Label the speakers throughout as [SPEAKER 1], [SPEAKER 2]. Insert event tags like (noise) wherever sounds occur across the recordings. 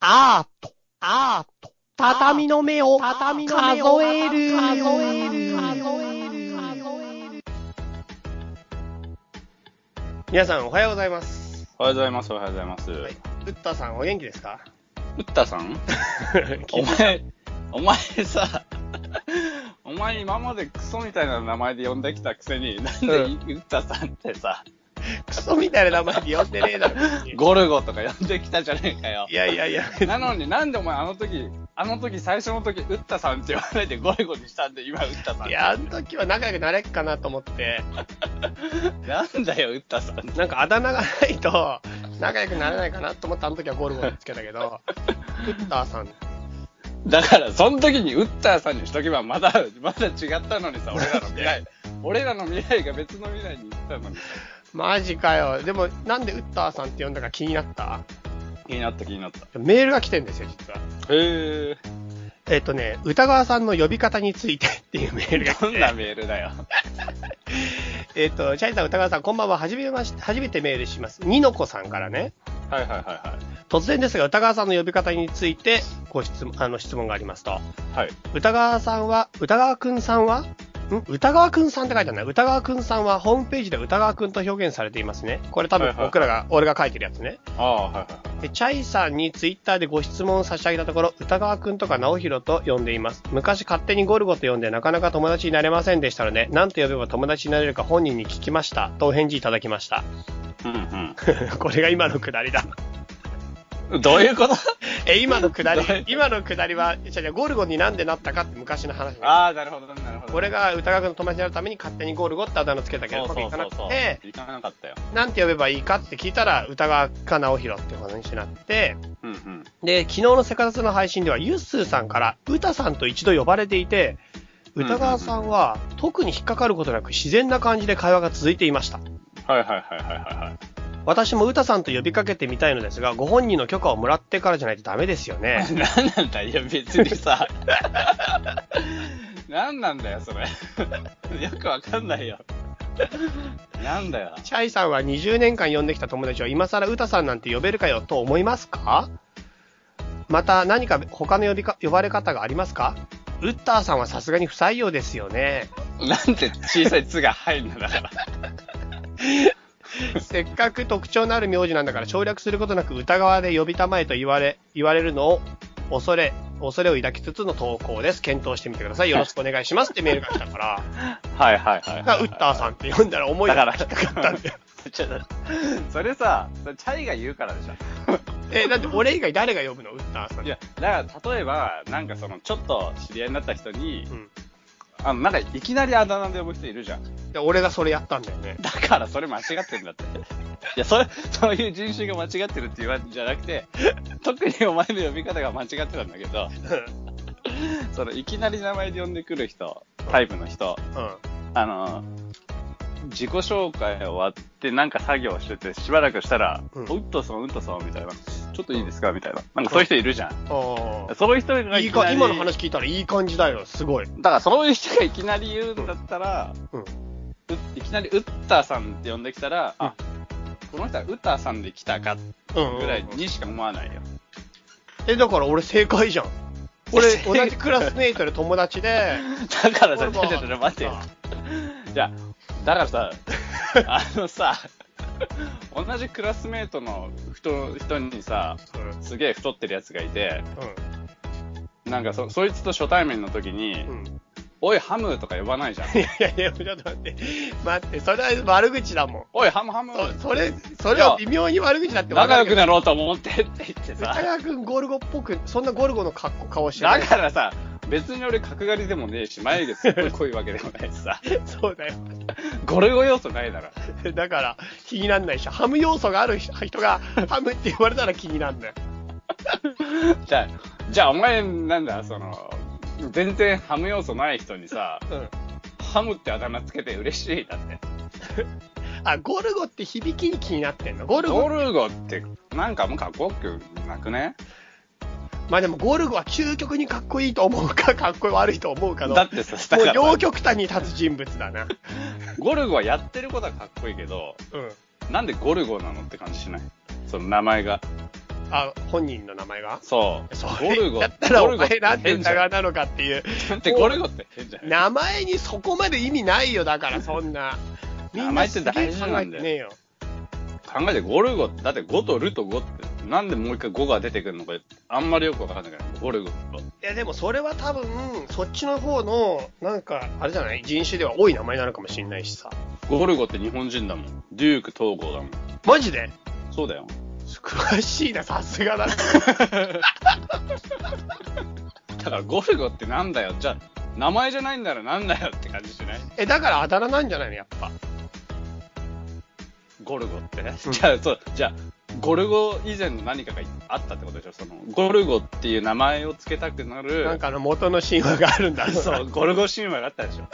[SPEAKER 1] アート、アート。畳の目を、畳の目を数える、数える、数える。皆さんおはようございます。
[SPEAKER 2] おはようございます、おはようございます。
[SPEAKER 1] はい。ウッタさんお元気ですか
[SPEAKER 2] ウッタさ
[SPEAKER 1] (laughs)
[SPEAKER 2] んお前、お前さ、お前今までクソみたいな名前で呼んできたくせに、なんで
[SPEAKER 1] うん
[SPEAKER 2] ウッタさんってさ、
[SPEAKER 1] クソみたいな名前で呼んでねえだろ。別に
[SPEAKER 2] ゴルゴとか呼んできたじゃねえかよ
[SPEAKER 1] (laughs) い。やいやいや。
[SPEAKER 2] なのになんでお前あの時、あの時最初の時、ウッタさんって言わないでゴルゴにしたんで、今ウッタさん。
[SPEAKER 1] いや、あの時は仲良くなれっかなと思って、
[SPEAKER 2] なんだよ、ウッタさん。
[SPEAKER 1] なんかあだ名がないと仲良くなれないかなと思ったあの時はゴルゴにつけたけど、ウッタさん
[SPEAKER 2] だから、その時にウッターさんにしとけば、まだ、まだ違ったのにさ、俺らの未来、俺らの未来が別の未来に行ったのにさ、
[SPEAKER 1] マジかよ。でも、なんでウッターさんって呼んだか気になった
[SPEAKER 2] 気になった気になった。
[SPEAKER 1] メールが来てんですよ、実は。
[SPEAKER 2] へえ。
[SPEAKER 1] えっ、とね、歌川さんの呼び方についてっていうメールが来
[SPEAKER 2] どん
[SPEAKER 1] て
[SPEAKER 2] な、メールだよ。
[SPEAKER 1] えっと、シャイさん、歌川さん、こんばんは、はじめまして、初めてメールします。ニノコさんからね、
[SPEAKER 2] はいはいは
[SPEAKER 1] 突然ですが、歌川さんの呼び方について、ご質問、あの、質問がありますと。
[SPEAKER 2] いはい。はい。
[SPEAKER 1] 歌川さんは、歌川くんさんはん歌川くんさんって書いてあるな。歌川くんさんはホームページで歌川くんと表現されていますね。これ多分僕らが、俺が書いてるやつね。
[SPEAKER 2] ああ、はいはいはい。
[SPEAKER 1] でチャイさんにツイッターでご質問を差し上げたところ、歌川くんとか直弘と呼んでいます。昔勝手にゴルゴと呼んでなかなか友達になれませんでしたので、なんて呼べば友達になれるか本人に聞きました。とお返事いただきました。 (laughs)
[SPEAKER 2] うん
[SPEAKER 1] これが今のくだりだ。
[SPEAKER 2] うん。 (laughs) どういうこと
[SPEAKER 1] え、今のく (laughs) だり、今のくだりは、じゃあじゃあゴルゴになんでなったかって昔の話ね。
[SPEAKER 2] ああ、なるほど、なるほど。
[SPEAKER 1] 俺が歌川くんの友達になるために勝手にゴルゴってあだ名つけたけど、
[SPEAKER 2] そうう
[SPEAKER 1] まく
[SPEAKER 2] そそ
[SPEAKER 1] いうかな
[SPEAKER 2] う
[SPEAKER 1] く
[SPEAKER 2] そう。
[SPEAKER 1] て、
[SPEAKER 2] 行かなかったよ。
[SPEAKER 1] なんて呼べばいいかって聞いたら、歌川か直弘って話になって、
[SPEAKER 2] うんうん。
[SPEAKER 1] で、昨日のセカダツの配信では、ユッスーさんから、歌さんと一度呼ばれていて、歌川さんは、特に引っかかることなく自然な感じで会話が続いていました。
[SPEAKER 2] はいはいはいはいは
[SPEAKER 1] 私も歌さんと呼びかけてみたいのですが、ご本人の許可をもらってからじゃないとダメですよね。
[SPEAKER 2] い。 (laughs) 何なんだよ、いや別にさ。 (laughs) 何なんだよ、それ。 (laughs) よくわかんないよ。なんだよ。
[SPEAKER 1] チャイさんは20年間呼んできた友達を今更歌さんなんて呼べるかよと思いますかまた何か他の呼びか呼ばれ方がありますかウッターさんはさすがに不採用ですよ
[SPEAKER 2] (laughs)
[SPEAKER 1] ね。
[SPEAKER 2] なんて小さい「つ」が入るんだから。
[SPEAKER 1] せっかく特徴のある名字なんだから省略することなく歌川で呼びたまえと言われ、言われるのを恐れ、恐れを抱きつつの投稿です。検討してみてください。よろしくお願いしますってメールが来たから、
[SPEAKER 2] はいはいはい、
[SPEAKER 1] だからウッターさんって呼んだら思い
[SPEAKER 2] だ
[SPEAKER 1] が
[SPEAKER 2] から
[SPEAKER 1] 引っかかったんだよ。
[SPEAKER 2] ちょっとそれさ、それチャイが言うからでしょ。
[SPEAKER 1] え、だって俺以外誰が呼ぶのウッターさん。
[SPEAKER 2] いや、だから例えば、なんかその、ちょっと知り合いになった人に
[SPEAKER 1] う、ん。
[SPEAKER 2] あの、なんかいきなりあだ名で呼ぶ人いるじゃん。
[SPEAKER 1] で俺がそれやったんだよね。
[SPEAKER 2] だからそれ間違ってるんだって。いや、それ、そういう人種が間違ってるって言わんじゃなくて、特にお前の呼び方が間違ってたんだけ
[SPEAKER 1] (laughs)
[SPEAKER 2] ど、その、いきなり名前で呼んでくる人、タイプの人、
[SPEAKER 1] うん。
[SPEAKER 2] あの、自己紹介終わってなんか作業してて、しばらくしたら、
[SPEAKER 1] うん
[SPEAKER 2] ウッドさん、ウッドさん、みたいな。ちょっといいですかみたいな。なんかそういう人いるじゃん。
[SPEAKER 1] ああ。
[SPEAKER 2] そういう人が
[SPEAKER 1] いい
[SPEAKER 2] きな
[SPEAKER 1] か、
[SPEAKER 2] り
[SPEAKER 1] 今の話聞いたらいい感じだよ。すごい。
[SPEAKER 2] だからそういう人がいきなり言うんだったら、
[SPEAKER 1] うん。
[SPEAKER 2] ういきなりウッターさんって呼んできたら、
[SPEAKER 1] うん
[SPEAKER 2] あこの人はウッターさんで来たか
[SPEAKER 1] うん、
[SPEAKER 2] ぐらいにしか思わないよ。
[SPEAKER 1] え、だから俺正解
[SPEAKER 2] (laughs)
[SPEAKER 1] じゃん。俺、
[SPEAKER 2] 正
[SPEAKER 1] 同
[SPEAKER 2] 解
[SPEAKER 1] じクラスメイトで友達
[SPEAKER 2] (laughs)
[SPEAKER 1] で、
[SPEAKER 2] だからさ、ちょちょちょ待ってよ。じゃあ、だからさ、あのさ、同じクラスメートの人人にさ、
[SPEAKER 1] うんうん
[SPEAKER 2] すげえ太ってるやつがいて、なんかそそいつと初対面の時に、
[SPEAKER 1] うん。
[SPEAKER 2] おいハムとか呼ばないじゃん。
[SPEAKER 1] いやいやいや、ちょっと待って。待って、それは悪口だもん。
[SPEAKER 2] おいハムハム
[SPEAKER 1] そそれ、それは微妙に悪口だって分
[SPEAKER 2] 仲
[SPEAKER 1] か
[SPEAKER 2] 良
[SPEAKER 1] るけ
[SPEAKER 2] く
[SPEAKER 1] ど。
[SPEAKER 2] なろうと思ってって言ってさ。
[SPEAKER 1] 歌川君ゴルゴっぽく、そんなゴルゴの格好顔して
[SPEAKER 2] だ
[SPEAKER 1] ない。
[SPEAKER 2] からさ、別に俺角刈りでもねえし、眉毛すっごい濃いわけでもないし
[SPEAKER 1] (laughs)
[SPEAKER 2] さ、
[SPEAKER 1] そうだよ。
[SPEAKER 2] ゴルゴ要素ないだろ。
[SPEAKER 1] だから、気になんないし、ハム要素がある人人が、ハムって言われたら気になんだよ。
[SPEAKER 2] じゃあ、じゃあお前なんだ、その、全然ハム要素ない人にさ、
[SPEAKER 1] うん。
[SPEAKER 2] ハムってあだ名つけて嬉しいだって。
[SPEAKER 1] あ、ゴルゴって響きに気になってんのゴルゴ
[SPEAKER 2] ゴルゴってなんかもうかっこよくなくね
[SPEAKER 1] まあでもゴルゴは究極にかっこいいと思うか、 (laughs) かっこ悪いと思うかの。
[SPEAKER 2] だってさ、だ
[SPEAKER 1] も
[SPEAKER 2] か
[SPEAKER 1] う
[SPEAKER 2] ら
[SPEAKER 1] 両極端に立つ人物だな。
[SPEAKER 2] ゴルゴはやってることはかっこいいけど、
[SPEAKER 1] うん。
[SPEAKER 2] なんでゴルゴなのって感じしないその名前が。
[SPEAKER 1] あ、本人の名前が
[SPEAKER 2] そう。
[SPEAKER 1] そ
[SPEAKER 2] ゴル
[SPEAKER 1] れ
[SPEAKER 2] ゴ。
[SPEAKER 1] だったら
[SPEAKER 2] ゴ
[SPEAKER 1] お
[SPEAKER 2] ルゴっ
[SPEAKER 1] 前
[SPEAKER 2] て
[SPEAKER 1] なんで
[SPEAKER 2] 変じゃ
[SPEAKER 1] 疑なのかっていう。
[SPEAKER 2] だってゴルゴって変じゃない
[SPEAKER 1] 名前にそこまで意味ないよ、だからそんな。み
[SPEAKER 2] 名
[SPEAKER 1] ん
[SPEAKER 2] 前
[SPEAKER 1] な
[SPEAKER 2] って
[SPEAKER 1] すげえ
[SPEAKER 2] 大事
[SPEAKER 1] 考
[SPEAKER 2] な
[SPEAKER 1] え
[SPEAKER 2] んだ
[SPEAKER 1] て
[SPEAKER 2] よ
[SPEAKER 1] ねえよ。
[SPEAKER 2] 考えてゴルゴって、だって5とルと5って、なんでもう一回5が出てくるのか、あんまりよくわかんないから、ゴルゴと。
[SPEAKER 1] いやでもそれは多分、そっちの方の、なんか、あれじゃない人種では多い名前なのかもしれないしさ。
[SPEAKER 2] ゴルゴって日本人だもん。デューク統合だもん。
[SPEAKER 1] マジで
[SPEAKER 2] そうだよ。
[SPEAKER 1] 詳しいな、さすがだな。
[SPEAKER 2] だからゴルゴってなんだよ。じゃあ、名前じゃないんならなんだよって感じしない
[SPEAKER 1] え、だからあだ名なんじゃないのやっぱ。
[SPEAKER 2] ゴルゴってね。じゃあ、そう、じゃあ、ゴルゴ以前の何かがあったってことでしょその、ゴルゴっていう名前を付けたくなる、
[SPEAKER 1] なんかあの元の神話があるんだろうな
[SPEAKER 2] そう、ゴルゴ神話があったでしょ。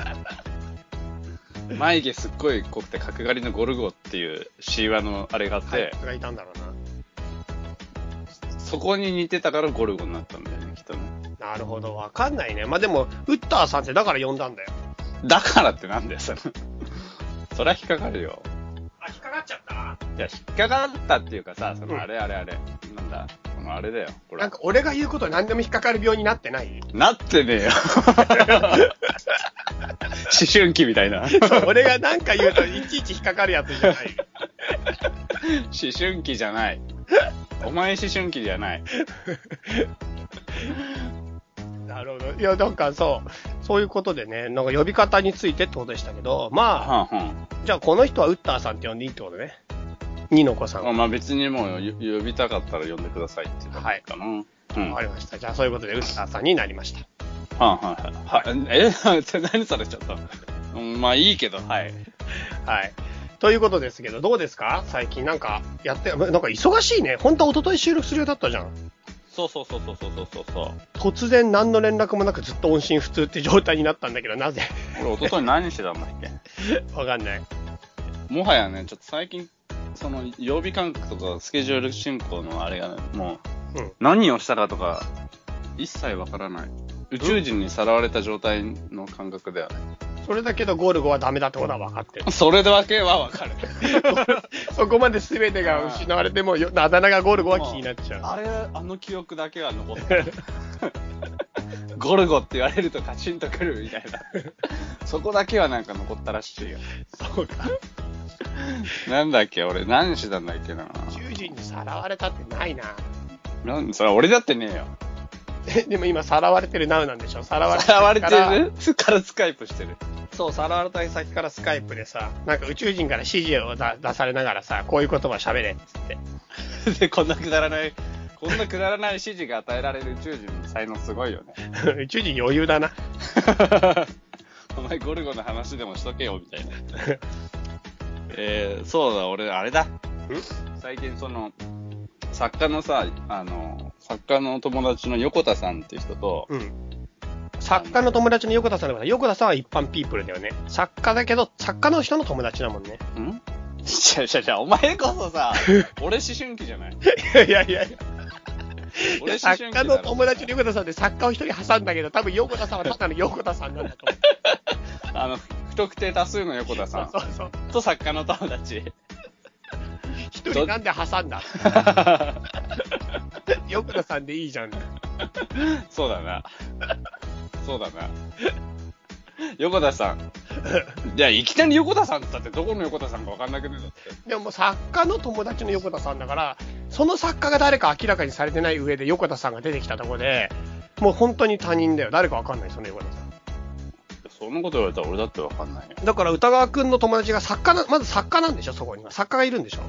[SPEAKER 2] 眉毛すっごい濃くて角刈りのゴルゴっていう神話のあれがあって、
[SPEAKER 1] はい、人がいたんだろう
[SPEAKER 2] そこに似てたからゴルゴになったんだよね、きっとね。
[SPEAKER 1] な。なるほど、わかんないね。まあでも、ウッターさんってだから呼んだんだよ。
[SPEAKER 2] だからってなんだよ、それ。 (laughs) そりゃ引っかかるよ。
[SPEAKER 1] あ、引っかかっちゃった
[SPEAKER 2] いや、引っかかったっていうかさ、そ
[SPEAKER 1] うん
[SPEAKER 2] のあれあれあれ、なんだ、このあれだよ、これ。
[SPEAKER 1] なんか俺が言うこと何でも引っかかる病になっ
[SPEAKER 2] (laughs)
[SPEAKER 1] てない
[SPEAKER 2] なってねえよ。思春期みたい (laughs) な。思
[SPEAKER 1] そう俺がなんか言うといちいち引っかかるやつじゃ
[SPEAKER 2] (laughs)
[SPEAKER 1] ない。
[SPEAKER 2] 春期じゃない。お前思春期じゃない。
[SPEAKER 1] なるほど。いや、なんかそう、そういうことでね、なんか呼び方についてってことでしたけど、まあ、
[SPEAKER 2] はんはん
[SPEAKER 1] じゃあこの人はウッターさんって呼んでいいってことね。ニノコさん。
[SPEAKER 2] まあ。まあ別にもうよ呼びたかったら呼んでくださいっていう感じかな。うん。は
[SPEAKER 1] わか
[SPEAKER 2] い
[SPEAKER 1] りました。じゃあそういうことでウッターさんになりました。
[SPEAKER 2] はいはい。え、 (laughs) 何されちゃったのうんまあいいけど、はい。
[SPEAKER 1] はい。ということですけど、どうですか最近なんかやって、なんか忙しいね。本当は一昨日収録するようだったじゃん。
[SPEAKER 2] そうそうそうそうそうそうそう。
[SPEAKER 1] 突然何の連絡もなくずっと音信不通って状態になったんだけど、なぜ (laughs)
[SPEAKER 2] 俺一昨日何してたんだっけ
[SPEAKER 1] わかんない。
[SPEAKER 2] もはやね、ちょっと最近、その曜日感覚とかスケジュール進行のあれがね、もう、
[SPEAKER 1] うん
[SPEAKER 2] 何をしたかとか、一切わからない。宇宙人にさらわれた状態の感覚だよ (laughs) ね。。
[SPEAKER 1] それだけどゴルゴはダメだってことは分かってる
[SPEAKER 2] それだけはわかる。
[SPEAKER 1] そこまで全てが失われても、よあだ名がゴルゴは気になっちゃう。
[SPEAKER 2] あれ、あの記憶だけは残ってる。 (laughs) ゴルゴって言われるとカチンとくるみたいな。そこだけはなんか残ったらしいよ。
[SPEAKER 1] そうか。
[SPEAKER 2] なんだっけ俺、何してたんだっけな。
[SPEAKER 1] 宇宙人にさらわれたってない (laughs) な。
[SPEAKER 2] なんそれ俺だってねえよ。
[SPEAKER 1] えでも今、さらわれてるナウなんでしょさらわれて
[SPEAKER 2] さらわれて
[SPEAKER 1] から
[SPEAKER 2] るからスカイプしてる。
[SPEAKER 1] そう、さらわれた先からスカイプでさ、なんか宇宙人から指示をだ出されながらさ、こういう言葉喋れっつって。 (laughs)
[SPEAKER 2] で、こんなくだらない、こんなくだらない指示が与えられる宇宙人の才能すごいよね。
[SPEAKER 1] 宇宙人余裕だな。
[SPEAKER 2] (laughs) お前ゴルゴの話でもしとけよ、みたいな。
[SPEAKER 1] (laughs)
[SPEAKER 2] えー、そうだ、俺、あれだ。最近、その、作家のさ、あの、作家の友達の横田さんっていう人と、
[SPEAKER 1] うん。作家の友達の横田さんだから、横田さんは一般ピープルだよね。作家だけど、作家の人の友達だもんね。
[SPEAKER 2] んちゃちゃちゃ、お前こそ
[SPEAKER 1] (laughs)
[SPEAKER 2] さ、俺思春期じゃない
[SPEAKER 1] いやいやいやいや。
[SPEAKER 2] 俺思春
[SPEAKER 1] 作
[SPEAKER 2] 期だ
[SPEAKER 1] 家
[SPEAKER 2] ろ
[SPEAKER 1] の友達の横田さんで作家を一人挟んだけど、多分横田さんはただの横田さんなんだと思う。
[SPEAKER 2] あの、不特定多数の横田さ
[SPEAKER 1] そうそうそう。
[SPEAKER 2] んと作家の友
[SPEAKER 1] (laughs)
[SPEAKER 2] 達。 (laughs)
[SPEAKER 1] 一人なんで挟んだ横田さんでいいじゃん。
[SPEAKER 2] そうだな。そうだな。横田 (laughs) さん。いや、いきなり横田さんって言ったって、どこの横田さんかわかんなくねえだって。
[SPEAKER 1] でももう作家の友達の横田さんだから、その作家が誰か明らかにされてない上で横田さんが出てきたところで、もう本当に他人だよ。誰かわかんない、その横田さん。
[SPEAKER 2] そんなこと言われたら俺だってわかんないよ。
[SPEAKER 1] だから歌川くんの友達が作家な、まず作家なんでしょ、そこには。作家がいるんでしょ。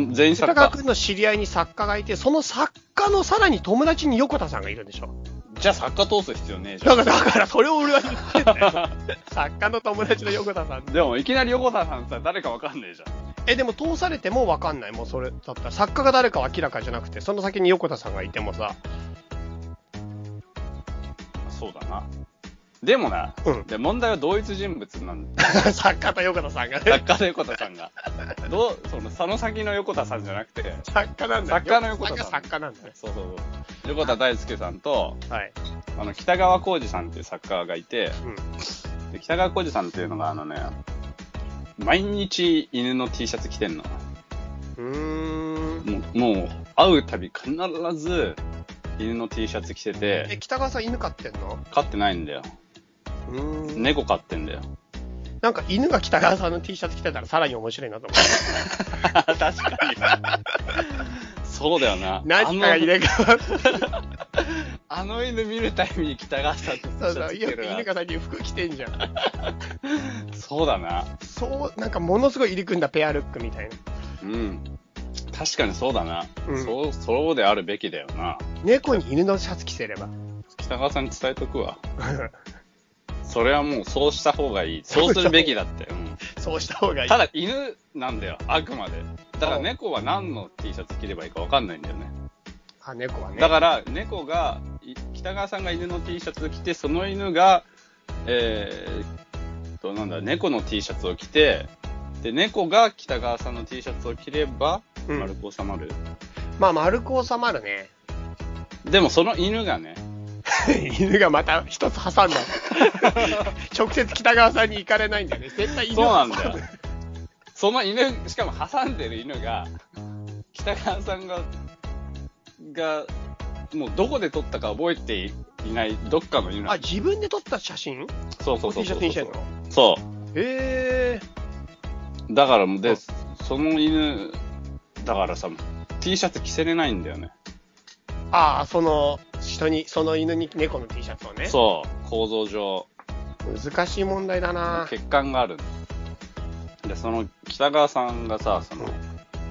[SPEAKER 2] ん全員
[SPEAKER 1] 歌
[SPEAKER 2] 作
[SPEAKER 1] 川
[SPEAKER 2] 家。
[SPEAKER 1] くんの知り合いに作家がいて、その作家のさらに友達に横田さんがいるんでしょ。
[SPEAKER 2] じゃあ作家通す必要ねえじゃ
[SPEAKER 1] だから、だからそれを俺は言ってんだよ。作家の友達の横田さん
[SPEAKER 2] ん。。 (laughs) でも、いきなり横田さんさ、誰かわかんねえじゃん。
[SPEAKER 1] え、でも通されてもわかんない。もうそれだったら。作家が誰かは明らかじゃなくて、その先に横田さんがいてもさ。
[SPEAKER 2] そうだな。でもな、
[SPEAKER 1] うん (laughs)
[SPEAKER 2] で問題は同一人物なん (laughs) だ。
[SPEAKER 1] 作家と横田さんがね。
[SPEAKER 2] 作家の横田さんが。どう、その、その先の横田さんじゃなくて、
[SPEAKER 1] 作家なんだよ
[SPEAKER 2] 作家の横田さん
[SPEAKER 1] 作家作家なんだね。
[SPEAKER 2] そうそうそう。横田大輔さんと、
[SPEAKER 1] はい。
[SPEAKER 2] あの、北川浩二さんっていう作家がいて、
[SPEAKER 1] うん。
[SPEAKER 2] で北川浩二さんっていうのがあのね、毎日犬の T シャツ着てんの。
[SPEAKER 1] うーん。うん。
[SPEAKER 2] もうもう会うたび必ず犬の T シャツ着て
[SPEAKER 1] え、
[SPEAKER 2] て、
[SPEAKER 1] 北川さん犬飼ってんの
[SPEAKER 2] 飼ってないんだよ。
[SPEAKER 1] うーん。
[SPEAKER 2] 猫飼ってんだ
[SPEAKER 1] (laughs)
[SPEAKER 2] よ。
[SPEAKER 1] なんか犬が北川さんの T シャツ着てたらさらに面白いなと思
[SPEAKER 2] 確かに。そうだよな。
[SPEAKER 1] う。何かが入れ
[SPEAKER 2] (laughs)
[SPEAKER 1] 替わる。
[SPEAKER 2] あのあの犬見るたびに北川さんと
[SPEAKER 1] そうそう。
[SPEAKER 2] て
[SPEAKER 1] よく
[SPEAKER 2] る
[SPEAKER 1] 犬が最近服着てんじゃん。
[SPEAKER 2] そうだな。
[SPEAKER 1] そう、なんかものすごい入り組んだペアルックみたいな。
[SPEAKER 2] うん。確かにそうだな。
[SPEAKER 1] うん
[SPEAKER 2] そう、そうであるべきだよな。
[SPEAKER 1] 猫に犬のシャツ着せれば。 (laughs)
[SPEAKER 2] 北川さんに伝えとくわ。それはもうそうした方がいい。そうするべきだって。うん
[SPEAKER 1] そうした方がいい
[SPEAKER 2] た。だ犬なんだよ、あくまで。だから
[SPEAKER 1] うん
[SPEAKER 2] 猫は何の T シャツ着ればいいか分かんないんだよね。
[SPEAKER 1] あ、猫はね。
[SPEAKER 2] だから猫が、い北川さんが犬の T シャツを着て、その犬が、えー、と、なんだ、猫の T シャツを着て、で、猫が北川さんの T シャツを着れば、
[SPEAKER 1] うん
[SPEAKER 2] 丸く収まる。
[SPEAKER 1] まあ、丸く収まるね。 (laughs)
[SPEAKER 2] でもその犬がね、
[SPEAKER 1] 犬がまた一つ挟んだ。 (laughs) 直接北川さんに行かれないんだよね。絶対犬
[SPEAKER 2] そうな
[SPEAKER 1] は
[SPEAKER 2] んだよ。その犬、しかも挟んでる犬が、北川さんが、が、もうどこで撮ったか覚えていない、どっかの犬な
[SPEAKER 1] (laughs) あ、
[SPEAKER 2] の
[SPEAKER 1] 自分で撮った写真
[SPEAKER 2] そうそうそう
[SPEAKER 1] ?T
[SPEAKER 2] そ
[SPEAKER 1] シャ
[SPEAKER 2] う。
[SPEAKER 1] ツにしてんの
[SPEAKER 2] そ
[SPEAKER 1] へえ。
[SPEAKER 2] う。だからもう、
[SPEAKER 1] う
[SPEAKER 2] で、
[SPEAKER 1] ん
[SPEAKER 2] その犬、だからさ、T シャツ着せれないんだよね。
[SPEAKER 1] ああ、その、人に、その犬に猫の T シャツをね。
[SPEAKER 2] そう、構造上、
[SPEAKER 1] 難しい問題だな。
[SPEAKER 2] 欠陥があるので、その北川さんがさ、その、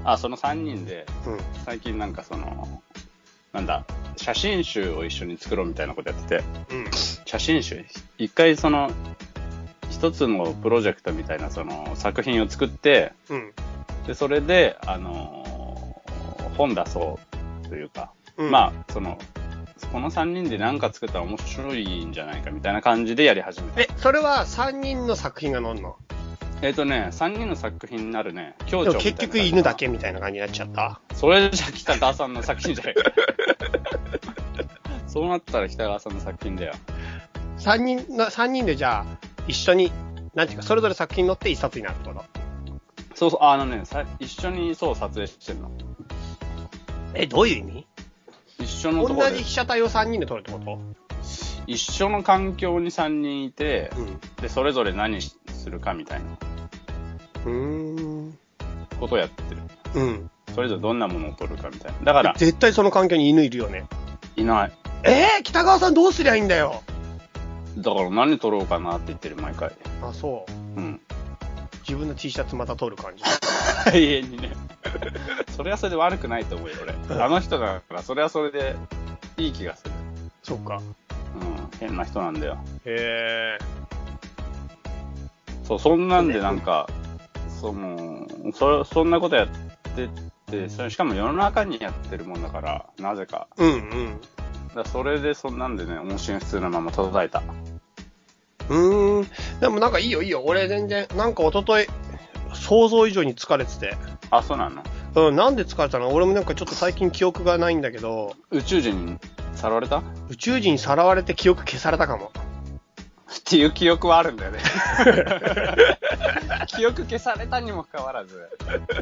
[SPEAKER 2] あ、その3人で、
[SPEAKER 1] うん。
[SPEAKER 2] 最近なんかその、なんだ、写真集を一緒に作ろうみたいなことやってて、
[SPEAKER 1] うん。
[SPEAKER 2] 写真集、一回その、一つのプロジェクトみたいなその作品を作って、
[SPEAKER 1] うん。
[SPEAKER 2] で、それで、あのー本出そうというか、
[SPEAKER 1] うん
[SPEAKER 2] まあ、その、この3人で何か作ったら面白いんじゃないかみたいな感じでやり始めた。
[SPEAKER 1] え、それは3人の作品が載んの
[SPEAKER 2] えっ、とね、3人の作品になるね、
[SPEAKER 1] で
[SPEAKER 2] 協
[SPEAKER 1] も
[SPEAKER 2] 調みたい
[SPEAKER 1] 結
[SPEAKER 2] な
[SPEAKER 1] 局犬だ。けみたいな感じになっちゃった。
[SPEAKER 2] それじゃ北川さんの作品じゃない。そうなったら北川さんの作品だよ。
[SPEAKER 1] 3人の、三人でじゃあ、一緒に、なんていうか、それぞれ作品載って一冊になるってこと
[SPEAKER 2] そうそう、あのね、さ一緒にそう撮影してんの。
[SPEAKER 1] え、どういう意味
[SPEAKER 2] 一緒のところ
[SPEAKER 1] 同じ
[SPEAKER 2] で
[SPEAKER 1] 被、写体を3人で撮るってこと
[SPEAKER 2] 一緒の環境に3人いて、
[SPEAKER 1] うん。
[SPEAKER 2] で、それぞれ何しするかみたいな
[SPEAKER 1] うーん。
[SPEAKER 2] ことをやってる。
[SPEAKER 1] うん。
[SPEAKER 2] それぞれどんなものを撮るかみたいな。だから、
[SPEAKER 1] 絶対その環境に犬いるよね。
[SPEAKER 2] いない。
[SPEAKER 1] えー、北川さんどうすりゃいいんだよ。
[SPEAKER 2] だから何撮ろうかなって言ってる、毎回。
[SPEAKER 1] あ、そう。
[SPEAKER 2] うん。
[SPEAKER 1] 自分の T シャツまた撮る感じ。
[SPEAKER 2] 永遠にね。 (laughs) それはそれで悪くないと思うよ、俺。あの人だから、それはそれでいい気がする。
[SPEAKER 1] そっか。
[SPEAKER 2] うん。変な人なんだよ。
[SPEAKER 1] へえ。
[SPEAKER 2] そう、そんなんでなんか、その、そ、そんなことやってって、それしかも世の中にやってるもんだから、なぜか。
[SPEAKER 1] うん
[SPEAKER 2] だからそれでそんなんでね、音信不通のまま叩いた。
[SPEAKER 1] うん。うーん。でもなんかいいよいいよ。俺全然、なんか一昨日想像以上に疲れてて。
[SPEAKER 2] あ、そうなの
[SPEAKER 1] うん、なんで疲れたの俺もなんかちょっと最近記憶がないんだけど、
[SPEAKER 2] 宇宙人にさらわれたっ
[SPEAKER 1] 宇宙人にさらわれて記憶消されたかも。
[SPEAKER 2] ていう記憶はあるんだよ
[SPEAKER 1] (laughs)
[SPEAKER 2] ね。記憶消されたにもかかわらず、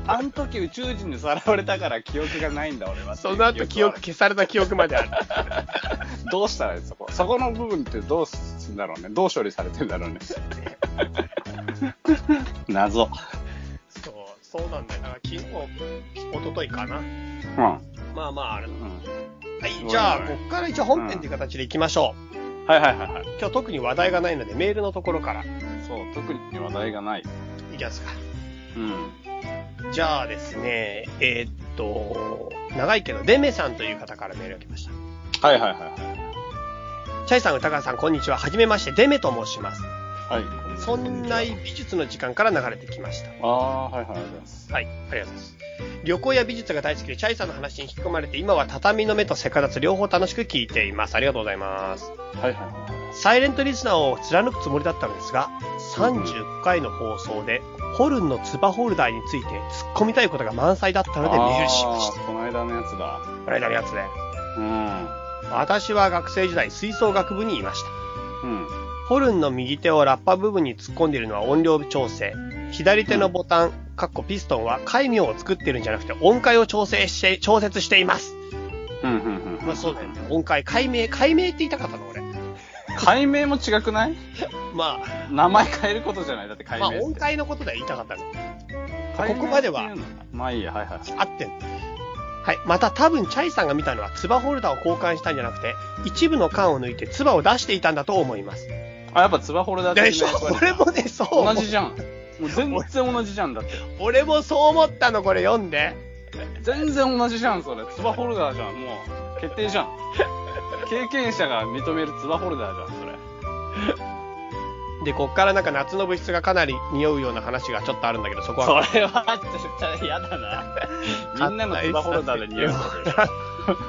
[SPEAKER 2] あの時宇宙人にさらわれたから記憶がないんだ俺は。
[SPEAKER 1] その後記憶
[SPEAKER 2] ってい
[SPEAKER 1] 消された記憶まである。
[SPEAKER 2] う記憶はあるどうしたらいいそこ。そこの部分ってどうすんだろうね。どう処理されてんだろう
[SPEAKER 1] (laughs)
[SPEAKER 2] ね。謎。
[SPEAKER 1] (laughs) そう、そうなんだよ。だから昨日、一昨日かな。
[SPEAKER 2] うん。
[SPEAKER 1] まあまあある。
[SPEAKER 2] うん
[SPEAKER 1] はい、じゃあ、
[SPEAKER 2] そう
[SPEAKER 1] こ
[SPEAKER 2] だね
[SPEAKER 1] こから一応本編という形でいきましょう。
[SPEAKER 2] はいはいはいはい。
[SPEAKER 1] 今日特に話題がないので、メールのところからい
[SPEAKER 2] そう、特に話題がない。
[SPEAKER 1] きますか。
[SPEAKER 2] うん。
[SPEAKER 1] じゃあですね、えーっと、長いけど、デメさんという方からメールが来ました。
[SPEAKER 2] はいはいはい
[SPEAKER 1] チャイさん、歌川さん、こんにちは。はじめまして、デメと申します。
[SPEAKER 2] はい。はい。
[SPEAKER 1] そんな美術の時間から流れてきました。
[SPEAKER 2] ああー、はいはい、ありがとうございます。
[SPEAKER 1] はい、ありがとうございます。旅行や美術が大好きで、チャイさんの話に引き込まれて、今は畳の目とセカダツ両方楽しく聞いています。ありがとうございます。
[SPEAKER 2] はいはい。
[SPEAKER 1] サイレントリスナーを貫くつもりだったのですが、30回の放送で、ホルンのツバホルダーについて突っ込みたいことが満載だったのでメールしました。
[SPEAKER 2] あーこの間のやつだ。
[SPEAKER 1] この間のやつね。
[SPEAKER 2] う
[SPEAKER 1] 私は学生時代、吹奏楽部にいました。
[SPEAKER 2] ん。うん。
[SPEAKER 1] ホルンの右手をラッパ部分に突っ込んでいるのは音量調整。左手のボタン、かっこピストンは、戒名を作ってるんじゃなくて、音階を調整して、調節しています。
[SPEAKER 2] うんうんうん。
[SPEAKER 1] まあそうだよね。音階、解明、解明って言いたかったの俺。
[SPEAKER 2] 解明も違くない
[SPEAKER 1] ま
[SPEAKER 2] 名前変えることじゃないだって
[SPEAKER 1] あ、
[SPEAKER 2] 解
[SPEAKER 1] まあ
[SPEAKER 2] 明
[SPEAKER 1] 音
[SPEAKER 2] って。
[SPEAKER 1] 階のことでは言いたかったの。
[SPEAKER 2] 解明
[SPEAKER 1] ここまでは
[SPEAKER 2] っていうのまあいいや、はいはい。
[SPEAKER 1] 合ってんのはい。また多分、チャイさんが見たのは、ツバホルダーを交換したんじゃなくて、一部の缶を抜いてツバを出していたんだと思います。
[SPEAKER 2] あ、やっぱツバホルダー
[SPEAKER 1] でしょ
[SPEAKER 2] やっぱり
[SPEAKER 1] 俺もね、そう思
[SPEAKER 2] 同
[SPEAKER 1] う。
[SPEAKER 2] じじゃん。もう全然同じじゃん
[SPEAKER 1] (laughs)
[SPEAKER 2] だって。
[SPEAKER 1] 俺もそう思ったの、これ読んで。
[SPEAKER 2] 全然同じじゃん、それ。ツバホルダーじゃん、もう。決定じゃ
[SPEAKER 1] (laughs)
[SPEAKER 2] ん。経験者が認めるツバホルダーじゃん、それ。
[SPEAKER 1] で、こっからなんか夏の物質がかなり匂うような話がちょっとあるんだけど、そこは。
[SPEAKER 2] それは、絶対嫌だ (laughs) な。みんなのツバホルダーで匂いするでし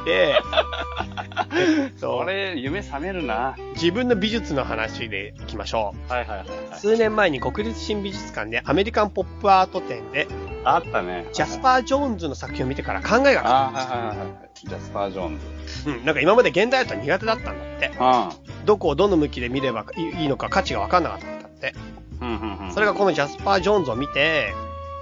[SPEAKER 1] で、えっ
[SPEAKER 2] ょ。
[SPEAKER 1] と
[SPEAKER 2] それ、夢覚めるな。
[SPEAKER 1] 自分の美術の話でいきましょ。
[SPEAKER 2] はいはいはいうはい。
[SPEAKER 1] 数年前に国立新美術館でアメリカンポップアート展で、
[SPEAKER 2] あったね。
[SPEAKER 1] ジャスパー・ジョーンズの作品を見てから考えが変わ
[SPEAKER 2] あーはいはいはいはい。ジャスパー・ジョーンズ。
[SPEAKER 1] るうん、なんか今まで現代アートは苦手だったんだって。どこをどの向きで見ればいいいのか価値が分かんなかったんだって。
[SPEAKER 2] うん。うんうんうん。
[SPEAKER 1] それがこのジャスパー・ジョーンズを見て、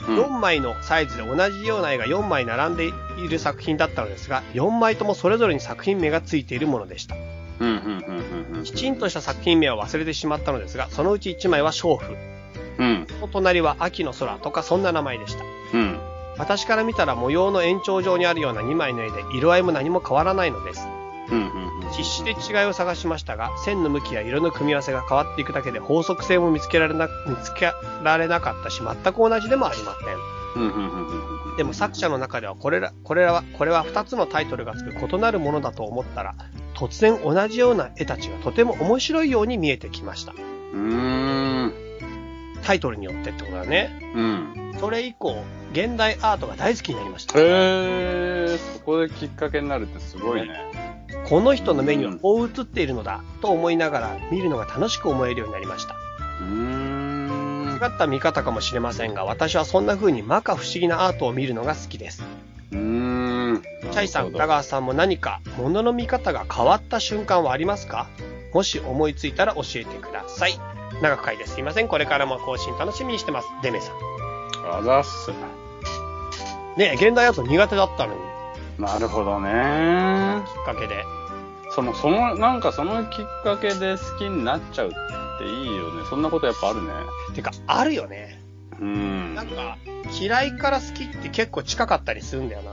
[SPEAKER 2] うん、
[SPEAKER 1] 4枚のサイズで同じような絵が4枚並んでいる作品だったのですが、4枚ともそれぞれに作品名がついているものでした。
[SPEAKER 2] うんうんうんうんうん。
[SPEAKER 1] きちんとした作品名は忘れてしまったのですが、そのうち1枚は娼婦、
[SPEAKER 2] うん。
[SPEAKER 1] お隣は秋の空とかそんな名前でした。
[SPEAKER 2] うん。
[SPEAKER 1] 私から見たら模様の延長上にあるような2枚の絵で色合いも何も変わらないのです。
[SPEAKER 2] うんうんうん。
[SPEAKER 1] 実施で違いを探しましたが、線の向きや色の組み合わせが変わっていくだけで法則性も見つけられな、見つけられなかったし、全く同じでもありません。
[SPEAKER 2] うんうんうんうんうん。
[SPEAKER 1] でも作者の中ではこれら、これらは、これは2つのタイトルがつく異なるものだと思ったら、突然同じような絵たちがとても面白いように見えてきました。
[SPEAKER 2] うーん。
[SPEAKER 1] タイトルによってってことだね。
[SPEAKER 2] うん。
[SPEAKER 1] それ以降、現代アートが大好きになりました。
[SPEAKER 2] へー、そこできっかけになるってすごいね。
[SPEAKER 1] この人の目にはこう映っているのだと思いながら見るのが楽しく思えるようになりました。
[SPEAKER 2] うーん。
[SPEAKER 1] 間違った見方かもしれませんが、私はそんな風に摩訶不思議なアートを見るのが好きです。
[SPEAKER 2] うーん。チ
[SPEAKER 1] チャイさん、歌川さんも何か物の見方が変わった瞬間はありますかもし思いついたら教えてください。長く書いてすいません。これからも更新楽しみにしてます。デメさん。
[SPEAKER 2] あざっす。
[SPEAKER 1] ねえ現代アート苦手だったのに、
[SPEAKER 2] なるほどね。
[SPEAKER 1] きっかけで。
[SPEAKER 2] その、その、なんかそのきっかけで好きになっちゃうっていいよね。そんなことやっぱあるね。
[SPEAKER 1] てか、あるよね。
[SPEAKER 2] うん
[SPEAKER 1] な。んか、嫌いから好きって結構近かったりするんだよな。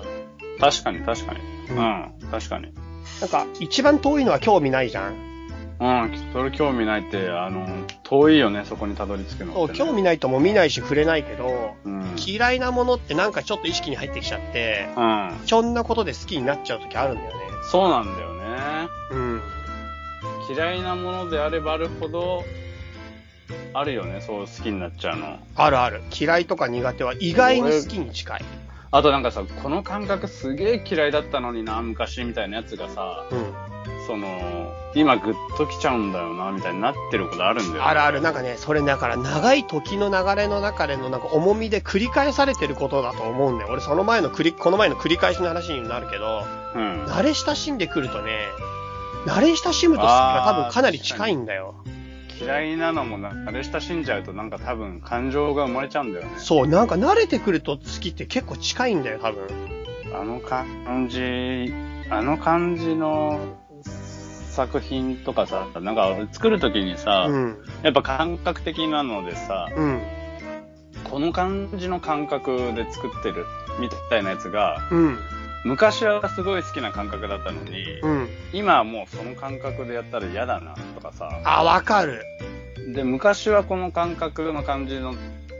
[SPEAKER 2] 確かに確かに。
[SPEAKER 1] う
[SPEAKER 2] うんん。確かに。
[SPEAKER 1] なんか、一番遠いのは興味ないじゃん。
[SPEAKER 2] うん。それ興味ないって、あの、遠いよね、そこにたどり着くのってね、
[SPEAKER 1] そう、興味ないとも見ないし触れないけど、
[SPEAKER 2] うん。うん。
[SPEAKER 1] 嫌いなものってなんかちょっと意識に入ってきちゃって、そんなことで好きになっちゃう時あるんだよね。
[SPEAKER 2] そうなんだよね。
[SPEAKER 1] うん。
[SPEAKER 2] 嫌いなものであればあるほど、あるよね、そう好きになっちゃうの。
[SPEAKER 1] あるある。嫌いとか苦手は意外に好きに近い。
[SPEAKER 2] あとなんかさ、この感覚すげえ嫌いだったのにな、昔みたいなやつがさ、
[SPEAKER 1] うん。
[SPEAKER 2] その、今グッときちゃうんだよな、みたいになってることあるんだよ、
[SPEAKER 1] あるある。なんかね、それだから長い時の流れの中でのなんか重みで繰り返されてることだと思うんだよ。俺その前の繰り、この前の繰り返しの話になるけど、
[SPEAKER 2] うん。
[SPEAKER 1] 慣れ親しんでくるとね、慣れ親しむと好きが多分かなり近いんだよ。
[SPEAKER 2] 嫌いなのもな、慣れ親しんじゃうとなんか多分感情が生まれちゃうんだよね。
[SPEAKER 1] そう、なんか慣れてくると好きって結構近いんだよ、多分。
[SPEAKER 2] あの感じ、あの感じの作品とかさ、なんか作るときにさ、
[SPEAKER 1] うん。
[SPEAKER 2] やっぱ感覚的なのでさ、
[SPEAKER 1] うん。
[SPEAKER 2] この感じの感覚で作ってるみたいなやつが、
[SPEAKER 1] うん。
[SPEAKER 2] 昔はすごい好きな感覚だったのに、
[SPEAKER 1] うん。
[SPEAKER 2] 今はもうその感覚でやったら嫌だなとかさ、
[SPEAKER 1] あ、わかる。
[SPEAKER 2] で、昔はこの感覚の感じの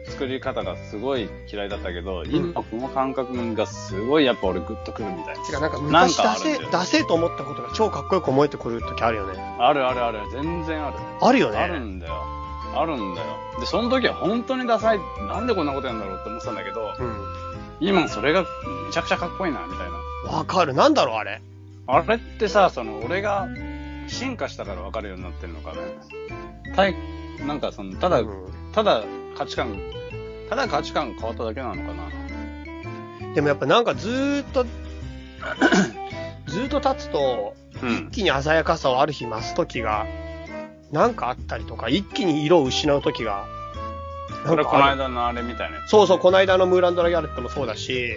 [SPEAKER 2] 作り方がすごい嫌いだったけど、今この感覚がすごいやっぱ俺グッとくるみたい
[SPEAKER 1] てか、なんか
[SPEAKER 2] な。なん
[SPEAKER 1] 昔
[SPEAKER 2] かあ
[SPEAKER 1] 出
[SPEAKER 2] るん
[SPEAKER 1] せ、
[SPEAKER 2] だよ
[SPEAKER 1] 出。せと思ったことが超かっこよく思えてくる時あるよね。
[SPEAKER 2] あるあるある、全然ある。
[SPEAKER 1] あるよね。
[SPEAKER 2] あるんだよ。あるんだよ。で、その時は本当にダサい。なんでこんなことやんだろうって思ってたんだけど、
[SPEAKER 1] う
[SPEAKER 2] 今それがめちゃくちゃかっこいいな、みたいな。
[SPEAKER 1] ん。わかる。なんだろう、あれ。
[SPEAKER 2] あれってさ、その、俺が進化したから分かるようになってるのかね。たい、なんかその、ただ、
[SPEAKER 1] うん
[SPEAKER 2] ただ価値観、ただ価値観が変わっただけなのかな。
[SPEAKER 1] でもやっぱなんかずーっ
[SPEAKER 2] (clears throat)
[SPEAKER 1] と、ずーっと経つと、
[SPEAKER 2] う
[SPEAKER 1] 一
[SPEAKER 2] ん。
[SPEAKER 1] 気に鮮やかさをある日増す時が、なんかあったりとか、一気に色を失う時がなん
[SPEAKER 2] れ
[SPEAKER 1] か
[SPEAKER 2] この間のあれみたいなやつ
[SPEAKER 1] そうそう、この間のムーランドラギャレットもそうだし、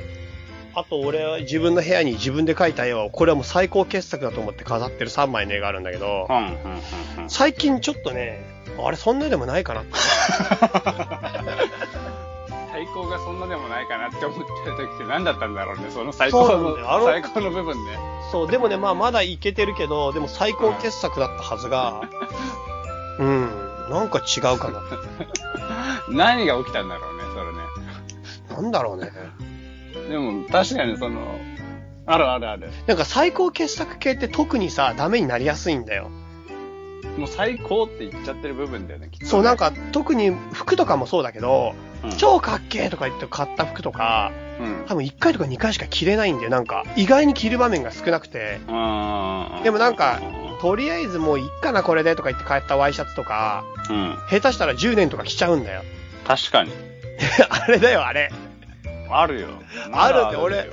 [SPEAKER 1] あと俺は自分の部屋に自分で描いた絵を、これはもう最高傑作だと思って飾ってる3枚の絵があるんだけど
[SPEAKER 2] う、んうんうんうん
[SPEAKER 1] 最近ちょっとね、あれそんなでもないかなって。
[SPEAKER 2] 最高がそんなでもないかなって思ってる時って何だったんだろうねその最高
[SPEAKER 1] そうなん
[SPEAKER 2] の
[SPEAKER 1] だよあの
[SPEAKER 2] 最高の部分ね
[SPEAKER 1] そう、でもね、まあまだいけてるけど、でも最高傑作だったはずが、うん、なんか違うかな。
[SPEAKER 2] 何が起きたんだろうねそれね
[SPEAKER 1] なんだろうね。
[SPEAKER 2] でも確かにそのあるあるある
[SPEAKER 1] なんか最高傑作系って特にさ、ダメになりやすいんだよ。
[SPEAKER 2] もう最高って言っちゃってる部分だよねきっとね
[SPEAKER 1] そう、なんか特に服とかもそうだけど、
[SPEAKER 2] うん
[SPEAKER 1] 超かっけーとか言って買った服とか、
[SPEAKER 2] うん
[SPEAKER 1] 多分1回とか2回しか着れないんだよ。なんか、意外に着る場面が少なくて、
[SPEAKER 2] うん
[SPEAKER 1] でもなんかとりあえずもういっかなこれでとか言って買ったワイシャツとか、
[SPEAKER 2] うん
[SPEAKER 1] 下手したら10年とか着ちゃうんだよ。 (laughs)
[SPEAKER 2] 確かに
[SPEAKER 1] あれだよ、あれ。
[SPEAKER 2] あるよ
[SPEAKER 1] あるって
[SPEAKER 2] まだあるよ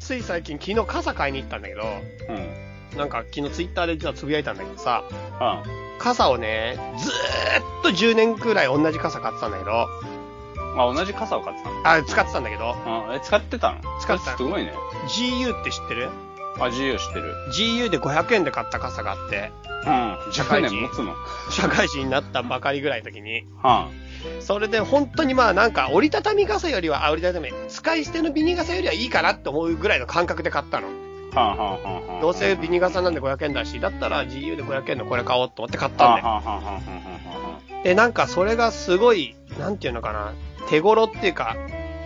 [SPEAKER 1] つい最近昨日傘買いに行ったんだけど、
[SPEAKER 2] うんうん
[SPEAKER 1] なんか昨日ツイッターで実はつぶやいたんだけどさ、
[SPEAKER 2] あ
[SPEAKER 1] 傘をね、ずーっと10年くらい同じ傘買ってたんだけど、
[SPEAKER 2] あ同じ傘を買ってたの
[SPEAKER 1] あ、使ってたんだけど、
[SPEAKER 2] あえ使ってたの
[SPEAKER 1] 使ってた
[SPEAKER 2] すごいね
[SPEAKER 1] GU って知ってる
[SPEAKER 2] あ自由してる
[SPEAKER 1] ?GU で500円で買った傘があって、
[SPEAKER 2] うん
[SPEAKER 1] 社会
[SPEAKER 2] 10
[SPEAKER 1] 人
[SPEAKER 2] 年持つの
[SPEAKER 1] 社会人になったばかりぐらいの時に、
[SPEAKER 2] は
[SPEAKER 1] それで本当にまあなんか折りたたみ傘よりは、あ、折りたたみ、使い捨てのビニ傘よりはいいかなって思うぐらいの感覚で買ったの。
[SPEAKER 2] あはあはあはあはあ
[SPEAKER 1] どうせビニ傘なんで500円だし、だったら GU で500円のこれ買おうと思って買っ
[SPEAKER 2] はあ
[SPEAKER 1] たん
[SPEAKER 2] はあは
[SPEAKER 1] だよ。
[SPEAKER 2] あはあはあは
[SPEAKER 1] で、なんかそれがすごい、なんていうのかな、手頃っていうか、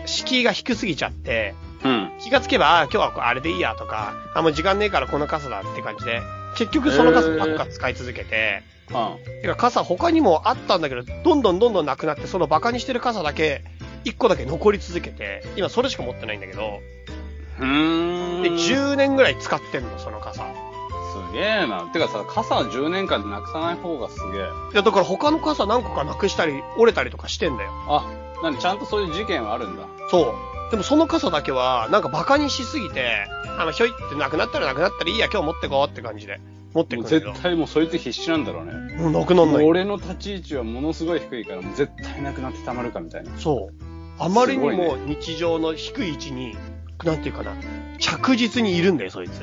[SPEAKER 1] 敷居が低すぎちゃって、
[SPEAKER 2] あうん
[SPEAKER 1] 気がつけば、あー今日はあれでいいやとか、あ、もう時間ねえからこの傘だって感じで、結局その傘ばっか使い続けて、
[SPEAKER 2] は
[SPEAKER 1] てか傘他にもあったんだけど、どんどんどんどんなくなって、そのバカにしてる傘だけ、一個だけ残り続けて、今それしか持ってないんだけど、
[SPEAKER 2] あうーん
[SPEAKER 1] で、10年ぐらい使ってんの、その傘。
[SPEAKER 2] すげえなてかさ傘を10年間でなくさない方がすげえ
[SPEAKER 1] いや、だから他の傘何個かなくしたり、折れたりとかしてんだよ。
[SPEAKER 2] あなんでちゃんとそういう事件はあるんだ
[SPEAKER 1] そう。でもその傘だけは、なんかバカにしすぎて、あの、ひょいってなくなったらなくなったらいいや、今日持ってこうって感じで、持って
[SPEAKER 2] もう
[SPEAKER 1] く
[SPEAKER 2] ん
[SPEAKER 1] だ
[SPEAKER 2] 絶
[SPEAKER 1] けど。
[SPEAKER 2] 対もうそいつ必死なんだろうね
[SPEAKER 1] もうなくな
[SPEAKER 2] も
[SPEAKER 1] ん
[SPEAKER 2] う
[SPEAKER 1] ない。
[SPEAKER 2] 俺の立ち位置はものすごい低いからもう絶対なくなってたまるかみたいな (laughs)
[SPEAKER 1] そう。あまりに
[SPEAKER 2] すご
[SPEAKER 1] も日常の低い位置に、なんていうかな、着実にいるんだよ、そいつ。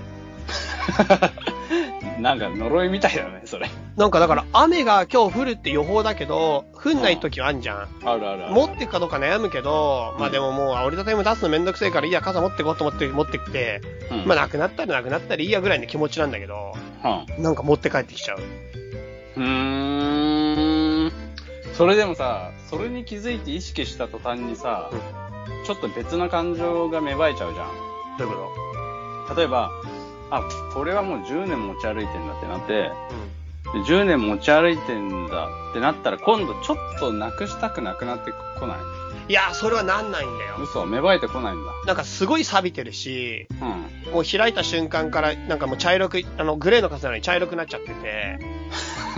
[SPEAKER 2] なんか呪いみたいだねそれ
[SPEAKER 1] なんかだから雨が今日降るって予報だけど、降んない時はあんじゃん。
[SPEAKER 2] あるあるある
[SPEAKER 1] 持ってくかどうか悩むけど、まあでももうあ折りたたみも出すのめんどくせえから、いいや、傘持ってこうと思って持ってきて、
[SPEAKER 2] うん
[SPEAKER 1] まあなくなったらなくなったらいいやぐらいの気持ちなんだけど、
[SPEAKER 2] は
[SPEAKER 1] なんか持って帰ってきちゃう。
[SPEAKER 2] うーんそれでもさそれに気づいて意識した途端にさ、
[SPEAKER 1] う
[SPEAKER 2] ちょっと別な感情が芽生えちゃうじゃん
[SPEAKER 1] どういうこ
[SPEAKER 2] 例えばあこれはもう10年持ち歩いてんだってなって
[SPEAKER 1] とうん。
[SPEAKER 2] で10年持ち歩いてんだってなったら今度ちょっとなくしたくなくなってこない
[SPEAKER 1] いや、それはなんないんだよ。
[SPEAKER 2] 嘘芽生えてこないんだ
[SPEAKER 1] なんかすごい錆びてるし、
[SPEAKER 2] うん
[SPEAKER 1] もう開いた瞬間から、なんかもう茶色く、あの、グレーの傘なのに茶色くなっちゃってて、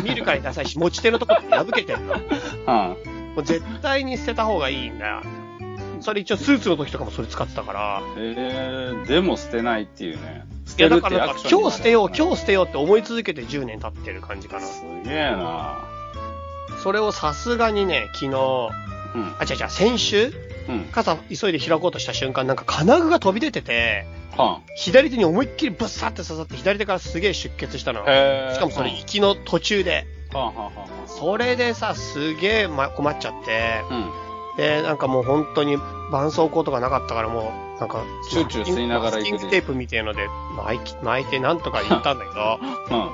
[SPEAKER 1] 見るからに
[SPEAKER 2] (laughs)
[SPEAKER 1] ダサいし、持ち手のとこって破けてんの。も
[SPEAKER 2] うん
[SPEAKER 1] う絶対に捨てた方がいいんだよ。それ一応スーツの時とかもそれ使ってたから、
[SPEAKER 2] えー、でも捨てないっていうね。捨
[SPEAKER 1] い
[SPEAKER 2] て
[SPEAKER 1] や
[SPEAKER 2] る
[SPEAKER 1] だ
[SPEAKER 2] っ
[SPEAKER 1] か
[SPEAKER 2] て
[SPEAKER 1] ら
[SPEAKER 2] ア
[SPEAKER 1] なん
[SPEAKER 2] ク
[SPEAKER 1] か
[SPEAKER 2] ション
[SPEAKER 1] 今日捨てよう、今
[SPEAKER 2] 日
[SPEAKER 1] 日捨てようって思い続けて10年経ってる感じかな。
[SPEAKER 2] すげえな
[SPEAKER 1] それをさすがにね、昨日、
[SPEAKER 2] うん。
[SPEAKER 1] あ、違う違う、先週、
[SPEAKER 2] うん。
[SPEAKER 1] 傘急いで開こうとした瞬間、なんか金具が飛び出てて、
[SPEAKER 2] は
[SPEAKER 1] 左手に思いっきりぶっさって刺さって、左手からすげえ出血したの
[SPEAKER 2] ん。。へー
[SPEAKER 1] しかもそれ、
[SPEAKER 2] は
[SPEAKER 1] 行きの途中で。
[SPEAKER 2] んはんはんはんはん
[SPEAKER 1] それでさ、すげえま困っちゃって、
[SPEAKER 2] うん。
[SPEAKER 1] で、なんかもう本当に絆創膏とかなかったからもう、なんか、
[SPEAKER 2] チューチュー吸いながら
[SPEAKER 1] マス
[SPEAKER 2] 行く
[SPEAKER 1] キングテープみたいので巻き巻いてなんとか行ったんだ
[SPEAKER 2] (laughs)
[SPEAKER 1] けど、
[SPEAKER 2] う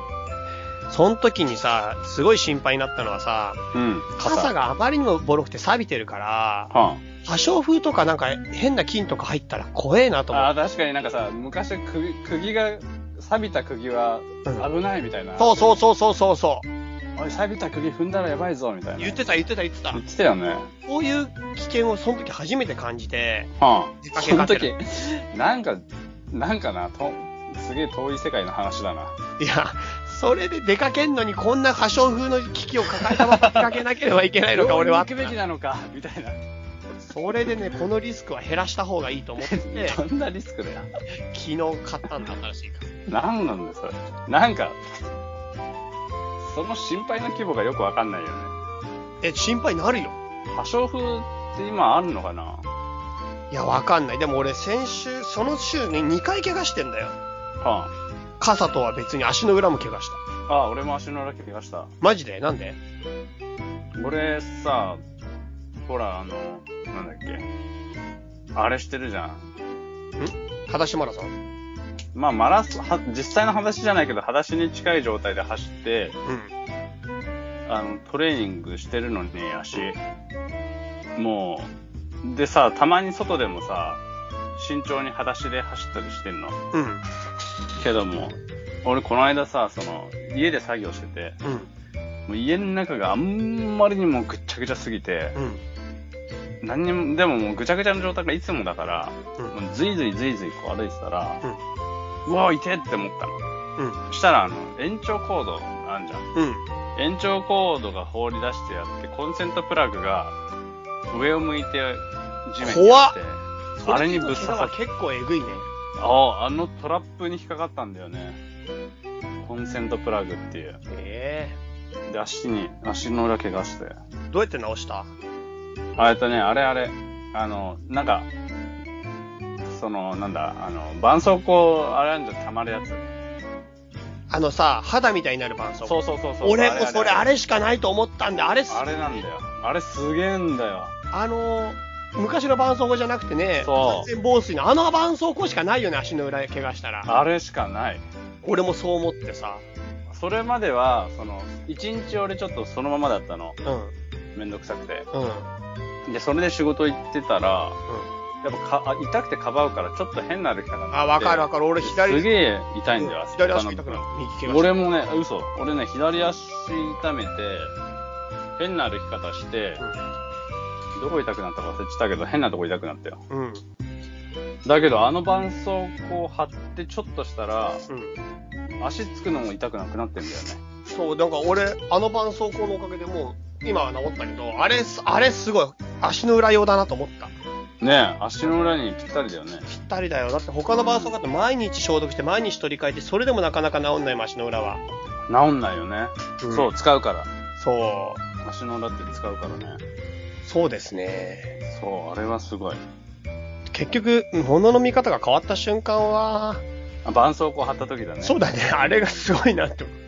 [SPEAKER 1] その時にさ、すごい心配になったのはさ、
[SPEAKER 2] ん。うん。
[SPEAKER 1] 傘。があまりにもボロくて錆びてるから、
[SPEAKER 2] はん。
[SPEAKER 1] 破傷風とかなんか変な菌とか入ったら怖えなと思
[SPEAKER 2] あ
[SPEAKER 1] っ
[SPEAKER 2] ー、確かになんかさ、昔釘、釘が、錆びた釘は
[SPEAKER 1] て。うん
[SPEAKER 2] 危ないみたいな。
[SPEAKER 1] そうそうそうそうそうそう。
[SPEAKER 2] う。おい、錆びた釘踏んだらやばいぞ、みたいな。
[SPEAKER 1] 言ってた言ってた言ってた
[SPEAKER 2] 言。ってたよね。
[SPEAKER 1] こういう危険をその時初めて感じて、
[SPEAKER 2] は
[SPEAKER 1] 出
[SPEAKER 2] ん。
[SPEAKER 1] かけ
[SPEAKER 2] そ
[SPEAKER 1] が
[SPEAKER 2] の
[SPEAKER 1] て
[SPEAKER 2] 時
[SPEAKER 1] ら、
[SPEAKER 2] なんか、なんかな、と、すげえ遠い世界の話だな。
[SPEAKER 1] いや、それで出かけんのにこんな破傷風の危機を抱えたまま出かけなければいけ
[SPEAKER 2] (laughs)
[SPEAKER 1] ないのか、俺は
[SPEAKER 2] 病。院に行くべきなのか、みたいな。
[SPEAKER 1] それでね、このリスクは減らした方がいいと思って、昨
[SPEAKER 2] (laughs) どんなリスクだよ。
[SPEAKER 1] 日買ったんだ、新しいから。
[SPEAKER 2] なんなんだよそれ。なんか、その心配の規模がよくわかんないよね。
[SPEAKER 1] え、心配になるよ。
[SPEAKER 2] 破傷風って今あるのかない
[SPEAKER 1] や、わかんない。でも俺、先週、その週に2回怪我してんだよ。
[SPEAKER 2] あ
[SPEAKER 1] 傘とは別に足の裏も怪我した。
[SPEAKER 2] あああ俺も足の裏怪我した。
[SPEAKER 1] マジでなんで
[SPEAKER 2] 俺さ、ほら、あの、なんだっけ。あれしてるじゃん。
[SPEAKER 1] 裸足マラソン
[SPEAKER 2] まあ、マラソン、は実際の話じゃないけど、裸足に近い状態で走って、
[SPEAKER 1] うん。
[SPEAKER 2] あの、トレーニングしてるのに、足。もう、でさ、たまに外でもさ、慎重に裸足で走ったりしてんの。
[SPEAKER 1] うん。
[SPEAKER 2] けども、俺この間さ、その、家で作業してて、
[SPEAKER 1] うん。
[SPEAKER 2] もう家の中があんまりにもぐっちゃぐちゃすぎて、
[SPEAKER 1] うん。
[SPEAKER 2] 何にも、でももうぐちゃぐちゃの状態がいつもだから、
[SPEAKER 1] うん
[SPEAKER 2] もうずいずいずいずいこう歩いてたら、うわ、痛えって思ったの。
[SPEAKER 1] うん。
[SPEAKER 2] そしたら、あの、延長コードあんじゃん。
[SPEAKER 1] うん。
[SPEAKER 2] 延長コードが放り出してやって、コンセントプラグが上を向いて地面に
[SPEAKER 1] 怖
[SPEAKER 2] や
[SPEAKER 1] っ
[SPEAKER 2] って、あれにぶっ刺さっ
[SPEAKER 1] それ結構えぐいね。
[SPEAKER 2] ああ、あのトラップに引っかかったんだよね。コンセントプラグっていう。
[SPEAKER 1] え
[SPEAKER 2] で、足に、足の裏怪我して。
[SPEAKER 1] えどうやって直した
[SPEAKER 2] あえっとね、あれあれ、あの、なんか、その、なんだ、あの、絆創膏、あれあんじゃん溜まるやつ。
[SPEAKER 1] あのさ、肌みたいになる絆創
[SPEAKER 2] そ
[SPEAKER 1] 膏。
[SPEAKER 2] うそうそうそう。
[SPEAKER 1] 俺もそれあ
[SPEAKER 2] あれ
[SPEAKER 1] れしかないと思ったんで、あれす、
[SPEAKER 2] あれなんだよ。あれすげえんだよ。
[SPEAKER 1] あのー、昔の絆創膏じゃなくてね、
[SPEAKER 2] そう
[SPEAKER 1] 完全防水のあの絆創膏しかないよね、足の裏怪我したら。
[SPEAKER 2] あれしかない。
[SPEAKER 1] 俺もそう思ってさ。
[SPEAKER 2] それまでは、その、一日俺ちょっとそのままだったの。
[SPEAKER 1] うん。
[SPEAKER 2] めんどくさくて。
[SPEAKER 1] うん。うん。
[SPEAKER 2] で、それで仕事行ってたら、やっぱかあ痛くてかばうからちょっと変な歩き方になって
[SPEAKER 1] あ、わかるわかる。俺
[SPEAKER 2] す
[SPEAKER 1] 左、
[SPEAKER 2] げえ痛いんだよ、
[SPEAKER 1] うん左足痛くなる。右怪我し
[SPEAKER 2] 俺もね、嘘。俺ね、左足痛めて、変な歩き方して、どこ痛くなったか忘れてたけど、変なとこ痛くなったよ。
[SPEAKER 1] た。うん。うん。
[SPEAKER 2] だけど、あの絆創膏貼ってちょっとしたら、
[SPEAKER 1] うん。
[SPEAKER 2] 足つくのも痛くなくなってんだよね。
[SPEAKER 1] そう、なんか俺、あの絆創膏のおかげでもう、今は治ったけど、あれす、あれすごい、足の裏用だなと思った。
[SPEAKER 2] ねえ、足の裏にぴったりだよね。
[SPEAKER 1] ぴったりだよ。だって他の絆創膏って毎日消毒して、毎日取り替えて、それでもなかなか治んないもん足の裏は。
[SPEAKER 2] 治んないよね。
[SPEAKER 1] うん
[SPEAKER 2] そう、使うから。
[SPEAKER 1] そう。
[SPEAKER 2] 足の裏って使うからね。
[SPEAKER 1] そうですね。
[SPEAKER 2] そう、あれはすごい。
[SPEAKER 1] 結局、物の見方が変わった瞬間は、
[SPEAKER 2] あ絆創膏貼った時だね。
[SPEAKER 1] そうだね、あれがすごいなって思う。 (laughs)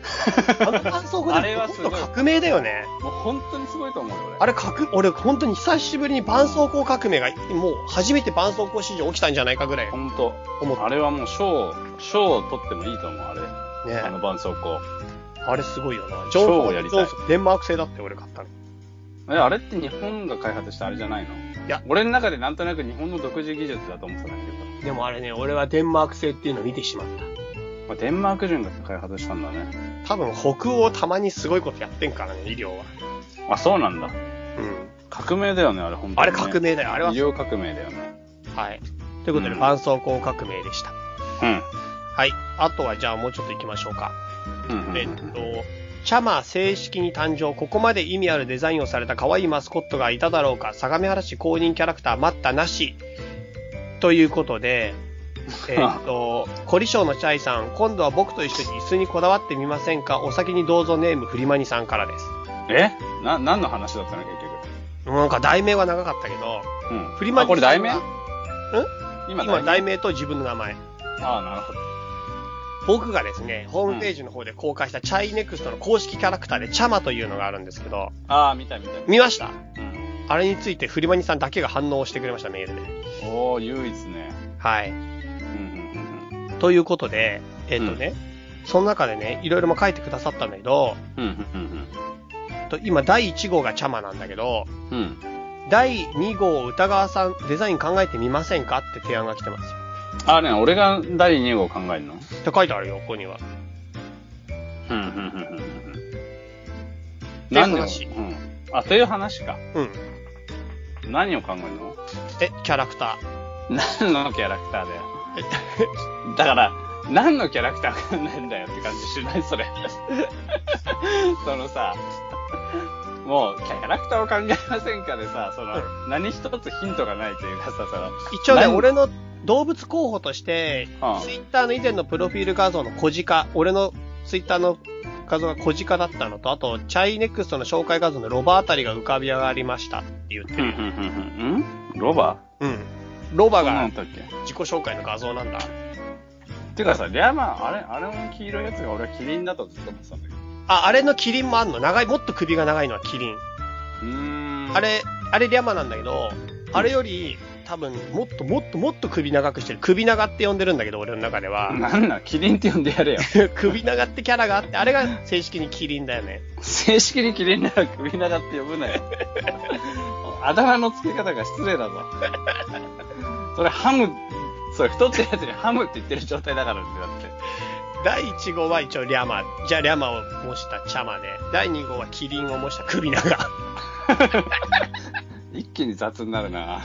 [SPEAKER 1] あの絆創膏
[SPEAKER 2] あれ
[SPEAKER 1] で
[SPEAKER 2] は
[SPEAKER 1] も
[SPEAKER 2] す
[SPEAKER 1] 本
[SPEAKER 2] ごい
[SPEAKER 1] 当革命だよね。
[SPEAKER 2] もう本当にすごいと思うよ、俺。
[SPEAKER 1] あれ革、俺本当に久しぶりに絆創膏革命が、もう初めて絆創膏市場起きたんじゃないかぐらい
[SPEAKER 2] 本当。
[SPEAKER 1] 思った。
[SPEAKER 2] あれはもう賞、賞を取ってもいいと思う、あれ。
[SPEAKER 1] ね
[SPEAKER 2] あの絆創膏。
[SPEAKER 1] あれすごいよな。ジ
[SPEAKER 2] ジ
[SPEAKER 1] ョ
[SPEAKER 2] ョ
[SPEAKER 1] ン
[SPEAKER 2] ンソ
[SPEAKER 1] ソン
[SPEAKER 2] ン
[SPEAKER 1] ジョンソン、デンマーク製だって俺買ったの。
[SPEAKER 2] え、あれって日本が開発したあれじゃないの
[SPEAKER 1] いや
[SPEAKER 2] 俺の中でなんとなく日本の独自技術だと思ってたんだけ
[SPEAKER 1] でもあれね、俺はデンマーク製っていうのを見てしまっ
[SPEAKER 2] ど。まあ、デンマーク人が開発したんだね。
[SPEAKER 1] た。多分北欧たまにすごいことやってんからね、医療は。
[SPEAKER 2] あ、そうなんだ。
[SPEAKER 1] うん。
[SPEAKER 2] 革命だよね、あれ、本当に、
[SPEAKER 1] あれ革。命だよ、あれは
[SPEAKER 2] 医。療革命だよね。
[SPEAKER 1] はい。ということ
[SPEAKER 2] う
[SPEAKER 1] で、
[SPEAKER 2] ん
[SPEAKER 1] 絆創膏革命でした。
[SPEAKER 2] うん。
[SPEAKER 1] はい。あとはじゃあもうちょっと行きましょうか。
[SPEAKER 2] うんうんうん
[SPEAKER 1] えっと、チャマ正式に誕生、ここまで意味あるデザインをされた可愛いマスコットがいただろうか、相模原市公認キャラクター、待ったなし。というこ
[SPEAKER 2] (laughs)
[SPEAKER 1] とで、えっと、コリショウのチャイさん、今度は僕と一緒に椅子にこだわってみませんかお先にどうぞネーム、フリマニさんからです。
[SPEAKER 2] えな、何の話だったの、結
[SPEAKER 1] なんか題名は長かったけど、
[SPEAKER 2] 局。うん。
[SPEAKER 1] フリマ
[SPEAKER 2] あ
[SPEAKER 1] ニさ
[SPEAKER 2] こ
[SPEAKER 1] ん
[SPEAKER 2] れ題名
[SPEAKER 1] 今
[SPEAKER 2] 今
[SPEAKER 1] 今
[SPEAKER 2] 題
[SPEAKER 1] 題
[SPEAKER 2] 名
[SPEAKER 1] 名と自分の名前。
[SPEAKER 2] ああ、なるほど。
[SPEAKER 1] 僕がですね、ホームページの方で公開したチャイネクストの公式キャラクターでチャマというのがあるんですけど、
[SPEAKER 2] ああ、見た見た。
[SPEAKER 1] 見ました
[SPEAKER 2] うん。
[SPEAKER 1] あれについてフリマニさんだけが反応してくれました、メールで。
[SPEAKER 2] おー、唯一ね。
[SPEAKER 1] はい。
[SPEAKER 2] うんうん
[SPEAKER 1] ということで、えっ、とね、その中でね、いろいろも書いてくださったんだけど、
[SPEAKER 2] うんうん。うんうん
[SPEAKER 1] と今第1号がチャマなんだけど、
[SPEAKER 2] うんうん。うん。
[SPEAKER 1] 第2号歌川さんデザイン考えてみませんかって提案が来てますよ。
[SPEAKER 2] あれね、俺が第2号考えるの
[SPEAKER 1] って書いてあるよ、ここには。
[SPEAKER 2] うん、うん、うん、うん。
[SPEAKER 1] ていう
[SPEAKER 2] 何を、う
[SPEAKER 1] 話
[SPEAKER 2] ん。あ、という話か。
[SPEAKER 1] うん。
[SPEAKER 2] 何を考えるの
[SPEAKER 1] え、キャラクタ
[SPEAKER 2] 何のキャラクターだよ。
[SPEAKER 1] ー。え
[SPEAKER 2] だから、何のキャラクター考えるんだよって感じしないそれ。そのさ、もう、キャラクターを考えませんかでさ、その、何一つヒントがないというかさ、その、
[SPEAKER 1] 一応ね、
[SPEAKER 2] 何
[SPEAKER 1] 俺の動物候補として
[SPEAKER 2] ああ、
[SPEAKER 1] ツイッターの以前のプロフィール画像の小鹿、俺のツイッターの画像が小鹿だったのと、あと、チャイネクストの紹介画像のロバあたりが浮かび上がりましたって言って
[SPEAKER 2] うん、う
[SPEAKER 1] る。
[SPEAKER 2] ん、うん。ロバ
[SPEAKER 1] うん。ロバ
[SPEAKER 2] ーな
[SPEAKER 1] が
[SPEAKER 2] んだっけ
[SPEAKER 1] 自己紹介の画像なんだ。
[SPEAKER 2] てかさ、リャーマン、あれ、あれの黄色いやつが俺はキリンだとずっと思ってたんだけど。
[SPEAKER 1] あ、あれのキリンもあんの長い、もっと首が長いのはキリン。
[SPEAKER 2] うーん。
[SPEAKER 1] あれ、あれリャマなんだけど、あれより、多分、もっともっともっと首長くしてる。首長って呼んでるんだけど、俺の中では。
[SPEAKER 2] なんなんキリンって呼んでやれよ。
[SPEAKER 1] (laughs) 首長ってキャラがあって、あれが正式にキリンだよね。
[SPEAKER 2] 正式にキリンなら首長って呼ぶなよ。あだ名の付け方が失礼だぞ。それハム、それ太ってるやつにハムって言ってる状態だからってだって。
[SPEAKER 1] 第1号は一応リャマ。じゃあリャマを模したチャマね。第2号はキリンを模した首長。 (laughs)
[SPEAKER 2] 一気に雑になるな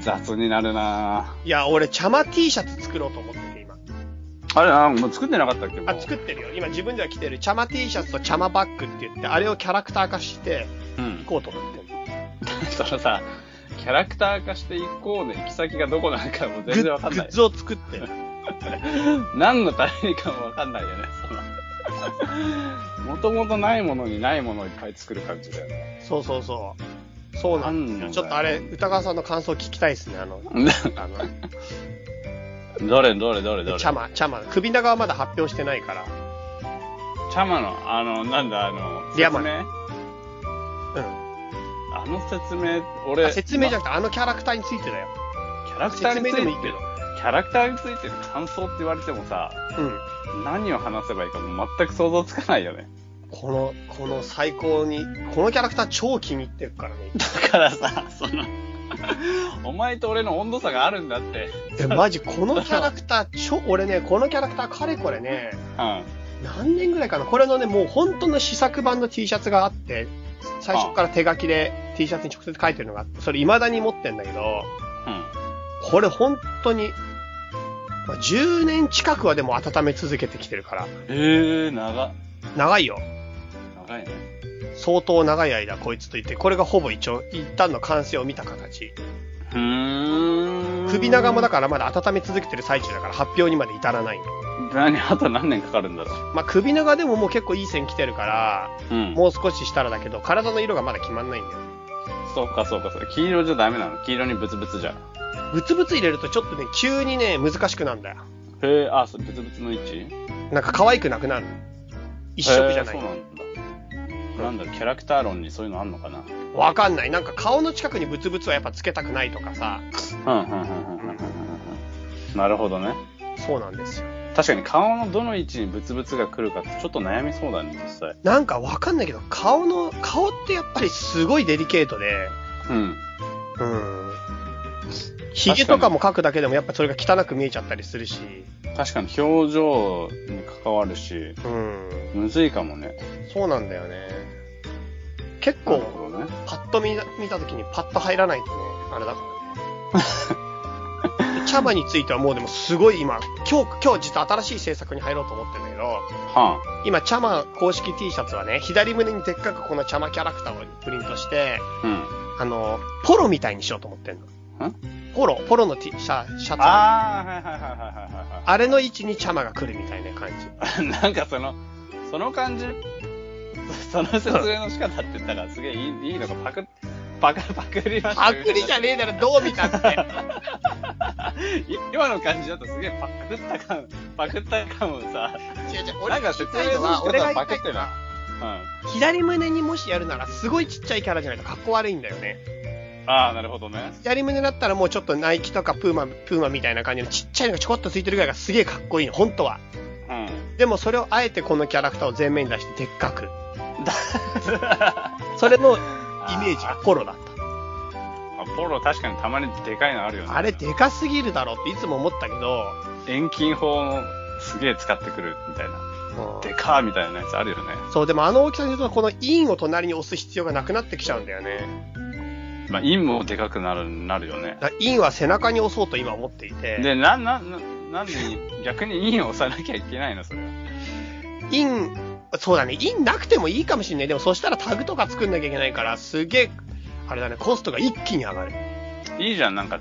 [SPEAKER 2] 雑になるない
[SPEAKER 1] や、俺、チャマ T シャツ作ろうと思ってて、今。
[SPEAKER 2] あれあ、もう作ってなかったっけもう
[SPEAKER 1] あ、作ってるよ。今自分では着てる、チャマ T シャツとチャマバッグって言って、あれをキャラクター化して
[SPEAKER 2] うん (laughs)
[SPEAKER 1] い。こうと思ってる。
[SPEAKER 2] そのさ、キャラクター化していこうね。行き先がどこなのかもう
[SPEAKER 1] グ
[SPEAKER 2] 全然わか
[SPEAKER 1] ッ
[SPEAKER 2] ん
[SPEAKER 1] グ
[SPEAKER 2] ない
[SPEAKER 1] ッ。ズを作ってる。
[SPEAKER 2] 何のためにかもわかんないよね、その。もともとないものにないものをいっぱい作る感じだよね。
[SPEAKER 1] そうそうそう。そうなんです
[SPEAKER 2] なんだよ
[SPEAKER 1] よ。ちょっとあれ、歌川さんの感想聞きたいですね。あの、あ
[SPEAKER 2] (laughs)
[SPEAKER 1] の、
[SPEAKER 2] どれどれどれどれ。
[SPEAKER 1] チャ。マ、チャマ。首長はまだ発表してないから。
[SPEAKER 2] チャマの、あの、なんだ、あの、
[SPEAKER 1] リアマ
[SPEAKER 2] 説明
[SPEAKER 1] うん
[SPEAKER 2] あの説明、俺、
[SPEAKER 1] あ。説明じゃ
[SPEAKER 2] ゃ
[SPEAKER 1] なくて、あのキャラクターについてだよ。
[SPEAKER 2] キャラクター
[SPEAKER 1] 説
[SPEAKER 2] につ
[SPEAKER 1] 明
[SPEAKER 2] い
[SPEAKER 1] で
[SPEAKER 2] て
[SPEAKER 1] もいいけど。
[SPEAKER 2] キャラクターについての感想って言われてもさ、
[SPEAKER 1] うん。
[SPEAKER 2] 何を話せばいいかも全く想像つかないよ
[SPEAKER 1] (laughs)
[SPEAKER 2] ね。
[SPEAKER 1] この、この最高に、このキャラクター超気に入ってるからね。
[SPEAKER 2] だからさ、その、お前と俺の温度差があるんだって。
[SPEAKER 1] え、 (laughs) マジ、このキャラクター超、俺ね、このキャラクターかれこれね、
[SPEAKER 2] うん。
[SPEAKER 1] 何年ぐらいかな。これのね、もう本当の試作版の T シャツがあって、最初から手書きで T シャツに直接書いてるのがあって、それ未だに持ってんだけど、
[SPEAKER 2] うん。
[SPEAKER 1] これ本当に、まあ10年近くはでも温め続けてきてるから、
[SPEAKER 2] ええー、長。
[SPEAKER 1] 長いよ。
[SPEAKER 2] 長いね。
[SPEAKER 1] 相当長い間こいつといて、これがほぼ一応、一旦の完成を見た形。
[SPEAKER 2] うーん。
[SPEAKER 1] 首長もだ
[SPEAKER 2] か
[SPEAKER 1] からまだ温め続けてる最中だから発表にまで至らないの。
[SPEAKER 2] ら。何、あと何年かかるんだろう。
[SPEAKER 1] まあ、首長でももう結構いい線来てるから、
[SPEAKER 2] うん。
[SPEAKER 1] もう少ししたらだけど、体の色がまだ決まんないんだよ。
[SPEAKER 2] そうかそうかそうか。黄色じゃダメなの。黄色にブツブツじゃん。
[SPEAKER 1] ブツブツ入れるとちょっとね、急にね、難しくなるんだよ。
[SPEAKER 2] へえ、あ、そう、ブツブツの位置
[SPEAKER 1] なんか可愛くなくなる。一色じゃな
[SPEAKER 2] へー
[SPEAKER 1] い。
[SPEAKER 2] そうなんだ。なんだろう、キャラクター論にそういうのあんのかな。
[SPEAKER 1] わかんない。なんか顔の近くにブツブツはやっぱつけたくないとかさ、
[SPEAKER 2] うん、うん、うん、うん、うん。なるほどね。
[SPEAKER 1] そうなんですよ。
[SPEAKER 2] 確かに顔のどの位置にブツブツが来るかってちょっと悩みそうだね、実際。
[SPEAKER 1] なんかわかんないけど、顔の、顔ってやっぱりすごいデリケートで、
[SPEAKER 2] うん。
[SPEAKER 1] うん。髭とかも描くだけでもやっぱそれが汚く見えちゃったりするし、
[SPEAKER 2] 確かに表情に関わるし、
[SPEAKER 1] うん。
[SPEAKER 2] むずいかもね。
[SPEAKER 1] そうなんだよね。結
[SPEAKER 2] なる
[SPEAKER 1] 構、
[SPEAKER 2] ほどね。
[SPEAKER 1] パッと見見た時にパッと入らないとね、あれだからね。チャマについてはもうでもすごい今、今日、今日実は新しい制作に入ろうと思ってるんだけど、
[SPEAKER 2] は
[SPEAKER 1] 今チャマ公式 T シャツはね、左胸にでっかくこのチャマキャラクターをプリントして、
[SPEAKER 2] あ。うん。
[SPEAKER 1] あの、ポロみたいにしようと思ってんの。
[SPEAKER 2] ん
[SPEAKER 1] ポロ、ポロの T シャシャツ。あ
[SPEAKER 2] ああ、はいはいはいはいはいはい。
[SPEAKER 1] れの位置にチャマが来るみたいな感
[SPEAKER 2] (laughs)
[SPEAKER 1] じ。
[SPEAKER 2] なんかその、その感じ、その説明の仕方って言ったらすげえいいいいのかパク、パク、パクりました
[SPEAKER 1] あっくりじゃねえだろ、どう見 (laughs) たって。
[SPEAKER 2] (laughs) 今の感じだとすげえパクった感、パクった感をさ、
[SPEAKER 1] 違う違う、
[SPEAKER 2] な
[SPEAKER 1] 俺
[SPEAKER 2] んか
[SPEAKER 1] が
[SPEAKER 2] 説
[SPEAKER 1] 言い
[SPEAKER 2] 明
[SPEAKER 1] たいの
[SPEAKER 2] の仕
[SPEAKER 1] は、俺が
[SPEAKER 2] 方
[SPEAKER 1] 言
[SPEAKER 2] パ
[SPEAKER 1] い
[SPEAKER 2] クっ
[SPEAKER 1] たい
[SPEAKER 2] て
[SPEAKER 1] の
[SPEAKER 2] な
[SPEAKER 1] は、
[SPEAKER 2] い。
[SPEAKER 1] 左胸にもしやるならすごいちっちゃいキャラじゃないとかっこ悪いんだよね。
[SPEAKER 2] うん。ああ、なるほどね。
[SPEAKER 1] 左胸だったらもうちょっとナイキとかプーマ、プーマみたいな感じのちっちゃいのがちょこっとついてるぐらいがすげえかっこいいの、本当は。 (laughs)
[SPEAKER 2] うん。
[SPEAKER 1] でもそれをあえてこのキャラクターを前面に出してでっかく。それのイメージがポロだっ
[SPEAKER 2] あポロ確かにたまにでかいのあるよね。
[SPEAKER 1] た。あれでかすぎるだろうっていつも思ったけど、
[SPEAKER 2] 遠近法をすげえ使ってくるみたいな。
[SPEAKER 1] うん
[SPEAKER 2] でかーみたいなやつあるよね。
[SPEAKER 1] そう、でもあの大きさにするとこのインを隣に押す必要がなくなってきちゃうんだよね。
[SPEAKER 2] まあ、陰もでかくなる、なるよね。
[SPEAKER 1] だからインは背中に押そうと今思っていて。
[SPEAKER 2] で、な、な、な、なんで、 (laughs) 逆に陰を押さなきゃいけないの、それは。
[SPEAKER 1] イン、そうだね、インなくてもいいかもしんない。でもそしたらタグとか作んなきゃいけないから、すげえ、あれだね、コストが一気に上がる。
[SPEAKER 2] いいじゃん、なんか、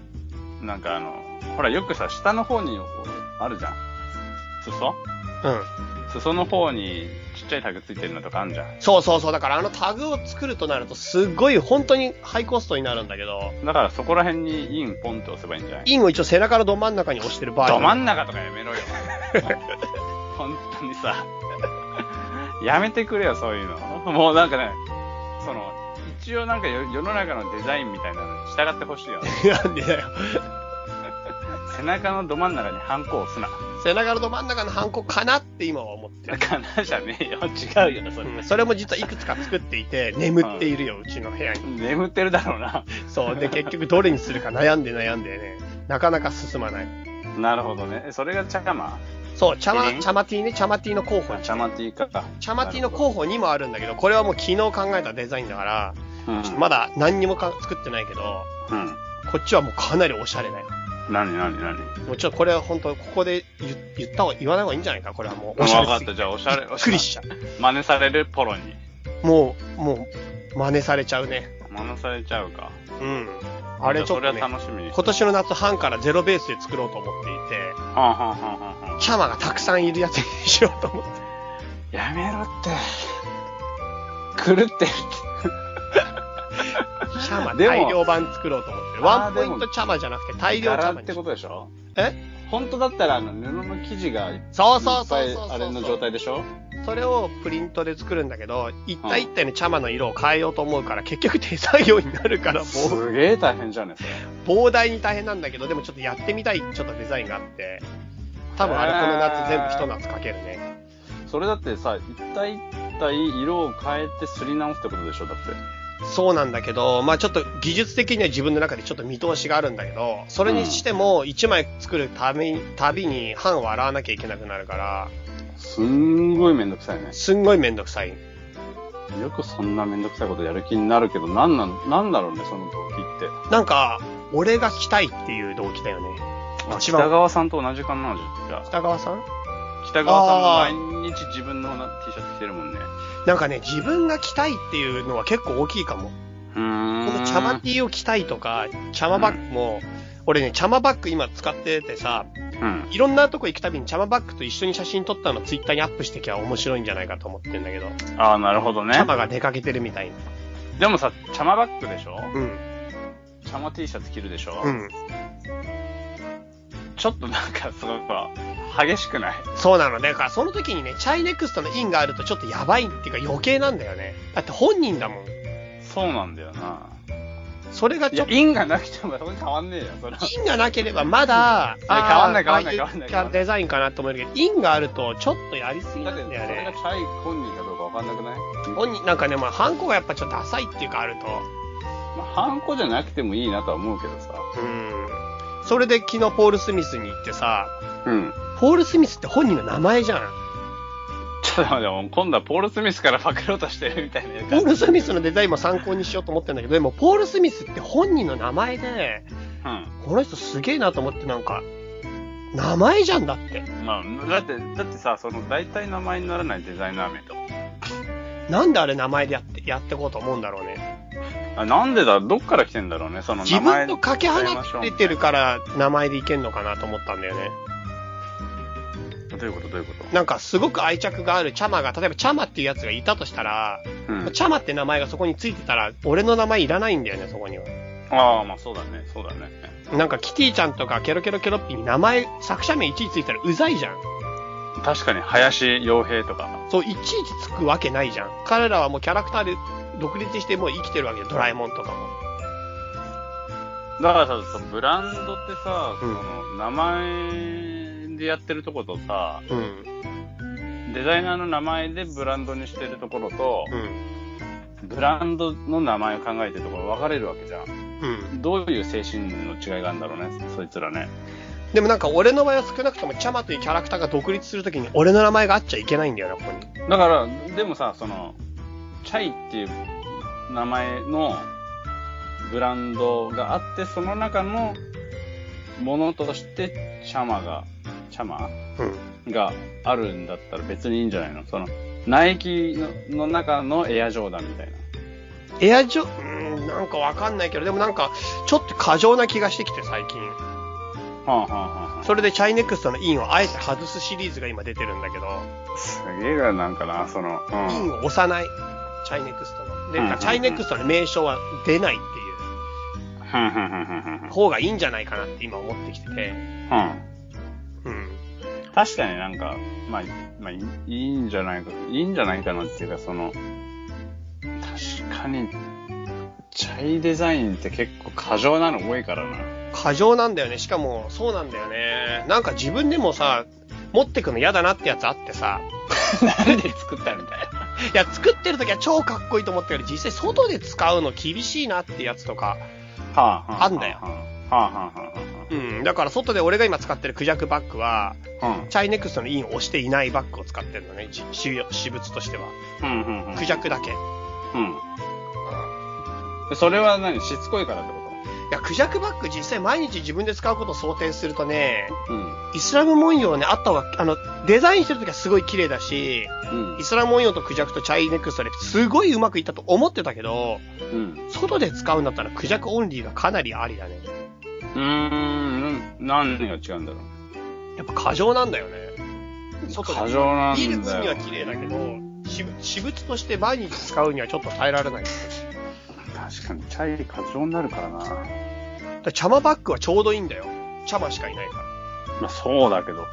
[SPEAKER 2] なんかあの、ほら、よくさ、下の方に、あるじゃん。そうそう
[SPEAKER 1] うん。
[SPEAKER 2] そうその方にちっちゃいタグついてるのとかあんじゃん。
[SPEAKER 1] そうそうそう。だからあのタグを作るとなると、すっごい本当にハイコストになるんだけど、
[SPEAKER 2] だからそこら辺にインポンって押せばいいんじゃない
[SPEAKER 1] インを一応背中のど真ん中に押してる場合。
[SPEAKER 2] ど真ん中とかや (laughs) めろよ。本当にさ。やめてくれよ、そういうの。もうなんかね、その、一応なんかよ世の中のデザインみたいなのに従ってほしいよね。
[SPEAKER 1] なんでだよ。
[SPEAKER 2] 背中のど真ん中にハンコを押すな。
[SPEAKER 1] (laughs) 背中のど真ん中のハンコかなって今は思ってる。
[SPEAKER 2] だからじゃねえよ。違うよ、それ。
[SPEAKER 1] うんそれも実はいくつか作っていて、眠っているよ、うちの部屋に。
[SPEAKER 2] 眠ってるだろうな。
[SPEAKER 1] そう。で、結局どれにするか悩んで悩んでね、なかなか進まない。
[SPEAKER 2] なるほどね。それがチャカマ
[SPEAKER 1] そう、チャ
[SPEAKER 2] え
[SPEAKER 1] マ、
[SPEAKER 2] ー
[SPEAKER 1] チャマティね、チャマティの候補に。
[SPEAKER 2] チャマティか。
[SPEAKER 1] チャマティの候補にもあるんだけど、これはもう昨日考えたデザインだから、
[SPEAKER 2] うん
[SPEAKER 1] ちょっとまだ何にもか作ってないけど、
[SPEAKER 2] うん。
[SPEAKER 1] こっちはもうかなりおしゃれだよ。
[SPEAKER 2] 何何何
[SPEAKER 1] もうちょっとこれは本当、ここで言言った方が、言わない方がいいんじゃないかこれはもう、お
[SPEAKER 2] 分
[SPEAKER 1] しゃれ
[SPEAKER 2] かっ
[SPEAKER 1] すぎ
[SPEAKER 2] た。
[SPEAKER 1] て
[SPEAKER 2] じゃあ、おしゃれ。
[SPEAKER 1] びっくりしちゃ
[SPEAKER 2] 真似されるポロに。
[SPEAKER 1] う。もう、もう、真似されちゃうね。
[SPEAKER 2] 真似されちゃうか。
[SPEAKER 1] うん。あれちょっ
[SPEAKER 2] じゃ
[SPEAKER 1] と
[SPEAKER 2] あそ
[SPEAKER 1] ね
[SPEAKER 2] れ、は楽しみに。は
[SPEAKER 1] 今年の夏半からゼロベースで作ろうと思って
[SPEAKER 2] (laughs)
[SPEAKER 1] いて、
[SPEAKER 2] あ、はあはあはあ、
[SPEAKER 1] チャマがたくさんいるやつにしようと思って。
[SPEAKER 2] やめろって。狂ってる
[SPEAKER 1] チャマ
[SPEAKER 2] でも
[SPEAKER 1] 大量版作ろうと思ってる。
[SPEAKER 2] あー
[SPEAKER 1] ワンポイントチャマじゃなくて大量チャ
[SPEAKER 2] 柄
[SPEAKER 1] マ
[SPEAKER 2] っ
[SPEAKER 1] に
[SPEAKER 2] てことでしょ
[SPEAKER 1] え
[SPEAKER 2] 本当だったら、あの、布の生地がいっ
[SPEAKER 1] そうそ
[SPEAKER 2] ぱ
[SPEAKER 1] うそうそう
[SPEAKER 2] い
[SPEAKER 1] そうそう。
[SPEAKER 2] あれの状態でしょ
[SPEAKER 1] それをプリントで作るんだけど、一体一体の茶葉の色を変えようと思うから、結局手作業になるから、もう、
[SPEAKER 2] すげえ大変じゃねえ、それ。
[SPEAKER 1] 膨大に大変なんだけど、でもちょっとやってみたい、ちょっとデザインがあって、多分あれこの夏全部ひと夏かけるね。
[SPEAKER 2] それだってさ、一体一体色を変えてすり直すってことでしょだって。
[SPEAKER 1] そうなんだけど、まあちょっと技術的には自分の中でちょっと見通しがあるんだけど、それにしても一枚作るために、たびに半を洗わなきゃいけなくなるから、
[SPEAKER 2] すんごいめんどくさいね。
[SPEAKER 1] すんごいめんどくさい。
[SPEAKER 2] よくそんなめんどくさいことやる気になるけど、なんなん、なんだろうね、その動機って。
[SPEAKER 1] なんか、俺が来たいっていう動機だよね。
[SPEAKER 2] あ
[SPEAKER 1] 一
[SPEAKER 2] 北
[SPEAKER 1] 番
[SPEAKER 2] 川さんと同じ感なのじゃあ。
[SPEAKER 1] 北川さん
[SPEAKER 2] 北川さんも毎日自分のな T シャツ着てるもんね。
[SPEAKER 1] なんかね、自分が着たいっていうのは結構大きいかも。
[SPEAKER 2] うーん。
[SPEAKER 1] この茶マティを着たいとか、茶マバッグも、俺ね、茶マバッグ今使っててさ、
[SPEAKER 2] うん。
[SPEAKER 1] いろんなとこ行くたびに茶マバッグと一緒に写真撮ったのツイッターにアップしてきゃ面白いんじゃないかと思ってんだけど、
[SPEAKER 2] ああ、なるほどね
[SPEAKER 1] 茶。マが出かけてるみたいな。
[SPEAKER 2] でもさ、茶間バッグでしょ
[SPEAKER 1] うん、
[SPEAKER 2] 茶間 T シャツ着るでしょ
[SPEAKER 1] うん。
[SPEAKER 2] ちょっとなんかすごくは激しくない
[SPEAKER 1] そうなの。だからその時にね、チャイネクストのインがあるとちょっとやばいっていうか余計なんだよね。だって本人だもん。
[SPEAKER 2] そうなんだよな。
[SPEAKER 1] それが
[SPEAKER 2] い
[SPEAKER 1] ちょ
[SPEAKER 2] や
[SPEAKER 1] っ、と、イ
[SPEAKER 2] インがなくてもそれ変わんねえよ、それは。
[SPEAKER 1] ンがなければまだ、
[SPEAKER 2] いや変わんない変わんない
[SPEAKER 1] あ
[SPEAKER 2] 変
[SPEAKER 1] ー
[SPEAKER 2] わんない変わんない
[SPEAKER 1] デザインかなと思えるけど、インがあるとちょっとやりすぎ
[SPEAKER 2] だ
[SPEAKER 1] な
[SPEAKER 2] っ
[SPEAKER 1] ん
[SPEAKER 2] て、そ
[SPEAKER 1] だよ
[SPEAKER 2] れ
[SPEAKER 1] ね
[SPEAKER 2] が。チャイ本人かどうかわかんなくない
[SPEAKER 1] 本人なんかね、まあ、ハンコがやっぱちょっとダサいっていうかあると、
[SPEAKER 2] まあ、ハンコじゃなくてもいいなとは思うけどさ。
[SPEAKER 1] うん。それで昨日ポール・スミスに行ってさ、
[SPEAKER 2] うん。
[SPEAKER 1] ポール・スミスって本人の名前じゃん。
[SPEAKER 2] ちょっと待って、もう今度はポール・スミスからパクろうとしてるみたいな
[SPEAKER 1] ポー
[SPEAKER 2] 感
[SPEAKER 1] ル・
[SPEAKER 2] じ。
[SPEAKER 1] スミスのデザインも参考にしようと思ってんだけど、でもポール・スミスって本人の名前で、
[SPEAKER 2] う
[SPEAKER 1] この人すげえなと思ってなんか、名前じゃんだって。
[SPEAKER 2] ん。まあ、だって、だってさ、その大体名前にならないデザイナー名と。
[SPEAKER 1] なんであれ名前でやって、やってこうと思うんだろうね。
[SPEAKER 2] あなんでだ、どっから来てんだろうね、その
[SPEAKER 1] 自
[SPEAKER 2] 名前。
[SPEAKER 1] 分とかけ離れてるから名前でいけんのかなと思ったんだよね。
[SPEAKER 2] どういうことどういうこと
[SPEAKER 1] なんかすごく愛着があるチャマが、例えばチャマっていうやつがいたとしたら、
[SPEAKER 2] うん。
[SPEAKER 1] チャマって名前がそこについてたら、俺の名前いらないんだよね、そこには。
[SPEAKER 2] ああ、まあそうだね、そうだね。
[SPEAKER 1] なんかキティちゃんとかケロケロケロッピーに名前、作者名いちいちついてたらうざいじゃん。
[SPEAKER 2] 確かに、林洋平とか。
[SPEAKER 1] そう、いちいちつくわけないじゃん。彼らはもうキャラクターで独立してもう生きてるわけよ、ドラえもんとかも。
[SPEAKER 2] だからさ、そのブランドってさ、
[SPEAKER 1] うん
[SPEAKER 2] その名前でやってるとことさ、
[SPEAKER 1] うん、
[SPEAKER 2] デザイナーの名前でブランドにしてるところと、
[SPEAKER 1] うん、
[SPEAKER 2] ブランドの名前を考えてるところ分かれるわけじゃん。
[SPEAKER 1] うん。
[SPEAKER 2] どういう精神の違いがあるんだろうね、そいつらね。
[SPEAKER 1] でもなんか俺の場合は少なくともチャマというキャラクターが独立するときに俺の名前があっちゃいけないんだよな、ここに。
[SPEAKER 2] だから、でもさ、その、チャイっていう名前のブランドがあって、その中のものとして、チャマが、チャマ
[SPEAKER 1] うん。
[SPEAKER 2] があるんだったら別にいいんじゃないのその、ナイキのの中のエアジョーダンみたいな。
[SPEAKER 1] エアジョ、うーん、なんかわかんないけど、でもなんか、ちょっと過剰な気がしてきて、最近。
[SPEAKER 2] はあはあはあは
[SPEAKER 1] それでチャイネクストのインをあえて外すシリーズが今出てるんだけど、
[SPEAKER 2] すげえな、なんかな、その、う
[SPEAKER 1] イン
[SPEAKER 2] ん。
[SPEAKER 1] を押さない。チャイネクストの。で、
[SPEAKER 2] うんうんうん
[SPEAKER 1] チャイネクストの名称は出ないってい
[SPEAKER 2] ふんふんふんふんふんふん
[SPEAKER 1] う方がいいんじゃないかなって今思ってきてて。
[SPEAKER 2] うん
[SPEAKER 1] うん。
[SPEAKER 2] 確かになんか、まあ、まあ、いいいんじゃないか、いいんじゃないかなっていうか、その、確かに、チャイデザインって結構過剰なの多いからな。
[SPEAKER 1] 過剰なんだよね。しかも、そうなんだよね。なんか自分でもさ、持ってくの嫌だなってやつあってさ、
[SPEAKER 2] なんで作ったみたいな。
[SPEAKER 1] (laughs) いや、作ってる時は超かっこいいと思ったけど、実際外で使うの厳しいなってやつとか、
[SPEAKER 2] はあ、は
[SPEAKER 1] あんだよ
[SPEAKER 2] はあ、はあ、はあ、は
[SPEAKER 1] うん。だから外で俺が今使ってるクジャクバッグは、
[SPEAKER 2] あ、はあ。
[SPEAKER 1] チャイネクストのインを押していないバッグを使ってるのね。じ私私物としては。
[SPEAKER 2] うん。うん、うん、うん。
[SPEAKER 1] クジャクだけ。
[SPEAKER 2] うん。それは何しつこいからってこ
[SPEAKER 1] いや、クジャクバッグ実際毎日自分で使うことを想定するとね、
[SPEAKER 2] とうん。
[SPEAKER 1] イスラム文様ね、あった方が、あの、デザインしてる時はすごい綺麗だし、
[SPEAKER 2] うん
[SPEAKER 1] イ。スラム文様とクジャクとチャイネクストですごいうまくいったと思ってたけど、
[SPEAKER 2] うん。
[SPEAKER 1] 外で使うんだったらクジャクオンリーがかなりありだね。
[SPEAKER 2] うーん、何が違うんだろ
[SPEAKER 1] やっぱ過剰なんだよね。
[SPEAKER 2] う。
[SPEAKER 1] 外で
[SPEAKER 2] 過剰なんだよ。
[SPEAKER 1] 技術には綺麗だけど、私物私物として毎日使うにはちょっと耐えられない。
[SPEAKER 2] 確かに、チャイ過剰になるからな。
[SPEAKER 1] だからチャマバッグはちょうどいいんだよ。チャマしかいないから。
[SPEAKER 2] まあ、そうだけど、確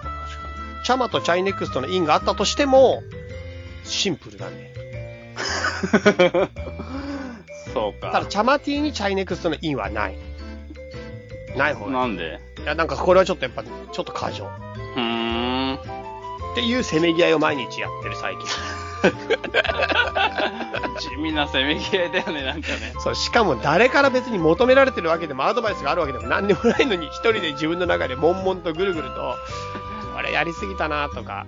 [SPEAKER 1] チャマとチャイネクストのインがあったとしても、シンプルだね。
[SPEAKER 2] かに。そう
[SPEAKER 1] ただ、
[SPEAKER 2] か。
[SPEAKER 1] チャマティーにチャイネクストのインはない。ない方がい
[SPEAKER 2] なんで
[SPEAKER 1] い。いや、なんかこれはちょっとやっぱ、ちょっと過剰。っ
[SPEAKER 2] うーん。
[SPEAKER 1] ていうせめぎ合いを毎日やってる最近。
[SPEAKER 2] 地味なせめぎ合いだよね、なんかね。
[SPEAKER 1] そう、しかも誰から別に求められてるわけでもアドバイスがあるわけでも何でもないのに、一人で自分の中で悶々とぐるぐると、これやりすぎたなとか、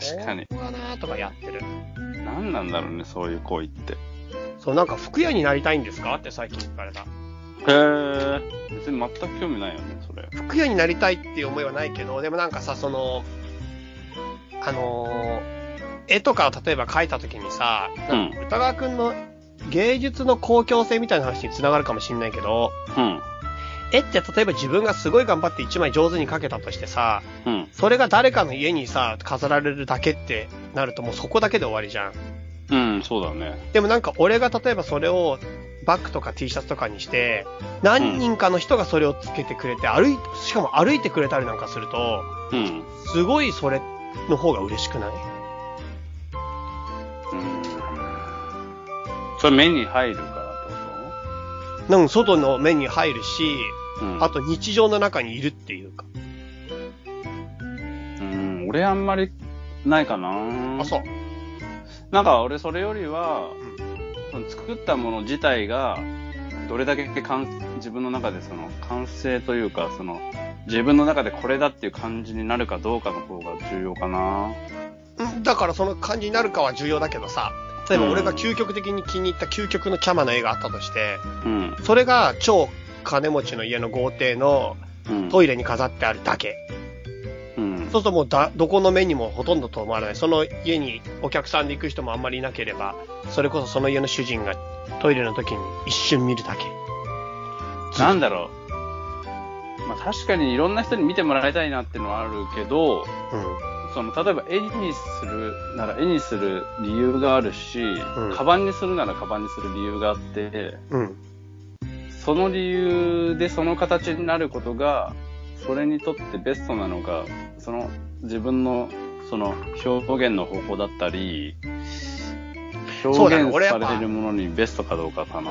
[SPEAKER 2] 確かに。
[SPEAKER 1] こうだなとかやってる。
[SPEAKER 2] 何なんだろうね、そういう行為って。
[SPEAKER 1] そう、なんか服屋になりたいんですかって最近聞かれた。
[SPEAKER 2] へえ。別に全く興味ないよね、それ。
[SPEAKER 1] 服屋になりたいっていう思いはないけど、でもなんかさ、その、あのー絵とかを例えば描いた時にさ、なんか歌川くんの芸術の公共性みたいな話につながるかもしんないけど、
[SPEAKER 2] うん。
[SPEAKER 1] 絵って例えば自分がすごい頑張って一枚上手に描けたとしてさ、
[SPEAKER 2] うん。
[SPEAKER 1] それが誰かの家にさ、飾られるだけってなるともうそこだけで終わりじゃん。
[SPEAKER 2] うん、そうだね。
[SPEAKER 1] でもなんか俺が例えばそれをバッグとか T シャツとかにして、何人かの人がそれをつけてくれて、歩い、しかも歩いてくれたりなんかすると、
[SPEAKER 2] うん。
[SPEAKER 1] すごいそれの方が嬉しくない
[SPEAKER 2] うん。それ目に入るからって
[SPEAKER 1] なんか外の目に入るし、
[SPEAKER 2] ことうん。
[SPEAKER 1] あと日常の中にいるっていうか。
[SPEAKER 2] うん、俺あんまりないかな。
[SPEAKER 1] あ、そう。
[SPEAKER 2] なんか俺それよりは、
[SPEAKER 1] うん
[SPEAKER 2] その作ったもの自体が、どれだけ完自分の中でその完成というか、その自分の中でこれだっていう感じになるかどうかの方が重要かな。
[SPEAKER 1] うんだからその感じになるかは重要だけどさ、例えば俺が
[SPEAKER 2] うん
[SPEAKER 1] 究極的に気に入った究極のチャマの絵があったとして、
[SPEAKER 2] うん。
[SPEAKER 1] それが超金持ちの家の豪邸の
[SPEAKER 2] うん。
[SPEAKER 1] トイレに飾ってあるだけ。
[SPEAKER 2] うん。
[SPEAKER 1] そうするともうだ、どこの目にもほとんどとまらない。その家にお客さんで行く人もあんまりいなければ、それこそその家の主人がトイレの時に一瞬見るだけ。
[SPEAKER 2] なんだろう。まあ確かにいろんな人に見てもらいたいなっていうのはあるけど、
[SPEAKER 1] う
[SPEAKER 2] その例えば絵にするなら絵にする理由があるし、
[SPEAKER 1] ん
[SPEAKER 2] カバンにするならカバンにする理由があって、
[SPEAKER 1] ん。うん。
[SPEAKER 2] その理由でその形になることが、それにとってベストなのか、その自分のその表現の方法だったり、
[SPEAKER 1] うだ
[SPEAKER 2] 表
[SPEAKER 1] ね
[SPEAKER 2] 現
[SPEAKER 1] 俺やっ
[SPEAKER 2] さ
[SPEAKER 1] ぱ
[SPEAKER 2] れてるものにベストかどうかかな。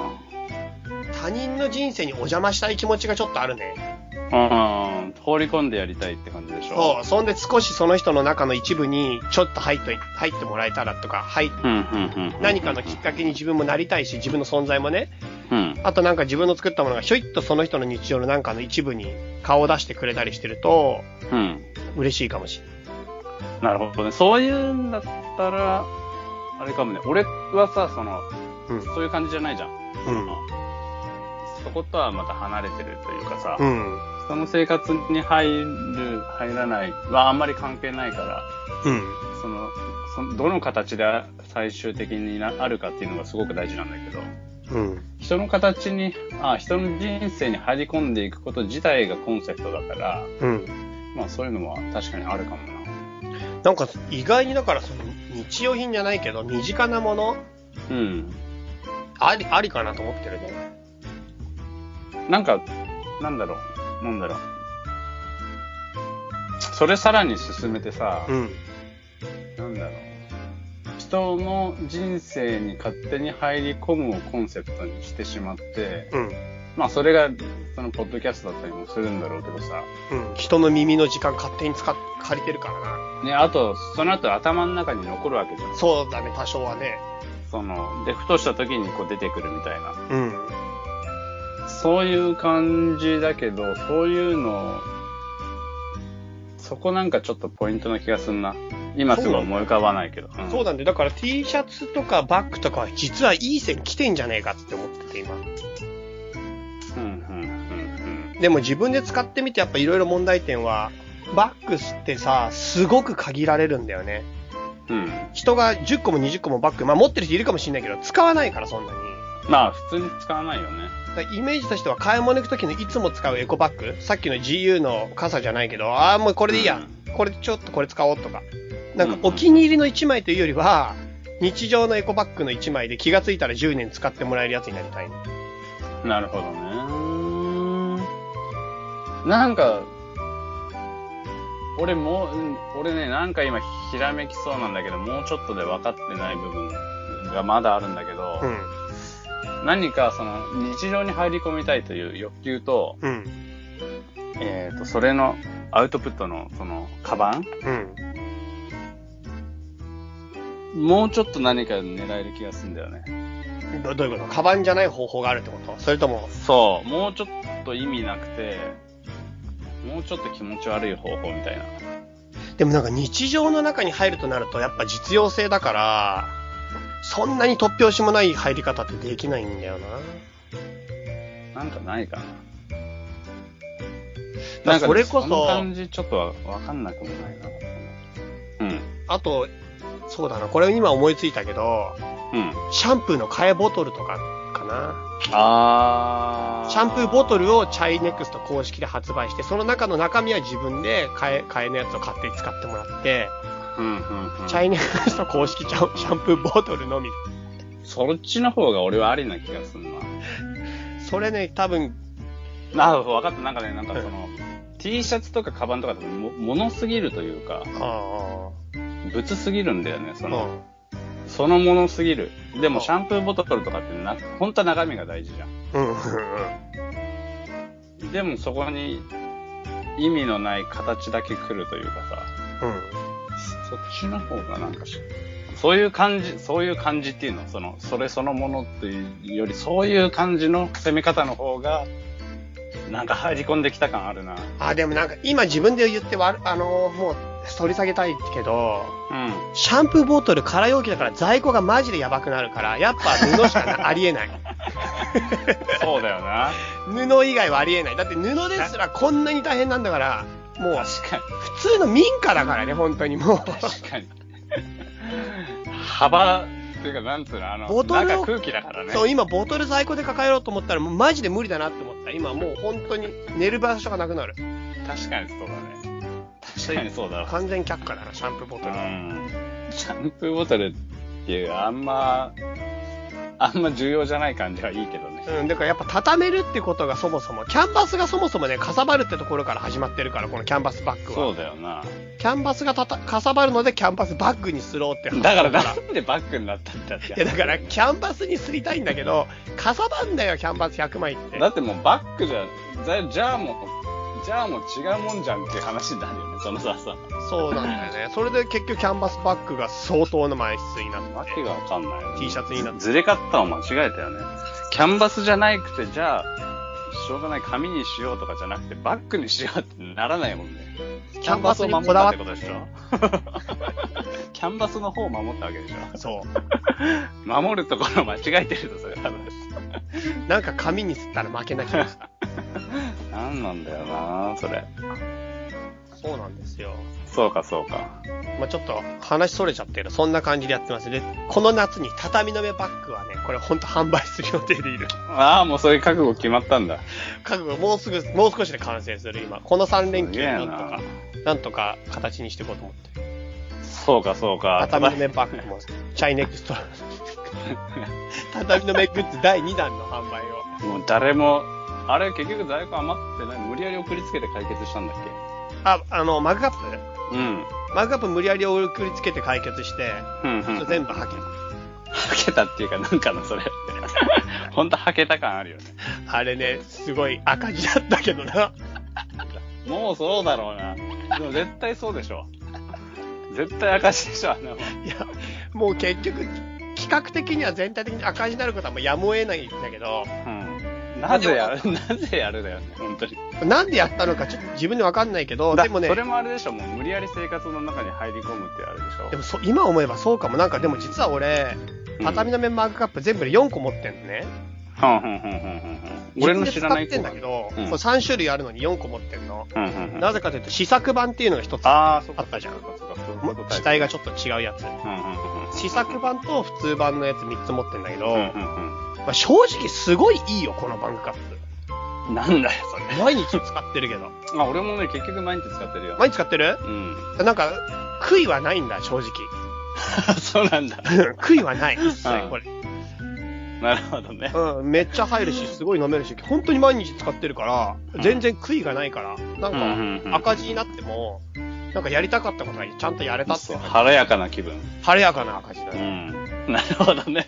[SPEAKER 1] 他人の人生にお邪魔したい気持ちがちょっとあるね。
[SPEAKER 2] うん、放り込んでやりたいって感じでし
[SPEAKER 1] そ
[SPEAKER 2] ょ。
[SPEAKER 1] う。そんで少しその人の中の一部にちょっと入って、入ってもらえたらとか、入っ
[SPEAKER 2] うん、うん、うん。うん
[SPEAKER 1] 何かのきっかけに自分もなりたいし、自分の存在もね、
[SPEAKER 2] うん、
[SPEAKER 1] あとなんか自分の作ったものがひょいっとその人の日常のなんかの一部に顔を出してくれたりしてると、
[SPEAKER 2] うん。
[SPEAKER 1] 嬉しいかもしれない。
[SPEAKER 2] なるほどね。そういうんだったら、あれかもね。俺はさ、その、
[SPEAKER 1] うん
[SPEAKER 2] そういう感じじゃないじゃん。
[SPEAKER 1] うん
[SPEAKER 2] そことはまた離れてるというかさ、
[SPEAKER 1] うん。
[SPEAKER 2] その生活に入る、入らないはあんまり関係ないから、
[SPEAKER 1] うん。
[SPEAKER 2] その、そのどの形で最終的になあるかっていうのがすごく大事なんだけど、
[SPEAKER 1] うん。
[SPEAKER 2] 人の形に、あ、人の人生に入り込んでいくこと自体がコンセプトだから、
[SPEAKER 1] うん。
[SPEAKER 2] まあそういうのは確かにあるかもな。
[SPEAKER 1] なんか意外にだからその日用品じゃないけど身近なもの
[SPEAKER 2] うん。
[SPEAKER 1] ありありかなと思ってるね。
[SPEAKER 2] なんか、なんだろう。なんだろう。それさらに進めてさ、
[SPEAKER 1] うん。
[SPEAKER 2] なんだろう。人の人生に勝手に入り込むをコンセプトにしてしまって、
[SPEAKER 1] うん。
[SPEAKER 2] まあそれが、そのポッドキャストだったりもするんだろうけどさ。
[SPEAKER 1] うん。人の耳の時間勝手に使っ、借りてるからな。
[SPEAKER 2] ね、あと、その後頭の中に残るわけじゃん。
[SPEAKER 1] そうだね、多少はね。
[SPEAKER 2] その、で、ふとした時にこう出てくるみたいな。
[SPEAKER 1] うん。
[SPEAKER 2] そういう感じだけど、そういうの、そこなんかちょっとポイントな気がすんな。今すぐ思い浮かばないけど。うん
[SPEAKER 1] そうなんで、だから T シャツとかバッグとかは実はいい線来てんじゃねえかって思ってて今。
[SPEAKER 2] うんうん
[SPEAKER 1] でも自分で使ってみてやっぱいろいろ問題点は、バッグってさ、すごく限られるんだよね。
[SPEAKER 2] うんうん。うん。
[SPEAKER 1] 人が10個も20個もバッグ、まあ持ってる人いるかもしれないけど、使わないからそんなに。
[SPEAKER 2] まあ、普通に使わないよね。
[SPEAKER 1] だからイメージとしては買い物行く時のいつも使うエコバッグ、さっきの GU の傘じゃないけど、ああ、もうこれでいいや、これちょっとこれ使おうとか。なんかお気に入りの1枚というよりは、日常のエコバッグの1枚で気がついたら10年使ってもらえるやつになりたい。
[SPEAKER 2] なるほどね。なんか、俺もう、うん俺ね、なんか今ひらめきそうなんだけど、もうちょっとで分かってない部分がまだあるんだけど、
[SPEAKER 1] うん。
[SPEAKER 2] 何かその日常に入り込みたいという欲求と、
[SPEAKER 1] うん。
[SPEAKER 2] えっ、と、それのアウトプットのその、カバン
[SPEAKER 1] うん。
[SPEAKER 2] もうちょっと何か狙える気がするんだよね。
[SPEAKER 1] どどういうことカバンじゃない方法があるってことそれとも、
[SPEAKER 2] そう。もうちょっと意味なくて、もうちょっと気持ち悪い方法みたいな。
[SPEAKER 1] でもなんか日常の中に入るとなるとやっぱ実用性だから、そんなに突拍子もない入り方ってできないんだよな。
[SPEAKER 2] なんかないかな。
[SPEAKER 1] だからそれこそ
[SPEAKER 2] の感じちょっとわわかんなくもないな。うん。
[SPEAKER 1] あと、そうだな、これ今思いついたけど、
[SPEAKER 2] うん。
[SPEAKER 1] シャンプーの替えボトルとかかな。
[SPEAKER 2] あ
[SPEAKER 1] シャンプーボトルをチャイネクスト公式で発売して、その中の中身は自分で替え、替えのやつを買って使ってもらって、
[SPEAKER 2] うんうんうん。
[SPEAKER 1] チャイネクスト公式シャンシャンプーボトルのみ。
[SPEAKER 2] そっちの方が俺はありな気がするな。
[SPEAKER 1] それね、多分、
[SPEAKER 2] あ、わかった。なんかね、なんかその、T シャツとかカバンとかっても、ものすぎるというか、
[SPEAKER 1] あ
[SPEAKER 2] 物すぎるんだよね、そ
[SPEAKER 1] あ、う
[SPEAKER 2] の、
[SPEAKER 1] ん。
[SPEAKER 2] そのものすぎる。で
[SPEAKER 1] う
[SPEAKER 2] も
[SPEAKER 1] ん
[SPEAKER 2] シャンプーボトルとかってな、本当は中身が大事じゃ
[SPEAKER 1] うんうんうん
[SPEAKER 2] ん。でもそこに、意味のない形だけ来るというかさ、
[SPEAKER 1] うん
[SPEAKER 2] そっちの方がなんかし、そういう感じ、そういう感じっていうの、その、それそのものっていうより、そういう感じの攻め方の方が、なんか入り込んできた感あるな。
[SPEAKER 1] あでもなんか今自分で言ってわるあのーもう取り下げたいけど
[SPEAKER 2] うん。
[SPEAKER 1] シャンプーボトル空容器だから在庫がマジでやばくなるからやっぱ布しかな (laughs) ありえない
[SPEAKER 2] そうだよな。
[SPEAKER 1] 布以外はありえないだって布ですらこんなに大変なんだからもう
[SPEAKER 2] 確かに。
[SPEAKER 1] 普通の民家だからね本当にもう
[SPEAKER 2] 確かに。幅っていうか、なんつうの、あの、
[SPEAKER 1] ボトルを
[SPEAKER 2] 中空気だからね。
[SPEAKER 1] そう今ボトル在庫で抱えようと思ったらもうマジで無理だなって思った今もう本当に寝る場所がなくなる
[SPEAKER 2] 確かにそうだね。確かにそうだわ。
[SPEAKER 1] 完全却下だなシャンプーボト
[SPEAKER 2] う
[SPEAKER 1] ル
[SPEAKER 2] ん。シャンプーボトルっていう、あんま、あんま重要じゃない感じはいいけどね。
[SPEAKER 1] うん、だからやっぱ畳めるってことがそもそも、キャンバスがそもそもね、かさばるってところから始まってるから、このキャンバスバッグ
[SPEAKER 2] そ
[SPEAKER 1] は。
[SPEAKER 2] うだよな。
[SPEAKER 1] キャンバスがたたかさばるので、キャンバスバッグにすろうって。 (laughs)
[SPEAKER 2] だから、なんでバッグになったんだって。
[SPEAKER 1] いやだから、キャンバスにすりたいんだけど、かさばんだよ、キャンバス100枚っ
[SPEAKER 2] (laughs)
[SPEAKER 1] て。
[SPEAKER 2] だってもうバッグじゃ、ざじゃあもう、じゃあもう違うもんじゃんっていう話になるよね、そのさ、さ。
[SPEAKER 1] そうなんだよね。それで結局、キャンバスバッグが相当の枚数にな
[SPEAKER 2] わ
[SPEAKER 1] っ
[SPEAKER 2] け
[SPEAKER 1] て。
[SPEAKER 2] がわかんない、
[SPEAKER 1] T シャツになって
[SPEAKER 2] ずれカッターを間違えたよね。キャンバスじゃなくて、じゃあ、しょうがない紙にしようとかじゃなくて、バッグにしようってならないもんね。キャンバスを守ったってことでしょ (laughs) キャンバスの方を守ったわけでしょ
[SPEAKER 1] そう。
[SPEAKER 2] 守るところを間違えてると、それ多分。
[SPEAKER 1] なんか紙にすったら負けな気が
[SPEAKER 2] (laughs)
[SPEAKER 1] する。
[SPEAKER 2] なんなんだよなそれ。
[SPEAKER 1] そうなんですよ。
[SPEAKER 2] そうか、そうか。
[SPEAKER 1] まあちょっと話それちゃったけど、そんな感じでやってます。で、この夏に畳の目バッグはね、これほんと販売する予定でいる。
[SPEAKER 2] ああ、もうそういう覚悟決まったんだ。
[SPEAKER 1] 覚悟もうすぐ、もう少しで完成する今。この3連休
[SPEAKER 2] すげえ
[SPEAKER 1] なんと
[SPEAKER 2] な
[SPEAKER 1] か。なんとか形にしていこうと思って。
[SPEAKER 2] そうか、そうか。
[SPEAKER 1] 畳のメンバークも、チャイネクス
[SPEAKER 2] (laughs)
[SPEAKER 1] ト。畳のメグッズ第2弾の販売を。
[SPEAKER 2] もう誰も、あれ結局在庫余ってない。無理やり送りつけて解決したんだっ
[SPEAKER 1] あ、あの、マグカップ
[SPEAKER 2] けうん。
[SPEAKER 1] マグカップ無理やり送りつけて解決して、
[SPEAKER 2] うん、う
[SPEAKER 1] ちょっと
[SPEAKER 2] ん。
[SPEAKER 1] 全部はけた。
[SPEAKER 2] はけたっていうか、なんかな、それ。 (laughs) ほんとはけた感あるよね。
[SPEAKER 1] あれね、すごい赤字だったけどな。
[SPEAKER 2] もうそうだろうな。でも絶対そうでしょ。絶対赤字でしょ、あんなもん
[SPEAKER 1] いや、もう結局、企画的には全体的に赤字になることはもうやむを得ないんだけど、
[SPEAKER 2] うん。なぜやる、なぜやるだよね、本当に。
[SPEAKER 1] なんでやったのかちょっと自分でわかんないけど、でもね、
[SPEAKER 2] それもあれでしょ、もう無理やり生活の中に入り込むってあれでしょ。
[SPEAKER 1] でもそ今思えばそうかも。なんかでも実は俺、畳
[SPEAKER 2] の、
[SPEAKER 1] の面マグカップ全部で4個持ってんのね。
[SPEAKER 2] うん、うん、うん、うんうんうん。俺の知らない
[SPEAKER 1] 自
[SPEAKER 2] 子
[SPEAKER 1] 分
[SPEAKER 2] が
[SPEAKER 1] で使ってんだけど、
[SPEAKER 2] うん
[SPEAKER 1] これ3種類あるのに4個持ってんの。
[SPEAKER 2] うん、うん、うん。
[SPEAKER 1] なぜかというと、試作版っていうのが一つ。
[SPEAKER 2] ああ、そっか。
[SPEAKER 1] あったじゃん
[SPEAKER 2] そっか、そっか。そういう
[SPEAKER 1] も
[SPEAKER 2] こと
[SPEAKER 1] 機体がちょっと違うやつ。
[SPEAKER 2] うん、うん、うんうん。
[SPEAKER 1] 試作版と普通版のやつ3つ持ってんだけど、
[SPEAKER 2] うん、うん、
[SPEAKER 1] まあ、正直すごいいいよ、このマグカップ。
[SPEAKER 2] うん。なんだよ、そ
[SPEAKER 1] 毎日使ってるけど。
[SPEAKER 2] れ。まあ、俺もね、結局毎日使ってるよ。
[SPEAKER 1] 毎日使ってる
[SPEAKER 2] うん。 (laughs)
[SPEAKER 1] なんか、悔いはないんだ、正直。 (laughs)
[SPEAKER 2] そうなんだ。
[SPEAKER 1] 悔いはない。一切これ。
[SPEAKER 2] なるほどね。
[SPEAKER 1] うん、めっちゃ入るし、すごい飲めるし、本当に毎日使ってるか
[SPEAKER 2] う
[SPEAKER 1] ら、
[SPEAKER 2] ん
[SPEAKER 1] 全然悔いがないから、なん
[SPEAKER 2] うん
[SPEAKER 1] か、
[SPEAKER 2] うんうん
[SPEAKER 1] 赤字になっても、なんかやりたかったことがちゃんとやれたって
[SPEAKER 2] そ
[SPEAKER 1] いうう、
[SPEAKER 2] 晴れやかな気分。
[SPEAKER 1] 晴れやかな赤字だ
[SPEAKER 2] う
[SPEAKER 1] ね。
[SPEAKER 2] ん。なるほどね。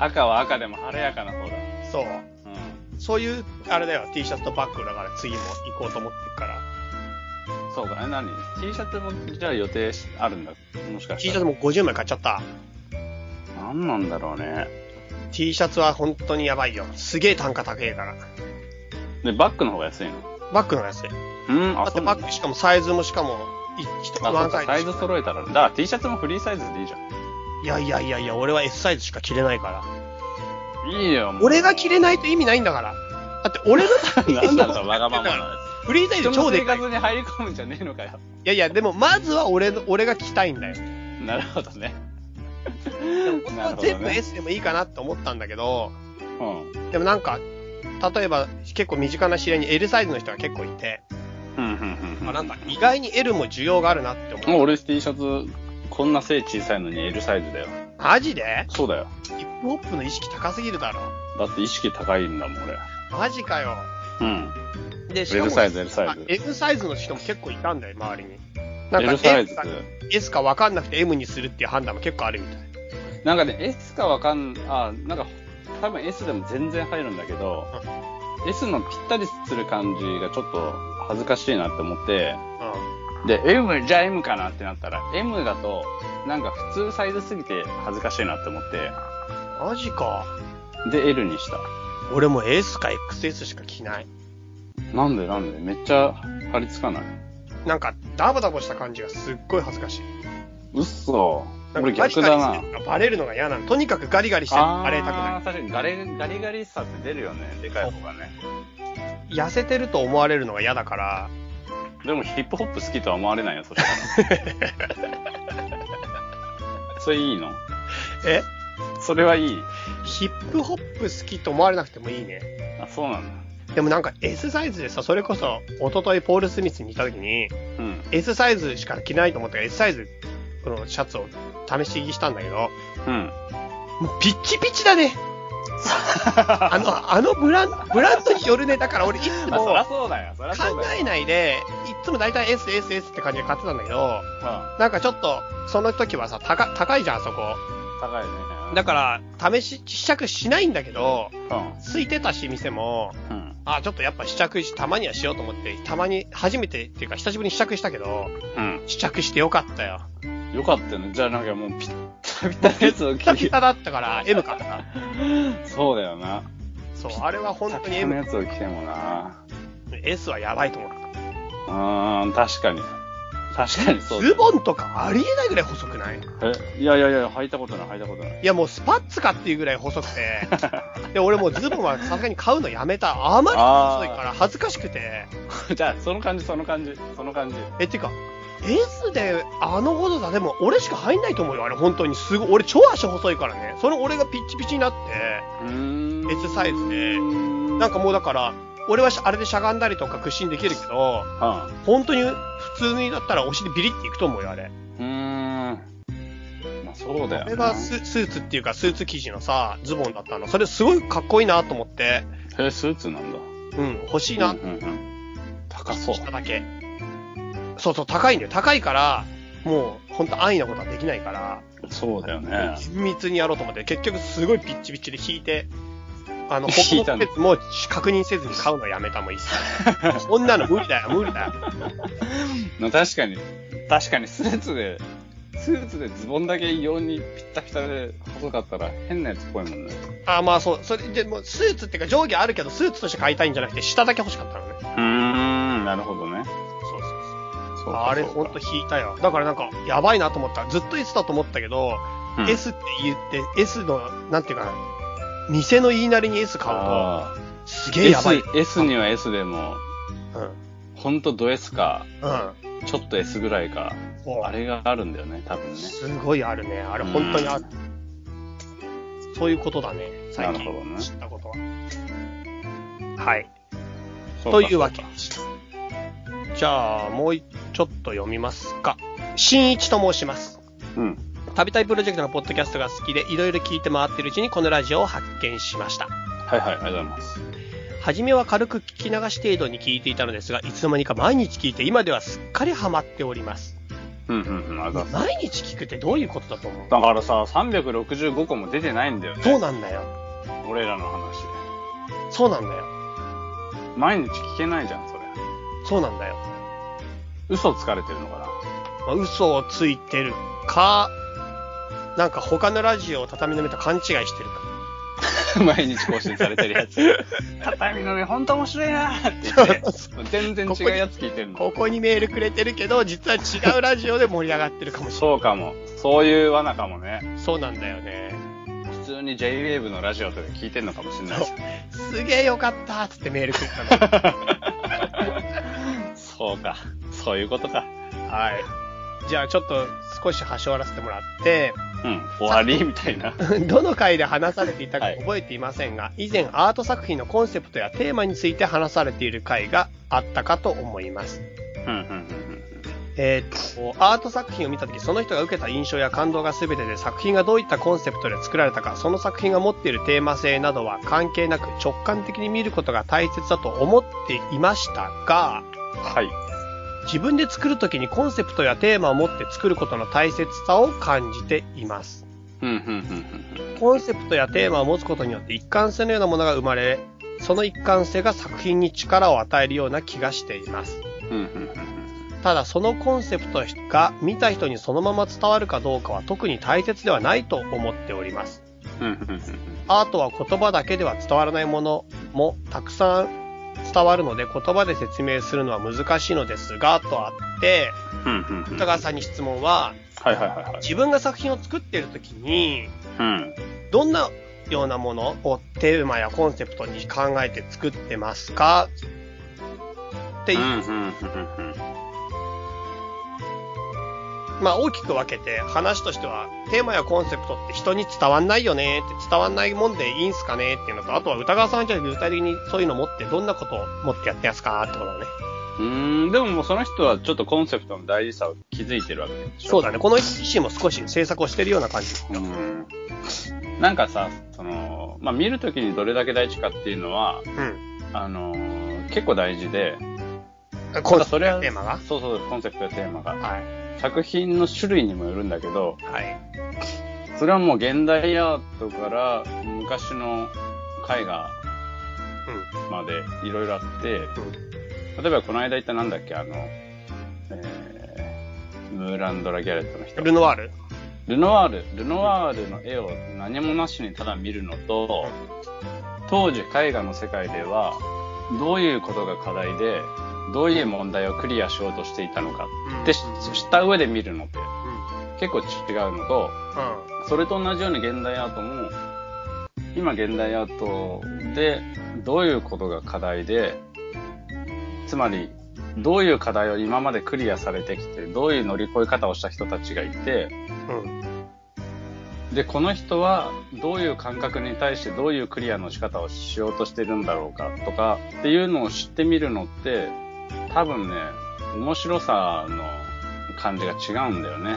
[SPEAKER 2] 赤は赤でも晴れやかな方だ。
[SPEAKER 1] そう。
[SPEAKER 2] う
[SPEAKER 1] そういう、あれだよ、T シャツとバッグだから次も行こうと思ってるから。
[SPEAKER 2] ん。そうかね、何 ?T シャツも、じゃあ予定しあるんだ。もしか
[SPEAKER 1] T
[SPEAKER 2] し
[SPEAKER 1] シャ
[SPEAKER 2] た
[SPEAKER 1] ツ
[SPEAKER 2] ら。
[SPEAKER 1] も50枚買っちゃった。
[SPEAKER 2] 何なんだろうね。
[SPEAKER 1] T シャツは本当にやばいよ。すげえ単価高えから。
[SPEAKER 2] で、バッグの方が安いの
[SPEAKER 1] バッグのやつで。
[SPEAKER 2] うん、
[SPEAKER 1] だ
[SPEAKER 2] あ、
[SPEAKER 1] っ
[SPEAKER 2] そ
[SPEAKER 1] て
[SPEAKER 2] うな
[SPEAKER 1] バ
[SPEAKER 2] ん
[SPEAKER 1] ッ
[SPEAKER 2] だ。
[SPEAKER 1] グしかもサイズもしかも、い一
[SPEAKER 2] あ、そ
[SPEAKER 1] ワ
[SPEAKER 2] う
[SPEAKER 1] ンサ
[SPEAKER 2] か
[SPEAKER 1] イズ
[SPEAKER 2] サイズ揃えたら。だから T シャツもフリーサイズでいいじゃん。
[SPEAKER 1] いやいやいやいや、俺は S サイズしか着れないから。
[SPEAKER 2] いいよ、もう。
[SPEAKER 1] 俺が着れないと意味ないんだから。だって俺のために
[SPEAKER 2] 何なんだろう、わがままな。
[SPEAKER 1] フリーサイズ
[SPEAKER 2] 人
[SPEAKER 1] 超
[SPEAKER 2] の
[SPEAKER 1] で
[SPEAKER 2] 生
[SPEAKER 1] かい。い
[SPEAKER 2] 活に入り込むんじゃねえのかよ。
[SPEAKER 1] やいや、でもまずは俺の、俺が着たいんだよ。
[SPEAKER 2] なるほどね。
[SPEAKER 1] 本当
[SPEAKER 2] な
[SPEAKER 1] は
[SPEAKER 2] るほど
[SPEAKER 1] 全部
[SPEAKER 2] ね。
[SPEAKER 1] S でもいいかなって思ったんだけど、
[SPEAKER 2] うん。
[SPEAKER 1] でもなんか、例えば結構身近な知り合いに L サイズの人が結構いて、
[SPEAKER 2] うん、うん、うん。
[SPEAKER 1] あなんか意外に L も需要があるなって
[SPEAKER 2] もう
[SPEAKER 1] 思う。
[SPEAKER 2] 俺 T シャツ、こんな背小さいのに L サイズだよ。
[SPEAKER 1] マジで
[SPEAKER 2] そうだよ。
[SPEAKER 1] ヒップホップの意識高すぎるだろ。
[SPEAKER 2] だって意識高いんだもん、俺。
[SPEAKER 1] マジかよ。
[SPEAKER 2] うん。
[SPEAKER 1] で、しかも
[SPEAKER 2] L サイズ、L サイ
[SPEAKER 1] あ
[SPEAKER 2] ズ。
[SPEAKER 1] M サイズの人も結構いたんだよ、周りに。なんか
[SPEAKER 2] L サイズ。
[SPEAKER 1] S か分かんなくて M にするっていう判断も結構あるみたい。
[SPEAKER 2] なんかね、S かわかん、あ、なんか、多分 S でも全然入るんだけど、S のぴったりする感じがちょっと恥ずかしいなって思って、
[SPEAKER 1] うん。
[SPEAKER 2] で、M、じゃあ M かなってなったら、M だと、なんか普通サイズすぎて恥ずかしいなって思っ
[SPEAKER 1] マジか。
[SPEAKER 2] て、で、L にした。
[SPEAKER 1] 俺も S か XS しか着ない。
[SPEAKER 2] なんでなんでめっちゃ張り付かない。
[SPEAKER 1] なんか、ダボダボした感じがすっごい恥ずかしい。
[SPEAKER 2] 嘘。
[SPEAKER 1] なんか
[SPEAKER 2] 俺逆だ
[SPEAKER 1] ガ
[SPEAKER 2] な
[SPEAKER 1] リガリし。てるのがバレるのが嫌なの。とにかくガリガリしてるのがバレたく
[SPEAKER 2] あ
[SPEAKER 1] な
[SPEAKER 2] ー確かにガリガリガリさって出るよねでかい方がね
[SPEAKER 1] い。痩せてると思われるのが嫌だから、
[SPEAKER 2] でもヒップホップ好きとは思われないよ
[SPEAKER 1] (laughs)
[SPEAKER 2] それはそれいいの
[SPEAKER 1] え
[SPEAKER 2] それはいい
[SPEAKER 1] ヒップホップ好きと思われなくてもいいね。
[SPEAKER 2] あそうなんだ
[SPEAKER 1] でもなんか S サイズでさ、それこそ、一昨日ポール・スミスにいた時に、
[SPEAKER 2] うん
[SPEAKER 1] S サイズしか着ないと思ったから S サイズ、このシャツを試し着したんだけど、 (laughs)
[SPEAKER 2] うん
[SPEAKER 1] もうピッチピチだね。あの、あのブラン、ブランドによるね。だから俺いつ
[SPEAKER 2] まあそ
[SPEAKER 1] も
[SPEAKER 2] りゃそうだよそりゃそう
[SPEAKER 1] 考
[SPEAKER 2] だよ
[SPEAKER 1] えないで、いつも大体 SSS って感じで買ってたんだけど、なんかちょっと、その時はさ、高、高いじゃん、あそこ。
[SPEAKER 2] うん高いね
[SPEAKER 1] だから、試し、試着しないんだけど、
[SPEAKER 2] うん
[SPEAKER 1] 空いてたし、店も、
[SPEAKER 2] うん
[SPEAKER 1] あ、ちょっとやっぱ試着し、たまにはしようと思って、たまに、初めてっていうか、久しぶりに試着したけど、試着してよかったよ。
[SPEAKER 2] うんよかったよねじゃあなんかもうピッタピタのやつを
[SPEAKER 1] ピタ
[SPEAKER 2] 着
[SPEAKER 1] ピ (laughs)
[SPEAKER 2] る
[SPEAKER 1] タだったから、M 買った。
[SPEAKER 2] そうだよな
[SPEAKER 1] そう、あれは本当に
[SPEAKER 2] ピタピタのや
[SPEAKER 1] M、
[SPEAKER 2] つを着てもな
[SPEAKER 1] S はやばいと思った。
[SPEAKER 2] うーん確かに確かにそうだ
[SPEAKER 1] ズボンとかありえないぐらい細くない
[SPEAKER 2] えいやいやいや履いたことない履いたことない
[SPEAKER 1] いやもうスパッツかっていうぐらい細くて、で、俺もうズボンはさすがに買うのやめ (laughs) た。あまりに細いから恥ずかしくて。
[SPEAKER 2] (laughs) じゃあ、その感じ、その感じ、その感じ。
[SPEAKER 1] え、てか、S であのほどだ、でも俺しか入んないと思うよ、あれ本当に。すごい。俺超足細いからね。その俺がピッチピチになって、
[SPEAKER 2] うん
[SPEAKER 1] S サイズで
[SPEAKER 2] な
[SPEAKER 1] なんかもうだから、俺はしあれでしゃがんだりとか屈伸できるけど、
[SPEAKER 2] う
[SPEAKER 1] 本当に普通にだったらお尻ビリっていくと思うよ、あれ。
[SPEAKER 2] ん。うーん。まあ、そうだよ、
[SPEAKER 1] あれがススーツっていうか、スーツ生地のさ、ズボンだったの。それすごいかっこいいなと思って、
[SPEAKER 2] え、スーツなんだ。
[SPEAKER 1] うん、欲しいな
[SPEAKER 2] うんうんうん。高そう
[SPEAKER 1] し。ただけ。そうそう、高いんだよ。高いから、もう、ほんと安易なことはできないから、
[SPEAKER 2] そうだよね。
[SPEAKER 1] 緊密にやろうと思って、結局すごいピッチピチで引いて、
[SPEAKER 2] (laughs)
[SPEAKER 1] あの、
[SPEAKER 2] 引いた
[SPEAKER 1] 他の
[SPEAKER 2] の
[SPEAKER 1] やつも確認せずに買うのやめたも
[SPEAKER 2] (laughs)
[SPEAKER 1] ん、一切。こんなの無理だよ、無理だよ。
[SPEAKER 2] まあ確かに、確かにスーツで、スーツでズボンだけ異様にピッタピタで細かったら変なやつっぽいもんね。
[SPEAKER 1] あーまあそう。それでもうスーツっていうか上下あるけど、スーツとして買いたいんじゃなくて、下だけ欲しかったのね。
[SPEAKER 2] うーん、なるほどね。
[SPEAKER 1] そうそうそう。
[SPEAKER 2] そうか
[SPEAKER 1] あれ、
[SPEAKER 2] そ
[SPEAKER 1] ほ
[SPEAKER 2] うん
[SPEAKER 1] と
[SPEAKER 2] か
[SPEAKER 1] 引いたよ。だからなんか、やばいなと思った。ずっと S だと思ったけど、
[SPEAKER 2] うん
[SPEAKER 1] S って言って、S の、なんていうかな、店の言いなりに S 買うと、
[SPEAKER 2] あ
[SPEAKER 1] す
[SPEAKER 2] ー
[SPEAKER 1] げえやばい。
[SPEAKER 2] S, S には S でも、
[SPEAKER 1] うん。うん。
[SPEAKER 2] ほんとド S か、
[SPEAKER 1] そ
[SPEAKER 2] ちょっと S ぐらいか、
[SPEAKER 1] う
[SPEAKER 2] あれがあるんだよね、多分ね。
[SPEAKER 1] すごいあるね。あれ、本当にある。そういうことだね。最
[SPEAKER 2] なるほど
[SPEAKER 1] 近
[SPEAKER 2] ね
[SPEAKER 1] 知ったことは。はい。
[SPEAKER 2] そ
[SPEAKER 1] と
[SPEAKER 2] か
[SPEAKER 1] いうわけ。じゃあ、もういちょっと読みますか。新一と申します。
[SPEAKER 2] うん。
[SPEAKER 1] 旅旅プロジェクトのポッドキャストが好きで、いろいろ聞いて回ってるうちにこのラジオを発見しました。
[SPEAKER 2] はいはい、ありがとうございます。
[SPEAKER 1] 初めは軽く聞き流し程度に聞いていたのですが、いつの間にか毎日聞いて、今ではすっかりハマっております。
[SPEAKER 2] うんうんうん、ありがとうございます。
[SPEAKER 1] 毎日聞くってどういうことだと思う
[SPEAKER 2] だからさ、365個も出てないんだよね。
[SPEAKER 1] そうなんだよ。
[SPEAKER 2] 俺らの話。
[SPEAKER 1] そうなんだよ。
[SPEAKER 2] 毎日聞けないじゃん、それ。
[SPEAKER 1] そうなんだよ。
[SPEAKER 2] 嘘つかれてるのかな (laughs)
[SPEAKER 1] まあ嘘をついてるか、なんか他のラジオを畳の目と勘違いしてるか。
[SPEAKER 2] 毎日更新されてるや
[SPEAKER 1] (laughs)
[SPEAKER 2] つ。畳のね、ほんと面白いなーって言って、全然違うやつ聞いてるの。
[SPEAKER 1] ここにメールくれてるけど、実は違うラジオで盛り上がってるかもしれ
[SPEAKER 2] そうかも。そういう罠かもね。
[SPEAKER 1] ない。そうなんだよね。
[SPEAKER 2] 普通に JWAVE のラジオとか聞いてんのかもしれないし。
[SPEAKER 1] すげえよかったっつってメールくれたの。
[SPEAKER 2] そうか。そういうことか。
[SPEAKER 1] はい。じゃあちょっと少し端折らせてもらって、 (laughs)
[SPEAKER 2] うん。終わりみたいな。
[SPEAKER 1] どの回で話されていたか覚えていませんが、以前アート作品のコンセプトやテーマについて話されている回があったかと思います。
[SPEAKER 2] うんうんうん
[SPEAKER 1] えーっと、アート作品を見たとき、その人が受けた印象や感動が全てで、作品がどういったコンセプトで作られたか、その作品が持っているテーマ性などは関係なく直感的に見ることが大切だと思っていましたが、
[SPEAKER 2] うん。はい。
[SPEAKER 1] 自分で作るときにコンセプトやテーマを持って作ることの大切さを感じています。
[SPEAKER 2] うんうんうん
[SPEAKER 1] コンセプトやテーマを持つことによって一貫性のようなものが生まれ、その一貫性が作品に力を与えるような気がしています。
[SPEAKER 2] うん。うんうんうん
[SPEAKER 1] ただそのコンセプトが見た人にそのまま伝わるかどうかは特に大切ではないと思っております。
[SPEAKER 2] うん。うんうん
[SPEAKER 1] アートは言葉だけでは伝わらないものもたくさん伝わるので言葉で説明するのは難しいのですが、とあって、
[SPEAKER 2] うんうんうんうん。
[SPEAKER 1] 歌川さんに質問は、
[SPEAKER 2] はいはいはいはい。
[SPEAKER 1] 自分が作品を作っている時に、
[SPEAKER 2] うん。
[SPEAKER 1] どんなようなものをテーマやコンセプトに考えて作ってますかっていうう、
[SPEAKER 2] んうんうんうん。
[SPEAKER 1] まあ大きく分けて話としてはテーマやコンセプトって人に伝わんないよねって伝わんないもんでいいんすかねっていうのとあとは歌川さんはじゃあ具体的にそういうの持ってどんなことを持ってやってますかってことだね
[SPEAKER 2] うーん、でももうその人はちょっとコンセプトの大事さを気づいてるわけでしょ。
[SPEAKER 1] そうだねこの自身も少し制作をしてるような感じですよ
[SPEAKER 2] うん。なんかさ、その、まあ、見るときにどれだけ大事かっていうのは、
[SPEAKER 1] うん
[SPEAKER 2] あのー結構大事で、
[SPEAKER 1] コン
[SPEAKER 2] まあ
[SPEAKER 1] セプ
[SPEAKER 2] それ
[SPEAKER 1] ト
[SPEAKER 2] は
[SPEAKER 1] テーマが
[SPEAKER 2] そうそう、コンセプトやテーマが。
[SPEAKER 1] はい
[SPEAKER 2] 作品の種類にもよるんだけど、
[SPEAKER 1] はい
[SPEAKER 2] それはもう現代アートから昔の絵画までいろいろあって、例えばこの間言ったなんだっけ、あの、えー、ムーランドラ・ギャレットの人。
[SPEAKER 1] ルノワール
[SPEAKER 2] ルノワール、ルノワールの絵を何もなしにただ見るのと、当時絵画の世界では、どういうことが課題で、どういう問題をクリアしようとしていたのかって知知った上で見るのって結構違うのと、
[SPEAKER 1] う
[SPEAKER 2] それと同じように現代アートも、今現代アートでどういうことが課題で、つまりどういう課題を今までクリアされてきて、どういう乗り越え方をした人たちがいて、
[SPEAKER 1] んうんうん
[SPEAKER 2] で、この人はどういう感覚に対してどういうクリアの仕方をしようとしてるんだろうかとかっていうのを知ってみるのって、多分ね、面白さの感じが違うんだよね。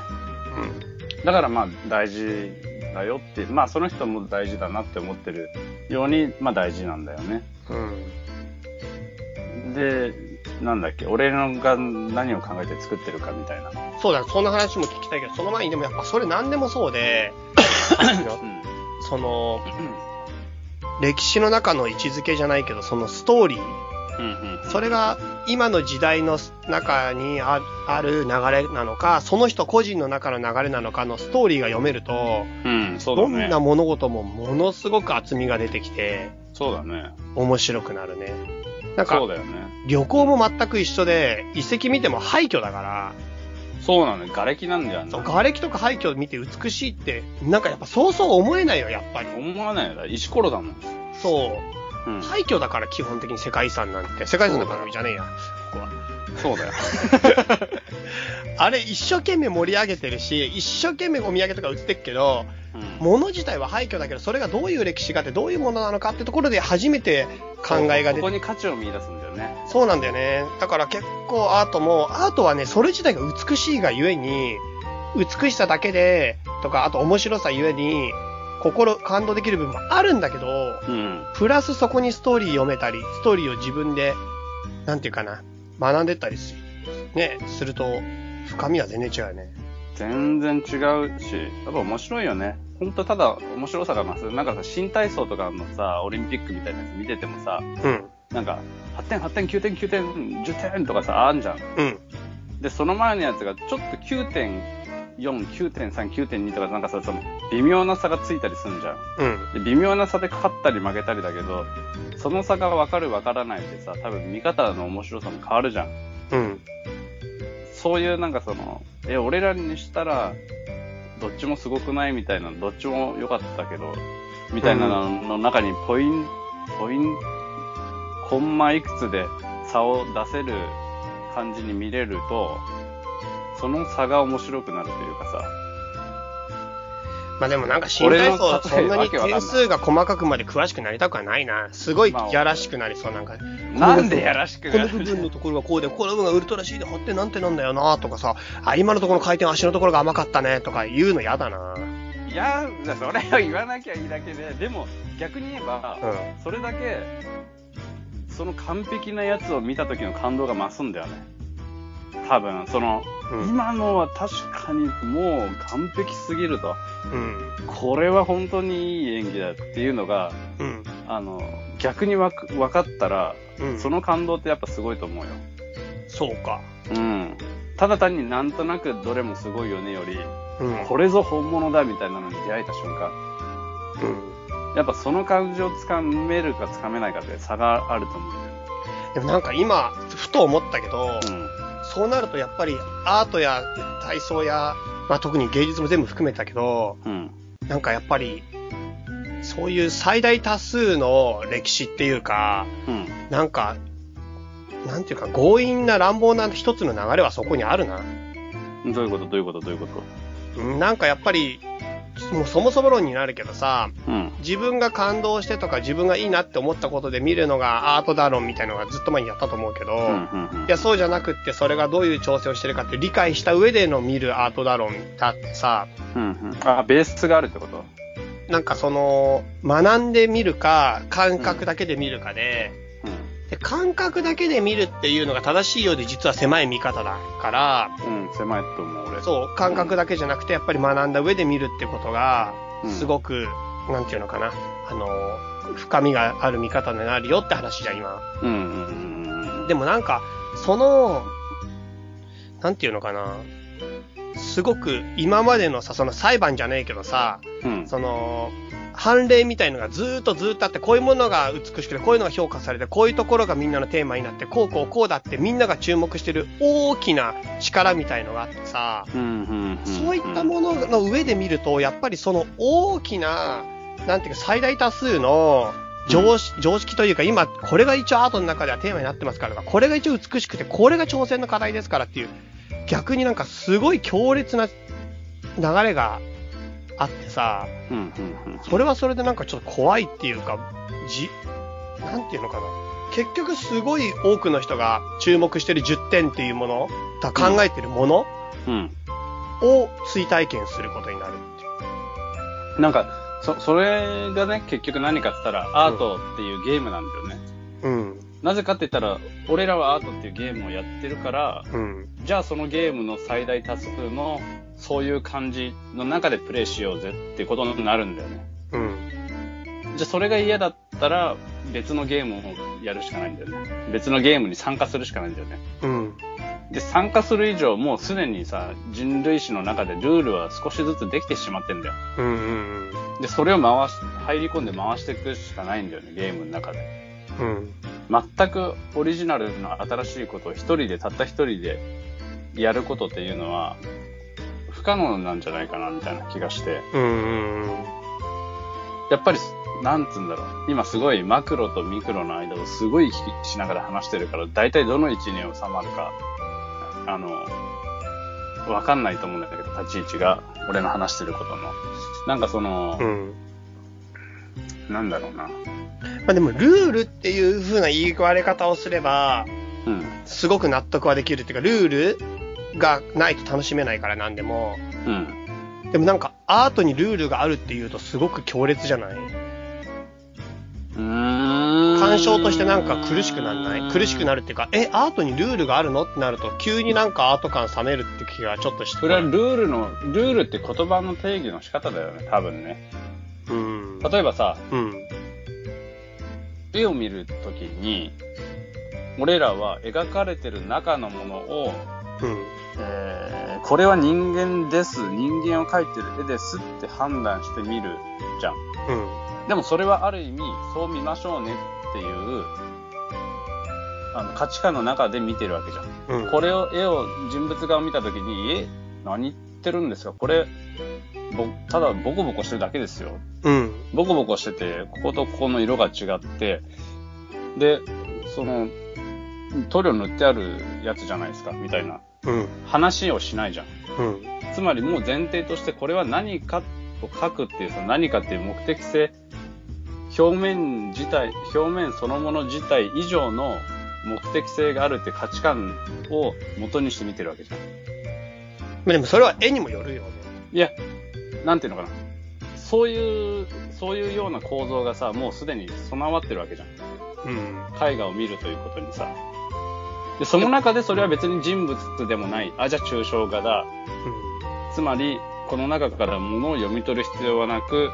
[SPEAKER 2] だからまあ大事だよって、まあその人も大事だなって思ってるように、まあ大事なんだよね。
[SPEAKER 1] うん。うん。
[SPEAKER 2] で、なんだっけ、俺のが何を考えて作ってるかみたいな。
[SPEAKER 1] そうだ、そんな話も聞きたいけど、その前にでもやっぱそれ何でもそう (laughs) で、なんていうのその、歴史の中の位置づけじゃないけど、そのストーリー、
[SPEAKER 2] うんうん
[SPEAKER 1] それが今の時代の中にあある流れなのか、その人個人の中の流れなのかのストーリーが読めると、
[SPEAKER 2] うん、そう
[SPEAKER 1] ど
[SPEAKER 2] だ
[SPEAKER 1] ん
[SPEAKER 2] ね
[SPEAKER 1] な。物事もものすごく厚みが出てきて、
[SPEAKER 2] そうだね。
[SPEAKER 1] 面白くなるね。なんか
[SPEAKER 2] そう、だよね。
[SPEAKER 1] 旅行も全く一緒で、遺跡見ても廃墟だから、
[SPEAKER 2] そうなのよ。瓦礫なんだよね
[SPEAKER 1] そう。瓦礫とか廃墟見て美しいって、なんかやっぱそうそう思えないよ、やっぱり。
[SPEAKER 2] 思わないよ。だから石ころだもん。
[SPEAKER 1] そう。
[SPEAKER 2] うん。
[SPEAKER 1] 廃墟だから基本的に世界遺産なんて、世界遺産の番組じゃねえや、ここは。
[SPEAKER 2] そうだよ。
[SPEAKER 1] あれ一生懸命盛り上げてるし、一生懸命お土産とか売ってっけど、
[SPEAKER 2] うん
[SPEAKER 1] 物自体は廃墟だけど、それがどういう歴史があって、どういうものなのかってところで初めて考えが
[SPEAKER 2] そう
[SPEAKER 1] 出て
[SPEAKER 2] こ、に価値を見出すんだよね。
[SPEAKER 1] そうなんだよね。だから結構アートも、アートはね、それ自体が美しいがゆえに、美しさだけで、とか、あと面白さゆえに、心、感動できる部分もあるんだけど、
[SPEAKER 2] うん。
[SPEAKER 1] プラスそこにストーリー読めたり、ストーリーを自分で、なんていうかな、学んでったりする。ね、すると、深みは全然違うよね。
[SPEAKER 2] 全然違うし、やっぱ面白いよね。ほんとただ面白さが増す。なんかさ、新体操とかのさ、オリンピックみたいなやつ見ててもさ、
[SPEAKER 1] うん、
[SPEAKER 2] なんか、8点、8点、9点、9点、10点とかさ、あんじゃん。
[SPEAKER 1] うん、
[SPEAKER 2] で、その前のやつがちょっと9.4、9.3、9.2とかなんかさ、その微妙な差がついたりすんじゃん。
[SPEAKER 1] うん、
[SPEAKER 2] で微妙な差で勝ったり負けたりだけど、その差が分かる分からないってさ、多分見方の面白さも変わるじゃん。
[SPEAKER 1] うん、
[SPEAKER 2] そういうなんかその、え、俺らにしたら、どっちもすごくないみたいな、どっちも良かったけど、みたいなのの中にポイン、ポイン、コンマいくつで差を出せる感じに見れると、その差が面白くなるというかさ、
[SPEAKER 1] まあでもなんか新体操そんなに
[SPEAKER 2] 俺の例えわけわかんない
[SPEAKER 1] 点数が細かくまで詳しくなりたくはないな。すごいやらしくなりそうなんか。
[SPEAKER 2] なんでやらしく
[SPEAKER 1] こ
[SPEAKER 2] な
[SPEAKER 1] の
[SPEAKER 2] る
[SPEAKER 1] 部分のところはこうで、この部分がウルトラ C で張ってなんてなんだよなとかさ、あ、今のところの回転足のところが甘かったねとか言うの嫌だな。
[SPEAKER 2] いや、それを言わなきゃいいだけで、でも逆に言えば、
[SPEAKER 1] う
[SPEAKER 2] それだけ、その完璧なやつを見た時の感動が増すんだよね。多分、その、
[SPEAKER 1] ん。うん。
[SPEAKER 2] 今のは確かにもう完璧すぎると。
[SPEAKER 1] うん。
[SPEAKER 2] これは本当にいい演技だっていうのが、
[SPEAKER 1] うん。
[SPEAKER 2] あの、逆にわく分かったら、
[SPEAKER 1] うん。
[SPEAKER 2] その感動ってやっぱすごいと思うよ。
[SPEAKER 1] そうか。
[SPEAKER 2] うん。ただ単になんとなくどれもすごいよねより、
[SPEAKER 1] うん。
[SPEAKER 2] これぞ本物だみたいなのに出会えた瞬間、
[SPEAKER 1] うん。
[SPEAKER 2] やっぱその感情をつかめるかつかめないかで差があると思うんだよね。
[SPEAKER 1] でもなんか今、ふと思ったけど、
[SPEAKER 2] うん。
[SPEAKER 1] そうなるとやっぱりアートや体操や、まあ特に芸術も全部含めたけど、
[SPEAKER 2] うん。
[SPEAKER 1] なんかやっぱり、そういう最大多数の歴史っていうか、
[SPEAKER 2] うん。
[SPEAKER 1] なんか、なんていうか、強引な乱暴な一つの流れはそこにあるな。
[SPEAKER 2] どういうことどういうことどういうこと
[SPEAKER 1] うんなんかやっぱり、もうそもそも論になるけどさ、
[SPEAKER 2] うん。
[SPEAKER 1] 自分が感動してとか自分がいいなって思ったことで見るのがアートだろうみたいなのがずっと前にやったと思うけ
[SPEAKER 2] う
[SPEAKER 1] ど、
[SPEAKER 2] ん。うん
[SPEAKER 1] いや、そうじゃなくって、それがどういう調整をしてるかって理解した上での見るアートだろうだってさ、
[SPEAKER 2] うん。うん。あ、ベースがあるってこと
[SPEAKER 1] なんかその、学んでみるか、感覚だけで見るかで、で感覚だけで見るっていうのが正しいようで実は狭い見方だから、
[SPEAKER 2] うん。うん。狭いと思う、俺。
[SPEAKER 1] そう、感覚だけじゃなくてやっぱり学んだ上で見るってことが、
[SPEAKER 2] うん
[SPEAKER 1] すごく、なんていうのかな、あの、深みがある見方になるよって話じゃん、今。
[SPEAKER 2] うん。うん。うん。うん
[SPEAKER 1] でもなんか、その、なんていうのかな、すごく今までのさ、その裁判じゃねえけどさ、
[SPEAKER 2] うん。
[SPEAKER 1] その、判例みたいのがずーっとずーっとあって、こういうものが美しくて、こういうのが評価されて、こういうところがみんなのテーマになって、こうこうこうだってみんなが注目してる大きな力みたいのがあってさ、
[SPEAKER 2] うん。うん。
[SPEAKER 1] そういったものの上で見ると、やっぱりその大きな、なんていうか最大多数の常識,、常識というか、今、これが一応アートの中ではテーマになってますからとか、これが一応美しくて、これが挑戦の課題ですからっていう、逆になんかすごい強烈な流れがあってさ、
[SPEAKER 2] うんうんうん。
[SPEAKER 1] それはそれでなんかちょっと怖いっていうか、じ、なんていうのかな。結局すごい多くの人が注目してる10点っていうもの、だ考えてるもの
[SPEAKER 2] うん。
[SPEAKER 1] を追体験することになるっていう。
[SPEAKER 2] なんか、そ、それがね、結局何かって言ったら、アートっていうゲームなんだよね。
[SPEAKER 1] うん、
[SPEAKER 2] なぜかって言ったら、俺らはアートっていうゲームをやってるから、
[SPEAKER 1] うん、
[SPEAKER 2] じゃあそのゲームの最大多数の、そういう感じの中でプレイしようぜってことになるんだよね。
[SPEAKER 1] うん。
[SPEAKER 2] じゃあそれが嫌だったら、別のゲームをやるしかないんだよね。別のゲームに参加するしかないんだよね。
[SPEAKER 1] うん、
[SPEAKER 2] で、参加する以上、もうすでにさ、人類史の中でルールは少しずつできてしまってんだよ。
[SPEAKER 1] うん、うん、
[SPEAKER 2] で、それを回し、入り込んで回していくしかないんだよね、ゲームの中で。
[SPEAKER 1] うん、
[SPEAKER 2] 全くオリジナルの新しいことを一人で、たった一人でやることっていうのは、不可能なんじゃないかな、みたいな気がして。
[SPEAKER 1] うん、うん、
[SPEAKER 2] やっぱり、なんつうんだろう。今すごいマクロとミクロの間をすごい行き来しながら話してるから、大体どの位置に収まるか、あの、わかんないと思うんだけど、立ち位置が、俺の話してることの。なんかその
[SPEAKER 1] う、ん。
[SPEAKER 2] なんだろうな。
[SPEAKER 1] まあでも、ルールっていう風な言い割れ方をすれば、
[SPEAKER 2] うん。
[SPEAKER 1] すごく納得はできるっていうか、ルールがないと楽しめないからなんでも。
[SPEAKER 2] うん。
[SPEAKER 1] でもなんか、アートにルールがあるっていうとすごく強烈じゃないう
[SPEAKER 2] ーん。
[SPEAKER 1] 鑑賞としてなんか苦しくなんない苦しくなるっていうか、え、アートにルールがあるのってなると、急になんかアート感冷めるって気がちょっとして。
[SPEAKER 2] それはルールの、ルールって言葉の定義の仕方だよね、多分ね。
[SPEAKER 1] うん。
[SPEAKER 2] 例えばさ、
[SPEAKER 1] うん。
[SPEAKER 2] 絵を見るときに、俺らは描かれてる中のものを、
[SPEAKER 1] うん。
[SPEAKER 2] えーこれは人間です、人間を描いてる絵ですって判断してみるじゃん。
[SPEAKER 1] うん。
[SPEAKER 2] でもそれはある意味、そう見ましょうねっていう、あの価値観の中で見てるわけじゃん。
[SPEAKER 1] うん。
[SPEAKER 2] これを、絵を、人物画を見たときに、え、何言ってるんですかこれ、ぼ、ただボコボコしてるだけですよ。
[SPEAKER 1] うん。
[SPEAKER 2] ボコボコしてて、こことここの色が違って、で、その、塗料塗ってあるやつじゃないですか、みたいな
[SPEAKER 1] うん。
[SPEAKER 2] 話をしないじゃん。
[SPEAKER 1] うん。
[SPEAKER 2] つまりもう前提としてこれは何かを書くっていう、その何かっていう目的性、表面自体、表面そのもの自体以上の目的性があるって価値観を元にして見てるわけじゃん。
[SPEAKER 1] まあでもそれは絵にもよるよね。
[SPEAKER 2] いや、なんていうのかな。そういう、そういうような構造がさ、もうすでに備わってるわけじゃん。
[SPEAKER 1] うん。
[SPEAKER 2] 絵画を見るということにさ。で、その中でそれは別に人物でもない。あ、じゃあ抽象画だ。つまり、この中から物を読み取る必要はなく、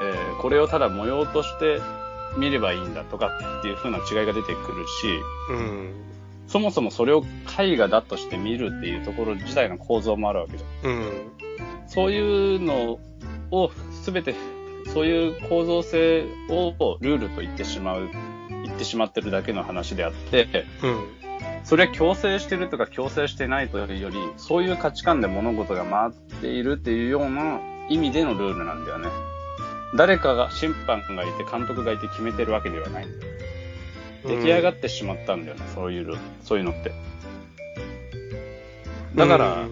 [SPEAKER 2] えーこれをただ模様として見ればいいんだとかっていう風な違いが出てくるし、
[SPEAKER 1] うん。うん。
[SPEAKER 2] そもそもそれを絵画だとして見るっていうところ自体の構造もあるわけじゃん。
[SPEAKER 1] うん。
[SPEAKER 2] そういうのを全て、そういう構造性をルールと言ってしまう、言ってしまってるだけの話であって、
[SPEAKER 1] うん。
[SPEAKER 2] それは強制してるとか強制してないというより、そういう価値観で物事が回っているっていうような意味でのルールなんだよね。誰かが審判がいて監督がいて決めてるわけではない。出来上がってしまったんだよね、そういうルール、そういうのって。だから、
[SPEAKER 1] うん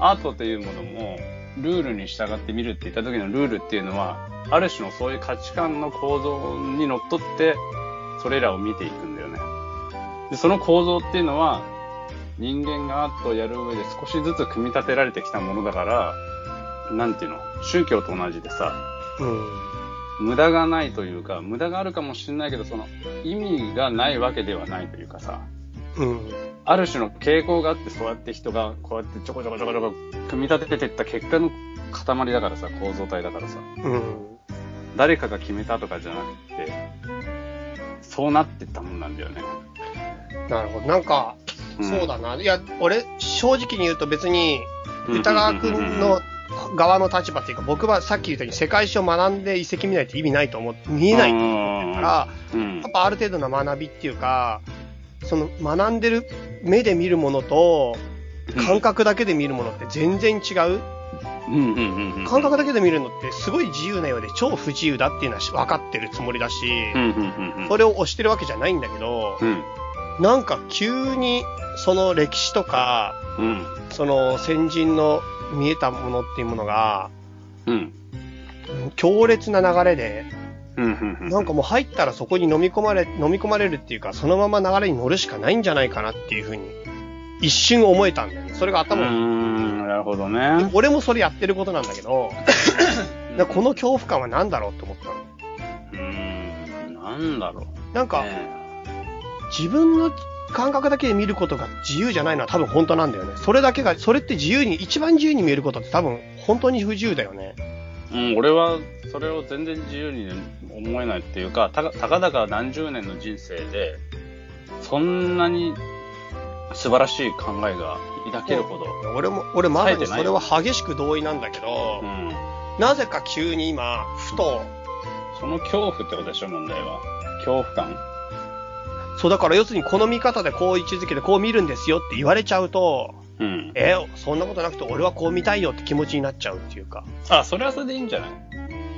[SPEAKER 2] アートというものも、ルールに従って見るって言った時のルールっていうのは、ある種のそういう価値観の構造にのっとって、それらを見ていくんだよね。で、その構造っていうのは、人間がアートをやる上で少しずつ組み立てられてきたものだから、なんていうの宗教と同じでさ、
[SPEAKER 1] うん。
[SPEAKER 2] 無駄がないというか、無駄があるかもしれないけど、その意味がないわけではないというかさ、
[SPEAKER 1] うん。
[SPEAKER 2] ある種の傾向があって、そうやって人が、こうやってちょこちょこちょこちょこ組み立てていった結果の塊だからさ、構造体だからさ、
[SPEAKER 1] うん。
[SPEAKER 2] 誰かが決めたとかじゃなくて、そうなってったもんなんだよね。
[SPEAKER 1] なるほど。なんか、
[SPEAKER 2] ん
[SPEAKER 1] そうだな。いや、俺、正直に言うと別に、歌川くんの、側の立場っていうか、僕はさっき言ったように世界史を学んで遺跡見ないって意味ないと思って、見えないか
[SPEAKER 2] から、
[SPEAKER 1] ら、
[SPEAKER 2] うん
[SPEAKER 1] やっぱある程度の学びっていうか、その学んでる目で見るものと、感覚だけで見るものって全然違う。
[SPEAKER 2] うんうんうんうん
[SPEAKER 1] 感覚だけで見るのってすごい自由なようで超不自由だっていうのは分かってるつもりだし、
[SPEAKER 2] うんうんうんうん
[SPEAKER 1] それを推してるわけじゃないんだけど、
[SPEAKER 2] うん
[SPEAKER 1] なんか急にその歴史とか、
[SPEAKER 2] うん
[SPEAKER 1] その先人の見えたものっていうものが、
[SPEAKER 2] うん。
[SPEAKER 1] 強烈な流れで、
[SPEAKER 2] うん、うん、うん。
[SPEAKER 1] なんかもう入ったらそこに飲み込まれ、飲み込まれるっていうか、そのまま流れに乗るしかないんじゃないかなっていうふうに、一瞬思えたんだよね。それが
[SPEAKER 2] うー
[SPEAKER 1] 頭に。
[SPEAKER 2] ん、なるほどね。
[SPEAKER 1] 俺もそれやってることなんだけど、だからこの恐怖感は何だろうって思ったの。
[SPEAKER 2] うーん、なんだろ
[SPEAKER 1] なん
[SPEAKER 2] う。
[SPEAKER 1] か、
[SPEAKER 2] ね
[SPEAKER 1] 自分の感覚だけで見ることが自由じゃないのは多分本当なんだよね。それだけが、それって自由に、一番自由に見えることって多分本当に不自由だよね。
[SPEAKER 2] うん、俺はそれを全然自由に思えないっていうか、たかたかだか何十年の人生で、そんなに素晴らしい考えが抱けるほど。
[SPEAKER 1] 俺も、俺まさ
[SPEAKER 2] 冴え
[SPEAKER 1] に
[SPEAKER 2] てな
[SPEAKER 1] そ
[SPEAKER 2] い
[SPEAKER 1] れは激しく同意なんだけど
[SPEAKER 2] う、ん。
[SPEAKER 1] なぜか急に今、ふと、
[SPEAKER 2] その恐怖ってことでしょ、問題は。恐怖感
[SPEAKER 1] そうだから要するにこの見方でこう位置づけてこう見るんですよって言われちゃうと、
[SPEAKER 2] うん。
[SPEAKER 1] え、そんなことなくて俺はこう見たいよって気持ちになっちゃうっていうか。
[SPEAKER 2] あ、それはそれでいいんじゃない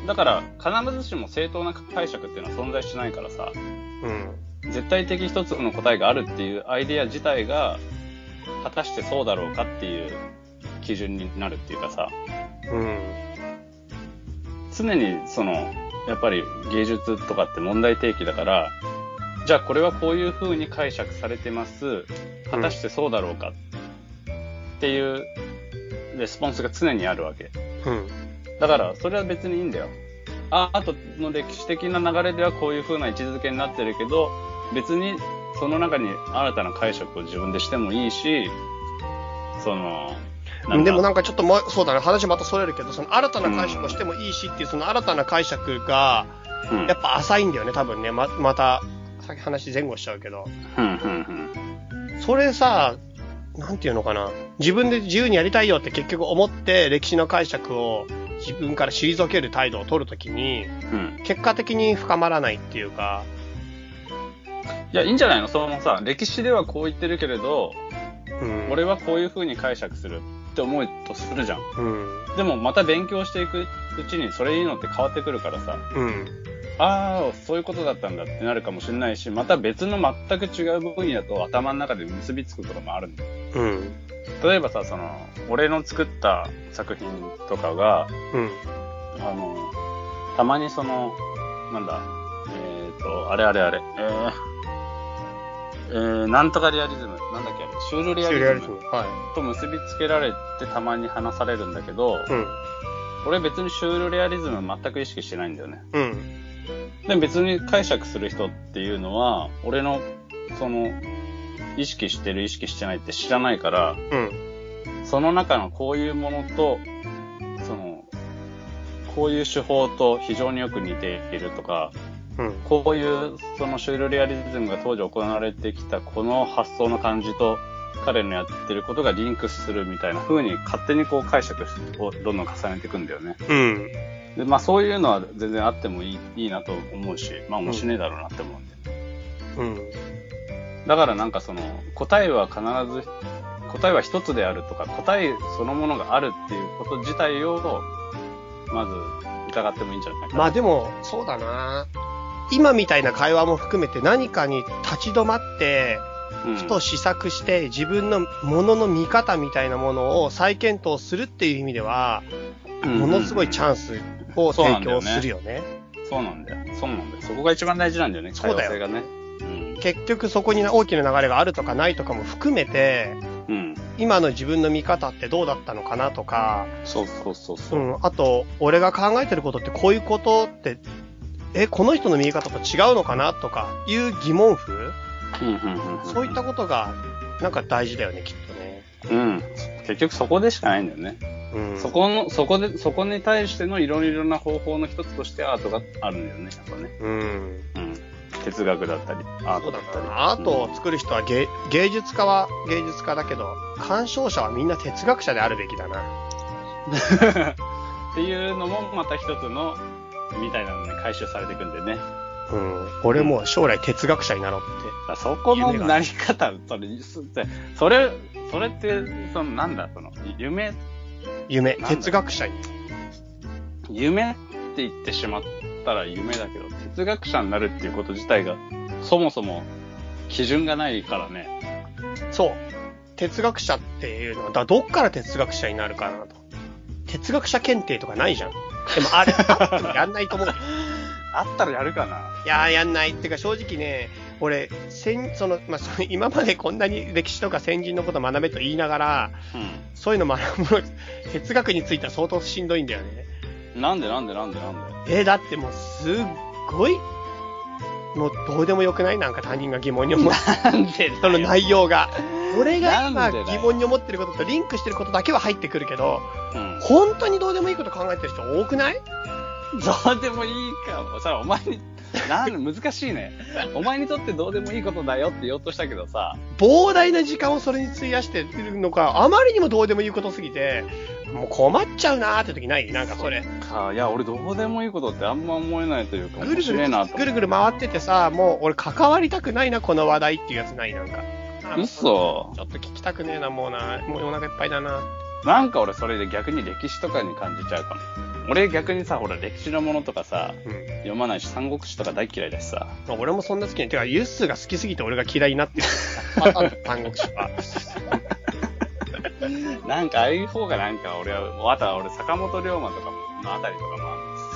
[SPEAKER 2] だから、必ずしも正当な解釈っていうのは存在しないからさ、
[SPEAKER 1] うん。
[SPEAKER 2] 絶対的一つの答えがあるっていうアイディア自体が、果たしてそうだろうかっていう基準になるっていうかさ、
[SPEAKER 1] うん。
[SPEAKER 2] 常にその、やっぱり芸術とかって問題提起だから、じゃあこれはこういう風に解釈されてます。果たしてそうだろうかっていうレスポンスが常にあるわけ。
[SPEAKER 1] うん。
[SPEAKER 2] だから、それは別にいいんだよ。アートの歴史的な流れではこういう風な位置づけになってるけど、別にその中に新たな解釈を自分でしてもいいし、その、
[SPEAKER 1] でも
[SPEAKER 2] な
[SPEAKER 1] なん
[SPEAKER 2] か
[SPEAKER 1] んかちょっともう、そうだね、話またそれるけど、その新たな解釈をしてもいいしっていう、その新たな解釈が、
[SPEAKER 2] うん、うん
[SPEAKER 1] やっぱ浅いんだよね、多分ね。ま、また、さっき話前後しちゃうけど。
[SPEAKER 2] うん、
[SPEAKER 1] それさ、なんていうのかな。自分で自由にやりたいよって結局思って、歴史の解釈を自分から退ける態度を取るときに、
[SPEAKER 2] うん、うん。
[SPEAKER 1] 結果的に深まらないっていうか、
[SPEAKER 2] いや、いいんじゃないのそのさ、歴史ではこう言ってるけれど、
[SPEAKER 1] うん。
[SPEAKER 2] 俺はこういう風に解釈するって思うとするじゃん。
[SPEAKER 1] うん。
[SPEAKER 2] でもまた勉強していくうちにそれいいのって変わってくるからさ、
[SPEAKER 1] うん。
[SPEAKER 2] ああ、そういうことだったんだってなるかもしれないし、また別の全く違う分野と頭の中で結びつくこともあるんだよ。
[SPEAKER 1] うん。
[SPEAKER 2] 例えばさ、その、俺の作った作品とかが、
[SPEAKER 1] うん。
[SPEAKER 2] あの、たまにその、なんだ、えっ、と、あれあれあれ、えー、えー、なんとかリアリズム、なんだっけあれ、シュールリア
[SPEAKER 1] 終了
[SPEAKER 2] リ
[SPEAKER 1] で
[SPEAKER 2] ズ
[SPEAKER 1] す
[SPEAKER 2] ム
[SPEAKER 1] ね。は
[SPEAKER 2] と結びつけられてたまに話されるんだけど、
[SPEAKER 1] い。うん。
[SPEAKER 2] 俺別にシュールリアリズム全く意識してないんだよね。
[SPEAKER 1] うん。
[SPEAKER 2] で別に解釈する人っていうのは、俺の、その、意識してる意識してないって知らないから、
[SPEAKER 1] うん。
[SPEAKER 2] その中のこういうものと、その、こういう手法と非常によく似ているとか、
[SPEAKER 1] うん。
[SPEAKER 2] こういうそのシュールリアリズムが当時行われてきたこの発想の感じと彼のやってることがリンクするみたいな風に勝手にこう解釈をどんどん重ねていくんだよね。
[SPEAKER 1] うん。
[SPEAKER 2] で、まあそういうのは全然あってもいいいいなと思うし、まあ面白いだろうなって思うんで。
[SPEAKER 1] うん。
[SPEAKER 2] だからなんかその答えは必ず、答えは一つであるとか、答えそのものがあるっていうこと自体を、まず疑ってもいいんじゃないかな。
[SPEAKER 1] まあでも、そうだな。今みたいな会話も含めて何かに立ち止まって、
[SPEAKER 2] うん
[SPEAKER 1] ふと試作して自分のものの見方みたいなものを再検討するっていう意味では、ものすごいチャンスを提供するよね。
[SPEAKER 2] そうなんだよ。そうなんだよ。そこが一番大事なんだよね。
[SPEAKER 1] そうだよ
[SPEAKER 2] 多様性がね。
[SPEAKER 1] 結局そこに大きな流れがあるとかないとかも含めて、
[SPEAKER 2] うん。うん。
[SPEAKER 1] 今の自分の見方ってどうだったのかなとか、
[SPEAKER 2] そうそうそう
[SPEAKER 1] う
[SPEAKER 2] そう。
[SPEAKER 1] ん、あと、俺が考えてることってこういうことって、え、この人の見え方と違うのかなとかいう疑問符
[SPEAKER 2] うんうんうん
[SPEAKER 1] そういったことが、なんか大事だよね、きっとね。
[SPEAKER 2] うん。結局そこでしかないんだよね。
[SPEAKER 1] うん。
[SPEAKER 2] そこの、そこで、そこに対してのいろいろな方法の一つとしてアートがあるんだよね。やっぱね。
[SPEAKER 1] うん。
[SPEAKER 2] うん。哲学だったり、アー
[SPEAKER 1] そ
[SPEAKER 2] ト
[SPEAKER 1] う
[SPEAKER 2] だ
[SPEAKER 1] だ
[SPEAKER 2] ったり。
[SPEAKER 1] な。アートを作る人は芸芸術家は芸術家だけど、鑑賞者はみんな哲学者であるべきだな。
[SPEAKER 2] っていうのもまた一つの、みたいなのに回収されていくんでね。
[SPEAKER 1] うん。俺もう将来哲学者になろうって。
[SPEAKER 2] だからそこのなり方、それ、すそれ、それって、その、なんだ、その、夢
[SPEAKER 1] 夢、
[SPEAKER 2] なんだよ
[SPEAKER 1] 哲学者に。
[SPEAKER 2] 夢って言ってしまったら夢だけど、哲学者になるっていうこと自体が、そもそも基準がないからね。
[SPEAKER 1] そう。哲学者っていうのは、だどっから哲学者になるかなと。哲学者検定とかないじゃん。でもあれ、あってもやんないと思う。
[SPEAKER 2] あったらやるかな。
[SPEAKER 1] いやー、やんない。ってか、正直ね、俺、先、その、まあ、その今までこんなに歴史とか先人のこと学べと言いながら、そういうの学ぶの、哲学については相当しんどいんだよね。
[SPEAKER 2] うん。なんでなんでなんでなんで。
[SPEAKER 1] えーだってもう、すっごい、もうどうでもよくないなんか他人が疑問に思う。
[SPEAKER 2] なんで
[SPEAKER 1] その内容が。俺が
[SPEAKER 2] な
[SPEAKER 1] 今
[SPEAKER 2] んでだよ
[SPEAKER 1] 疑問に思ってることとリンクしてることだけは入ってくるけど、
[SPEAKER 2] うん。
[SPEAKER 1] 本当にどうでもいいこと考えてる人多くない
[SPEAKER 2] どうでもいいかも。それお前
[SPEAKER 1] (laughs)
[SPEAKER 2] に、なん難しいね。お前にとってどうでもいいことだよって言おうとしたけどさ、
[SPEAKER 1] 膨大な時間をそれに費やしてるのか、あまりにもどうでもいいことすぎて、もう困っちゃうなーって時ないなんかそれ。
[SPEAKER 2] かいや、俺どうでもいいことってあんま思えないというか、
[SPEAKER 1] ぐ
[SPEAKER 2] 面
[SPEAKER 1] るぐ
[SPEAKER 2] 白
[SPEAKER 1] る
[SPEAKER 2] いなと
[SPEAKER 1] ぐ
[SPEAKER 2] 思
[SPEAKER 1] るぐる回っててさ、もう俺関わりたくないな、この話題っていうやつないなんか。
[SPEAKER 2] う。嘘。
[SPEAKER 1] ちょっと聞きたくねえな、もうな。もうお腹いっぱいだな。
[SPEAKER 2] なんか俺それで逆に歴史とかに感じちゃうかも。俺逆にさ、ほら歴史のものとかさ、
[SPEAKER 1] うん。
[SPEAKER 2] 読まないし、三国志とか大嫌いだしさ。
[SPEAKER 1] 俺もそんな好きに。てか、ユッスーが好きすぎて俺が嫌いに
[SPEAKER 2] (laughs)
[SPEAKER 1] なってる。パターン三国志は。
[SPEAKER 2] なんかああいう方がなんか俺は、あとは俺坂本龍馬とかのあたりとかも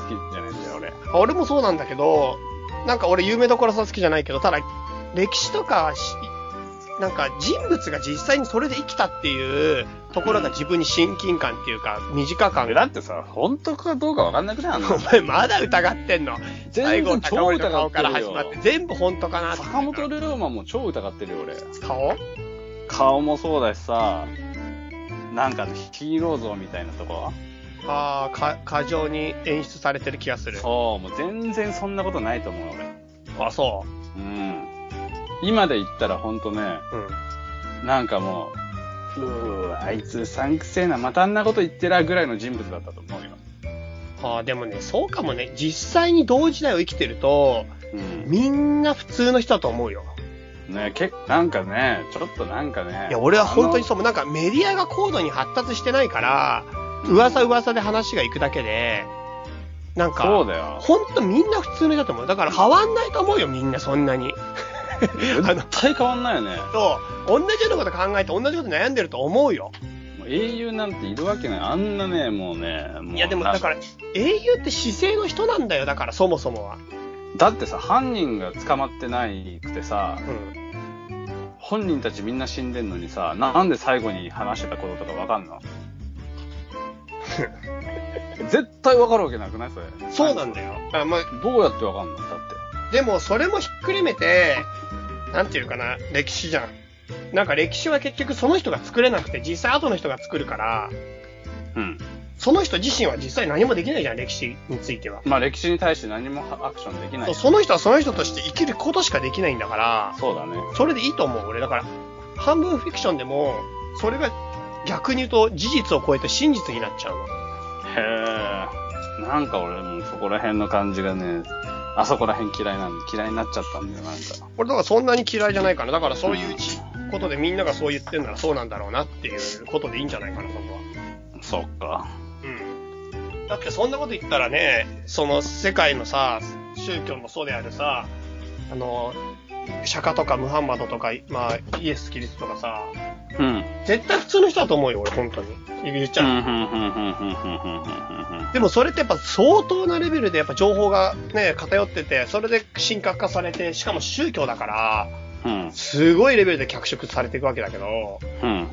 [SPEAKER 2] 好きじゃないんだよ俺。
[SPEAKER 1] 俺もそうなんだけど、なんか俺有名どころさ好きじゃないけど、ただ、歴史とかし、なんか人物が実際にそれで生きたっていうところが自分に親近感っていうか、身近感
[SPEAKER 2] 俺
[SPEAKER 1] が。
[SPEAKER 2] だってさ、本当かどうかわかんなくないあんな
[SPEAKER 1] お
[SPEAKER 2] の
[SPEAKER 1] 前まだ疑ってんの最
[SPEAKER 2] 全
[SPEAKER 1] 後、
[SPEAKER 2] 然
[SPEAKER 1] 高
[SPEAKER 2] 超
[SPEAKER 1] 森
[SPEAKER 2] 疑
[SPEAKER 1] の顔
[SPEAKER 2] っ
[SPEAKER 1] か
[SPEAKER 2] て
[SPEAKER 1] ら
[SPEAKER 2] る
[SPEAKER 1] 始まっ
[SPEAKER 2] よ
[SPEAKER 1] て、。全部本当かなって
[SPEAKER 2] 坂本龍馬も超疑ってるよ俺。
[SPEAKER 1] 顔
[SPEAKER 2] 顔もそうだしさ、なんかヒーロー像みたいなとこ
[SPEAKER 1] ああ、か、過剰に演出されてる気がする。
[SPEAKER 2] そう、もう全然そんなことないと思う俺。
[SPEAKER 1] あ、そ
[SPEAKER 2] うん。今で言ったらほんとね、
[SPEAKER 1] う。うん。
[SPEAKER 2] なんかもう、うーあいつうさんくせえな、またあんなこと言ってらぐらいの人物だったと思うよ。
[SPEAKER 1] ああ、でもね、そうかもね。実際に同時代を生きてると、
[SPEAKER 2] うん。
[SPEAKER 1] みんな普通の人だと思うよ。
[SPEAKER 2] ねけなんかね、ちょっとなんかね。
[SPEAKER 1] いや、俺は本当にそう、もうなんかメディアが高度に発達してないから、噂噂で話が行くだけで、なん
[SPEAKER 2] あのそう
[SPEAKER 1] か、
[SPEAKER 2] だよ。
[SPEAKER 1] 本当みんな普通の人だと思う。だから変わんないと思うよ、みんなそんなに。 (laughs) あの、
[SPEAKER 2] 絶対変わんないよね。
[SPEAKER 1] そう、同じようなこと考えて、同じこと悩んでると思うよ。
[SPEAKER 2] もう英雄なんているわけない。あんなね、もうね、もう。。
[SPEAKER 1] いや、でもだからら、英雄って姿勢の人なんだよ、だから、そもそもは。
[SPEAKER 2] だってさ、犯人が捕まってないくてさ、
[SPEAKER 1] うん。
[SPEAKER 2] 本人たちみんな死んでんのにさ、なんで最後に話してたこととかわかん
[SPEAKER 1] (laughs)
[SPEAKER 2] の絶対わかるわけなくないそれ。
[SPEAKER 1] そうなんだよ。あまあ、
[SPEAKER 2] どうやってわかんのだって。
[SPEAKER 1] でも、それもひっくるめて、なんていうかな、歴史じゃん。なんか歴史は結局その人が作れなくて、実際後の人が作るから、
[SPEAKER 2] うん。
[SPEAKER 1] その人自身は実際何もできないじゃん、歴史については。
[SPEAKER 2] まあ歴史に対して何もアクションできな
[SPEAKER 1] そう
[SPEAKER 2] い。
[SPEAKER 1] その人はその人として生きることしかできないんだから、
[SPEAKER 2] そうだね。
[SPEAKER 1] それでいいと思う、俺。だから、半分フィクションでも、それが逆に言うと事実を超えて真実になっちゃうの。
[SPEAKER 2] へえ。なんか俺もうそこら辺の感じがね、あそこら辺嫌いなん嫌いになっちゃったんだよ、なんか。
[SPEAKER 1] 俺だからそんなに嫌いじゃないから、だからそういうことでみんながそう言ってんならそうなんだろうなっていうことでいいんじゃないかな、そこは。
[SPEAKER 2] そっか。
[SPEAKER 1] うん。だってそんなこと言ったらね、その世界のさ、宗教もそうであるさ、あの、釈迦とかムハンマドとか、まあ、イエス・キリストとかさ、
[SPEAKER 2] うん。うん、
[SPEAKER 1] 絶対普通の人だと思うよ、俺、本当に。言っち
[SPEAKER 2] う
[SPEAKER 1] ゃう。
[SPEAKER 2] ん、うん、うん、うん、うん、うん、うん。
[SPEAKER 1] でもそれってやっぱ相当なレベルでやっぱ情報がね、偏ってて、それで神格化されて、しかも宗教だから、
[SPEAKER 2] うん、
[SPEAKER 1] すごいレベルで脚色されていくわけだけど、
[SPEAKER 2] うん。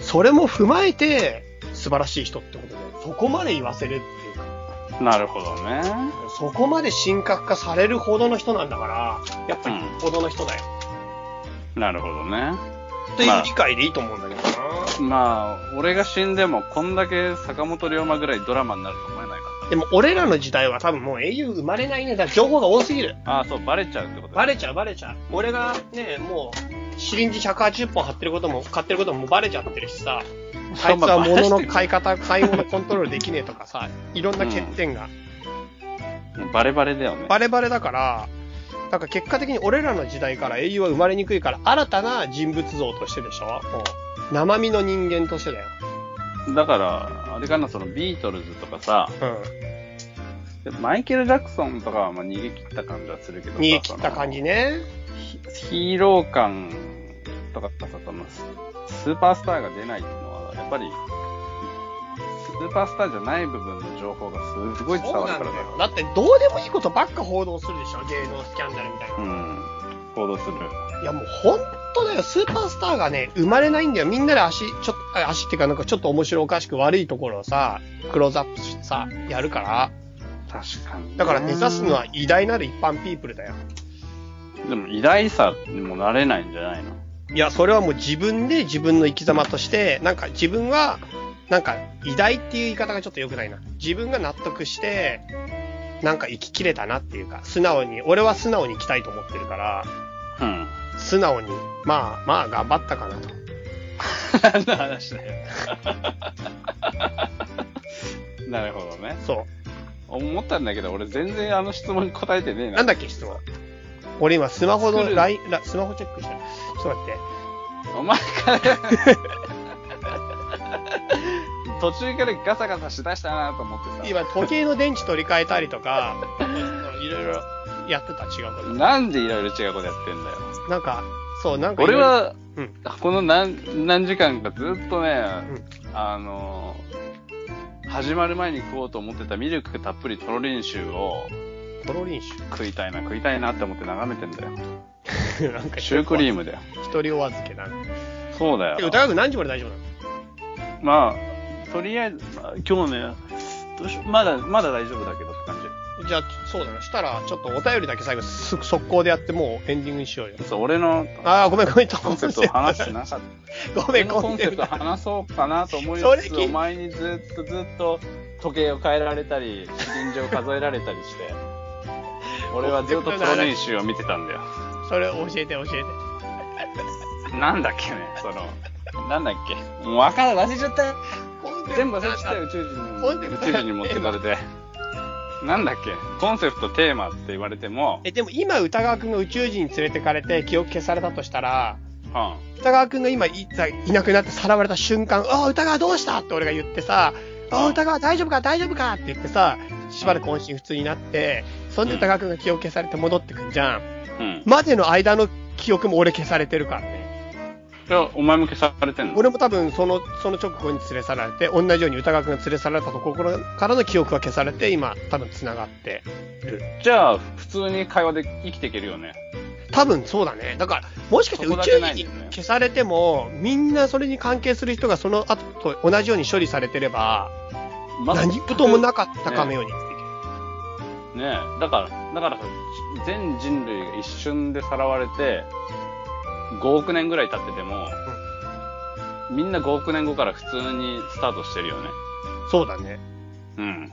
[SPEAKER 1] それも踏まえて、素晴らしい人ってことで、そこまで言わせるっていうか。
[SPEAKER 2] なるほどね。
[SPEAKER 1] そこまで神格化されるほどの人なんだから、やっぱりほどの人だよ。
[SPEAKER 2] なるほどね。
[SPEAKER 1] っていう理解でいいと思うんだけどな。
[SPEAKER 2] まあ、俺が死んでも、こんだけ坂本龍馬ぐらいドラマになると思えないか
[SPEAKER 1] でも俺らの時代は多分もう英雄生まれないね。だから情報が多すぎる。
[SPEAKER 2] ら。ああ、そう、バレちゃうってことだ
[SPEAKER 1] バレちゃうバレちゃう。俺がね、もうシリンジ180本貼ってることも、買ってることももうバレちゃってるしさ、あいつは物の買い方、買い物コントロールできねえとかさ、いろんな欠点が。
[SPEAKER 2] バレバレだよね。
[SPEAKER 1] バレバレだから、なんか結果的に俺らの時代から英雄は生まれにくいから、新たな人物像としてでしょもう生身の人間としてだよ。
[SPEAKER 2] だから、あれかな、そのビートルズとかさ、
[SPEAKER 1] うん。
[SPEAKER 2] マイケル・ジャクソンとかはまあ逃げ切った感じはするけどさ
[SPEAKER 1] 逃げ切った感じね。
[SPEAKER 2] そのヒヒーロー感とかさ、そのススーパースターが出ないっていうのは、やっぱり、スーパースターじゃない部分の情報がすごい伝
[SPEAKER 1] そ
[SPEAKER 2] わる
[SPEAKER 1] うなん
[SPEAKER 2] か
[SPEAKER 1] だ
[SPEAKER 2] ら
[SPEAKER 1] よ
[SPEAKER 2] ね。
[SPEAKER 1] だってどうでもいいことばっか報道するでしょ芸能スキャンダルみたいな、
[SPEAKER 2] うん。行動する。
[SPEAKER 1] いやもう本当だよスーパースターがね生まれないんだよみんなで足ちょっとあ足っていうかなんかちょっと面白おかしく悪いところをさクローズアップしてさやるから
[SPEAKER 2] 確かに。
[SPEAKER 1] だから目指すのは偉大なる一般ピープルだよ
[SPEAKER 2] でも偉大さにもなれないんじゃないの
[SPEAKER 1] いや、それはもう自分で自分の生き様として、なんか自分は、なんか偉大っていう言い方がちょっと良くないな。自分が納得して、なんか生ききれたなっていうか、素直に、俺は素直に生きたいと思ってるから、
[SPEAKER 2] うん。
[SPEAKER 1] 素直に、まあまあ頑張ったかなと。
[SPEAKER 2] 何の話だよ。 (laughs) なるほどね。
[SPEAKER 1] そ
[SPEAKER 2] 思ったんだけど、俺全然あの質問に答えてねえ
[SPEAKER 1] う。
[SPEAKER 2] な。
[SPEAKER 1] なんだっけ、質問。俺今スマホ
[SPEAKER 2] 作
[SPEAKER 1] の
[SPEAKER 2] る
[SPEAKER 1] ライン、ラスマホチェックしてる。ちょっと待って。
[SPEAKER 2] お前から。途中からガサガサしだしたなと思って
[SPEAKER 1] 今時計の電池取り替えたりと
[SPEAKER 2] (laughs)
[SPEAKER 1] か、いろいろやってた、違うこ
[SPEAKER 2] さ。なんでいろいろ違うことやってんだよ。
[SPEAKER 1] と。なんか、そう、なんか色
[SPEAKER 2] 俺
[SPEAKER 1] 々、
[SPEAKER 2] は、
[SPEAKER 1] うん
[SPEAKER 2] この何何時間かずっとね、あの、始まる前に食おうと思ってたミルクたっぷりとろりんシューを
[SPEAKER 1] トロリンシ
[SPEAKER 2] 食いたいな、食いたいなって思って眺めてんだよ。
[SPEAKER 1] ュ。 (laughs) なんか、
[SPEAKER 2] シュークリームだよ。
[SPEAKER 1] 一人お預けなんか
[SPEAKER 2] そうだ
[SPEAKER 1] え、
[SPEAKER 2] よ。
[SPEAKER 1] 歌楽何時まで大丈夫なの
[SPEAKER 2] まあ、とりあえず、まあ今日ね、どうしようまだ、まだ大丈夫だけどって感
[SPEAKER 1] じゃあ、そうだな。したら、ちょっとお便りだけ最後、す速攻でやって、もうエンディングにしようよ
[SPEAKER 2] じ。。そう、俺の
[SPEAKER 1] ああ、ごめん、ごめん、
[SPEAKER 2] コ
[SPEAKER 1] コ
[SPEAKER 2] ンセプトを話してなかった。
[SPEAKER 1] ごめ
[SPEAKER 2] 俺
[SPEAKER 1] ん、
[SPEAKER 2] (laughs) のコ
[SPEAKER 1] コ
[SPEAKER 2] ン
[SPEAKER 1] ン
[SPEAKER 2] セ
[SPEAKER 1] セ
[SPEAKER 2] プ
[SPEAKER 1] プ
[SPEAKER 2] ト
[SPEAKER 1] ト。
[SPEAKER 2] 話そうかなと思い
[SPEAKER 1] そ
[SPEAKER 2] つ
[SPEAKER 1] れ
[SPEAKER 2] つ、
[SPEAKER 1] 聞い
[SPEAKER 2] お前にずっとずっと時計を変えられたり、臨場を数えられたり (laughs) して、俺はずっとプロ練習を見てたんだよ。
[SPEAKER 1] それ教えて、教えて。
[SPEAKER 2] なんだっけね、その、なんだっけ。もう分からん、忘れちゃったよ。全部忘れちゃったよ、宇宙
[SPEAKER 1] コ
[SPEAKER 2] 人
[SPEAKER 1] ン
[SPEAKER 2] に。
[SPEAKER 1] セプ
[SPEAKER 2] 宇
[SPEAKER 1] ト
[SPEAKER 2] 宙人に持ってかれて。なんだっけ、コンセプト、テーマって言われても、
[SPEAKER 1] え、でも今、歌川くんが宇宙人に連れてかれて、記憶消されたとしたら、
[SPEAKER 2] うん。
[SPEAKER 1] 歌川くんが今い、いなくなってさらわれた瞬間、ああ、歌川どうしたって俺が言ってさ、ああ、歌川大丈夫か、大丈夫かって言ってさ、しばらく音信不通になって、そんで歌川くんが記憶消されて戻ってくんじゃん。
[SPEAKER 2] うん。
[SPEAKER 1] までの間の記憶も俺消されてるからね。
[SPEAKER 2] いや、お前も消されてんの
[SPEAKER 1] 俺も多分そのその直後に連れ去られて同じように歌川君が連れ去られたところからの記憶が消されて今多分繋がって
[SPEAKER 2] じゃあ、普通に会話で生きていけるよね。
[SPEAKER 1] 多分そうだねだからもしかして宇
[SPEAKER 2] そこだけ
[SPEAKER 1] 宙
[SPEAKER 2] ないん
[SPEAKER 1] 人
[SPEAKER 2] だ
[SPEAKER 1] に
[SPEAKER 2] よね
[SPEAKER 1] 消されてもみんなそれに関係する人がその後と同じように処理されてれば
[SPEAKER 2] まず
[SPEAKER 1] 何事もなかったかのように生きていける
[SPEAKER 2] ねえ、だから、だからさ、全人類が一瞬でさらわれて、5億年ぐらい経ってても、みんな5億年後から普通にスタートしてるよね。
[SPEAKER 1] そうだね
[SPEAKER 2] うん。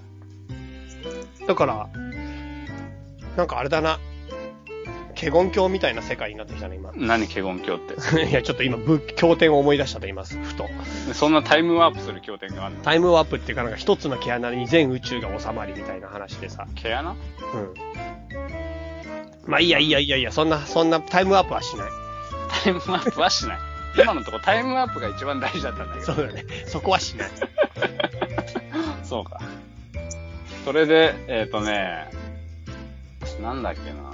[SPEAKER 1] だからなんかあれだな華厳教みたいな世界になってきたね今
[SPEAKER 2] (laughs) 何、華厳教って。
[SPEAKER 1] いやちょっと今仏経典を思い出しちゃった今ふと
[SPEAKER 2] そんなタイムワープする経典があるの
[SPEAKER 1] タイムワープっていうか、なんか一つの毛穴に全宇宙が収まりみたいな話でさ。
[SPEAKER 2] 毛穴
[SPEAKER 1] うん。まあいいやいいやいやいや、そんな、そんなタイムワープはしない。 (laughs)
[SPEAKER 2] タイムワープはしない。今のとこタイムワープが一番大事だったんだけ
[SPEAKER 1] そ
[SPEAKER 2] ど
[SPEAKER 1] う。だね。そこはしない。
[SPEAKER 2] そうか。それで、えっ、とね、なんだっけな。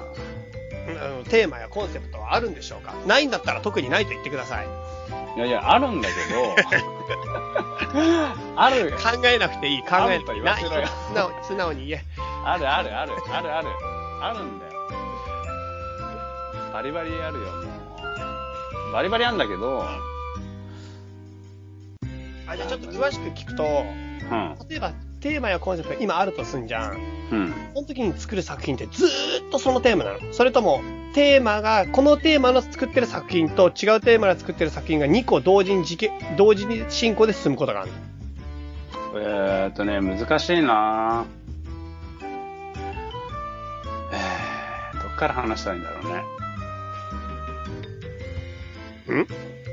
[SPEAKER 1] うん、テーマやコンセプトはあるんでしょうかないんだったら特にないと言ってください。
[SPEAKER 2] いやいや、あるんだけど、
[SPEAKER 1] (laughs)
[SPEAKER 2] あるよ
[SPEAKER 1] 考えなくていい。考
[SPEAKER 2] あ
[SPEAKER 1] え
[SPEAKER 2] ると
[SPEAKER 1] な
[SPEAKER 2] 言わ
[SPEAKER 1] ない。
[SPEAKER 2] せ
[SPEAKER 1] 素
[SPEAKER 2] ろよ
[SPEAKER 1] 直に素直に言え。
[SPEAKER 2] あるあるあるあるあるあるんだよバリバリあるよもうバリバリあんだけど
[SPEAKER 1] あ、じゃあちょっと詳しく聞くと、
[SPEAKER 2] うん
[SPEAKER 1] 例えばテーマやコンセプトが今あるとすんじゃん。
[SPEAKER 2] うん
[SPEAKER 1] その時に作る作品ってずーっとそのテーマなのそれとも、テーマが、このテーマの作ってる作品と違うテーマの作ってる作品が2個同時に時系同時に進行で進むことがあるの
[SPEAKER 2] えー、っとね難しいなえー、どっから話したらいいんだろうね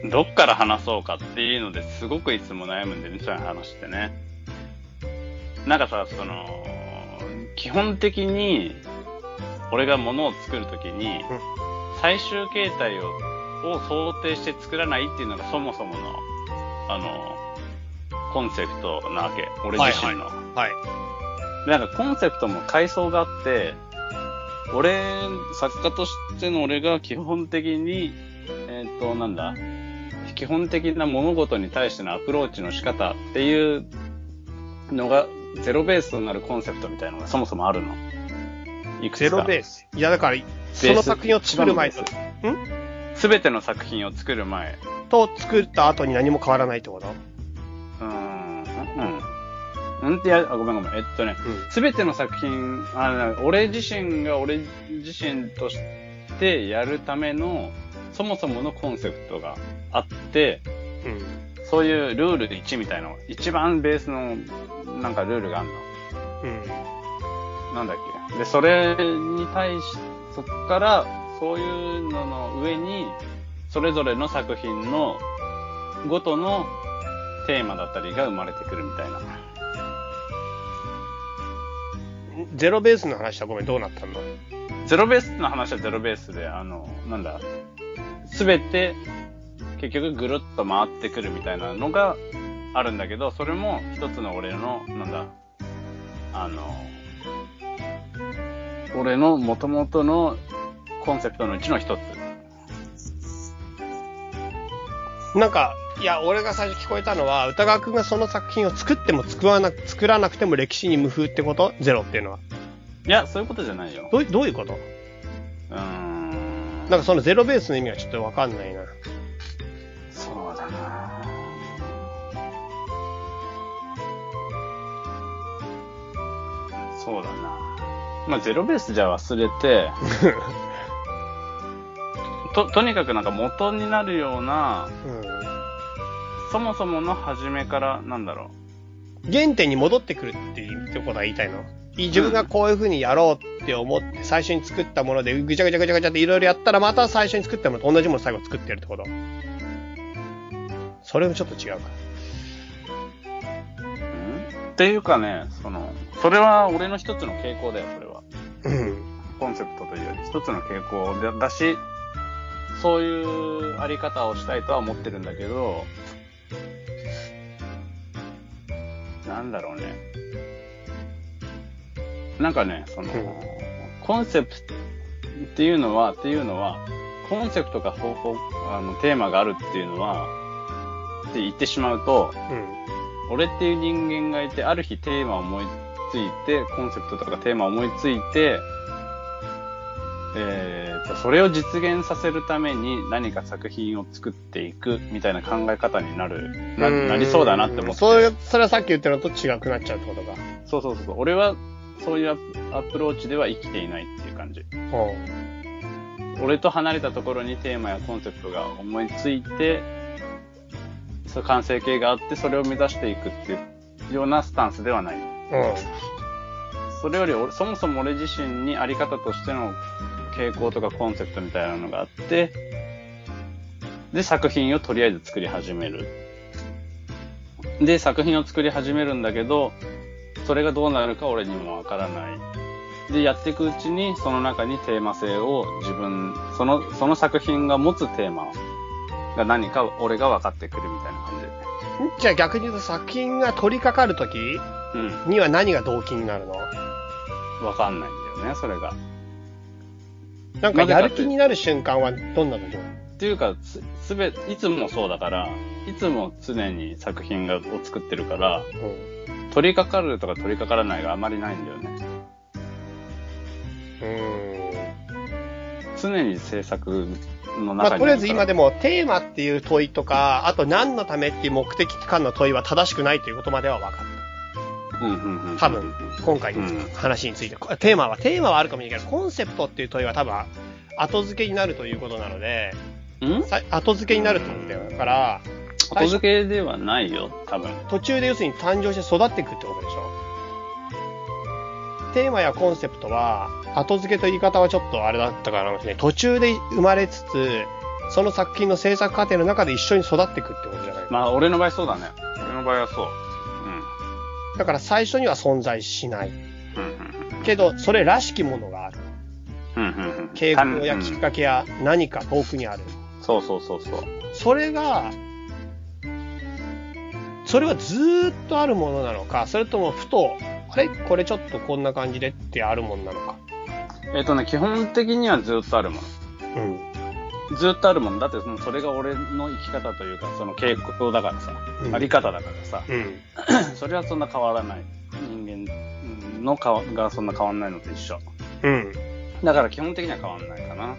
[SPEAKER 2] んどっから話そうかっていうのですごくいつも悩むんでね、そういう話ってね。なんかさ、その、基本的に、俺が物を作るときに
[SPEAKER 1] うん、
[SPEAKER 2] 最終形態をを想定して作らないっていうのがそもそもの、あの、コンセプトなわけ。俺自身の。
[SPEAKER 1] はい。
[SPEAKER 2] でなんかコンセプトも階層があって、俺、作家としての俺が基本的に、えっ、と、なんだ、基本的な物事に対してのアプローチの仕方っていうのが、ゼロベースとなるコンセプトみたいのがそもそもあるの。いくつ
[SPEAKER 1] ゼ
[SPEAKER 2] か
[SPEAKER 1] ロベース。いや、だから、その作品を作る前と、ん
[SPEAKER 2] すべての作品を作る前。
[SPEAKER 1] と作った後に何も変わらないってこと
[SPEAKER 2] うーん。うん。なんてや、あ、ごめんごめん。えっとね、
[SPEAKER 1] う
[SPEAKER 2] すべての作品、あの俺自身が俺自身としてやるための、そもそものコンセプトがあって、
[SPEAKER 1] ん。うん。
[SPEAKER 2] そういうルール1みたいなの、一番ベースの、なんかルールがある
[SPEAKER 1] うん。
[SPEAKER 2] の。なんだっけ。で、それに対し、そっから、そういうのの上に、それぞれの作品の、ごとのテーマだったりが生まれてくるみたいな。
[SPEAKER 1] ゼロベースの話はごめん、どうなったの
[SPEAKER 2] ゼロベースの話はゼロベースで、あの、なんだ、すべて、結局ぐるっと回ってくるみたいなのがあるんだけど、それも一つの俺の、なんだ、あの、俺の元々のコンセプトのうちの一つ。
[SPEAKER 1] なんか、いや、俺が最初聞こえたのは、歌川くんがその作品を作っても作らなく作らなくても歴史に無風ってことゼロっていうのは。
[SPEAKER 2] いや、そういうことじゃないよ。
[SPEAKER 1] どうどういうこと
[SPEAKER 2] うーん。
[SPEAKER 1] なんかそのゼロベースの意味はちょっとわかんないな。
[SPEAKER 2] そうだなそうだなまあ、ゼロベースじゃ忘れて、 (laughs) と、とにかくなんか元になるような、
[SPEAKER 1] うん。
[SPEAKER 2] そもそもの初めから、なんだろ
[SPEAKER 1] 原点に戻ってくるっていうってことは言いたいのい自分がこういうふうにやろうって思って最初に作ったものでぐちゃぐちゃぐちゃぐちゃっていろいろやったらまた最初に作ったものと同じものを最後作ってるってことそれもちょっと違うか。
[SPEAKER 2] うんっていうかね、その、それは俺の一つの傾向だよ、それは。
[SPEAKER 1] うん。
[SPEAKER 2] コンセプトというより一つの傾向だだし、そういうあり方をしたいとは思ってるんだけど、なんだろうね。なんかね、その
[SPEAKER 1] うん、
[SPEAKER 2] コンセプトっていうのは、っていうのは、コンセプトが方法、あの、テーマがあるっていうのは、って言ってしまうと、
[SPEAKER 1] うん。
[SPEAKER 2] 俺っていう人間がいて、ある日テーマを思いついて、コンセプトとかテーマを思いついて、えー、と、それを実現させるために何か作品を作っていくみたいな考え方になる、な
[SPEAKER 1] うん
[SPEAKER 2] なりそうだなって思って。
[SPEAKER 1] そういう、それはさっき言ったのと違くなっちゃうってことか。
[SPEAKER 2] そうそうそうそう。俺は、そういうアアプローチでは生きていないっていう感じ。
[SPEAKER 1] う
[SPEAKER 2] 俺と離れたところにテーマやコンセプトが思いついて、そう完成形があって、それを目指していくっていうようなスタンスではない。
[SPEAKER 1] ん。うん。
[SPEAKER 2] それより俺、そもそも俺自身にあり方としての傾向とかコンセプトみたいなのがあって、で、作品をとりあえず作り始める。で、作品を作り始めるんだけど、それがどうなるか俺にもわからない。で、やっていくうちに、その中にテーマ性を自分、その、その作品が持つテーマが何か俺が分かってくるみたいな感
[SPEAKER 1] じゃあ逆に言うと作品が取り掛かると
[SPEAKER 2] じ。
[SPEAKER 1] き
[SPEAKER 2] うん。
[SPEAKER 1] には何が動機になるの
[SPEAKER 2] わかんないんだよね、それが。
[SPEAKER 1] なんかやる気になる瞬間はどんな時なの
[SPEAKER 2] っていうか、す、すべ、いつもそうだから、いつも常に作品が、を作ってるから、
[SPEAKER 1] うん。
[SPEAKER 2] 取り掛かるとか取り掛からないがあまりないんだよね。
[SPEAKER 1] うん。
[SPEAKER 2] 常に制作の中にる
[SPEAKER 1] ま
[SPEAKER 2] から。
[SPEAKER 1] あ、とりあえず今でもテーマっていう問いとか、あと何のためっていう目的間の問いは正しくないということまでは分かっ
[SPEAKER 2] うんうんうん。
[SPEAKER 1] 多分た。今回
[SPEAKER 2] うん
[SPEAKER 1] の話について、こテーマは、テーマはあるかもしれないけど、コンセプトっていう問いは多分後付けになるということなので、
[SPEAKER 2] ん
[SPEAKER 1] さ後付けになるってことだよだから、
[SPEAKER 2] 後付けではないよ、多分。
[SPEAKER 1] 途中で要するに誕生して育っていくってことでしょ。テーマやコンセプトは、後付けという言い方はちょっとあれだったかもしれない。途中で生まれつつ、その作品の制作過程の中で一緒に育っていくってことじゃない
[SPEAKER 2] まあ、俺の場合そうだね。俺の場合はそう。
[SPEAKER 1] だから最初には存在しない。
[SPEAKER 2] うん。うんうん
[SPEAKER 1] けど、それらしきものがある。
[SPEAKER 2] うん。うんうんうん。
[SPEAKER 1] 傾向や
[SPEAKER 2] うん
[SPEAKER 1] きっかけや何か遠くにある。
[SPEAKER 2] そうそうそうそう。
[SPEAKER 1] それが、それはずーっとあるものなのか、それともふと、あれこれちょっとこんな感じでってあるものなのか。
[SPEAKER 2] えっ、とね、基本的にはずっとあるもの。
[SPEAKER 1] うん。
[SPEAKER 2] ずっとあるもんだってそれが俺の生き方というかその傾向だからさ、
[SPEAKER 1] うん
[SPEAKER 2] あり方だからさ、
[SPEAKER 1] うん。
[SPEAKER 2] それはそんな変わらない人間の顔がそんな変わらないのと一緒
[SPEAKER 1] うん。
[SPEAKER 2] だから基本的には変わんないかな。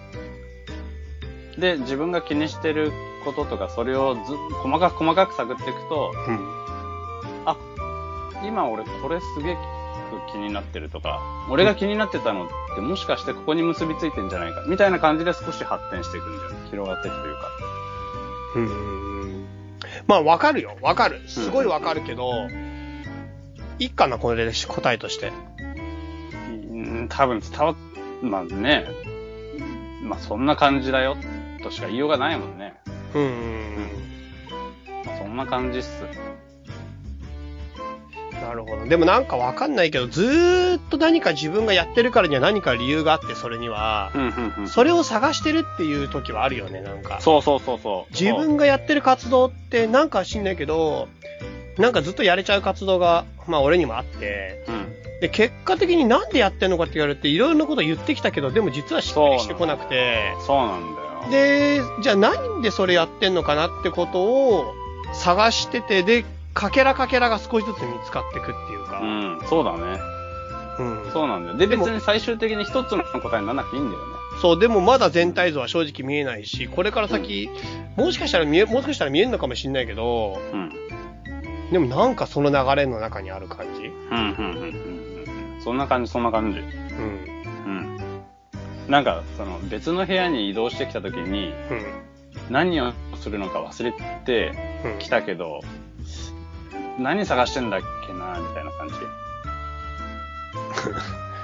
[SPEAKER 2] で、自分が気にしてることとか、それをず、細かく細かく探っていくと、
[SPEAKER 1] うん。
[SPEAKER 2] 今俺これすげえ気になってるとか、俺が気になってたのってもしかしてここに結びついてんじゃないか、みたいな感じで少し発展していくんだよね。広がっていくというか。
[SPEAKER 1] うん。まあ、わかるよ。わかる。すごいわかるけど、一かな、これで答えとして。
[SPEAKER 2] うん、多分伝わっ、まあね、まあそんな感じだよ、としか言いようがないもんね。
[SPEAKER 1] うん。
[SPEAKER 2] まあそんな感じっす。
[SPEAKER 1] なるほど。でもなんかわかんないけど、ずーっと何か自分がやってるからには何か理由があって、それには、
[SPEAKER 2] うん、うん、うん。
[SPEAKER 1] それを探してるっていう時はあるよね、なんか。
[SPEAKER 2] そうそうそうそう。
[SPEAKER 1] 自分がやってる活動ってなんか知んないけど、なんかずっとやれちゃう活動が、まあ俺にもあって、
[SPEAKER 2] うん。
[SPEAKER 1] で、結果的になんでやってんのかって言われて、いろいろなこと言ってきたけど、でも実はしっかりしてこなくて、
[SPEAKER 2] そうなんだよ。
[SPEAKER 1] で、じゃあなんでそれやってんのかなってことを探してて、で、かけらかけらが少しずつ見つかってくっていう
[SPEAKER 2] う
[SPEAKER 1] か、
[SPEAKER 2] ん、そうだね。
[SPEAKER 1] うん。
[SPEAKER 2] そうなんだよ。で、
[SPEAKER 1] で
[SPEAKER 2] 別
[SPEAKER 1] も
[SPEAKER 2] に最終的に一つの答えにならなくていいんだよね。
[SPEAKER 1] そう、でもまだ全体像は正直見えないし、これから先、もしかしたら見え、もしかしたら見えるのかもしれないけど、
[SPEAKER 2] うん。
[SPEAKER 1] でもなんかその流れの中にある感じ。
[SPEAKER 2] うん、うん、うん、うん。そんな感じ、そんな感じ。
[SPEAKER 1] うん。
[SPEAKER 2] うん。なんか、その、別の部屋に移動してきた時に、
[SPEAKER 1] うん。
[SPEAKER 2] 何をするのか忘れて
[SPEAKER 1] うん。
[SPEAKER 2] きたけど、何探してんだっけな、みたいな
[SPEAKER 1] (laughs)
[SPEAKER 2] 感じ。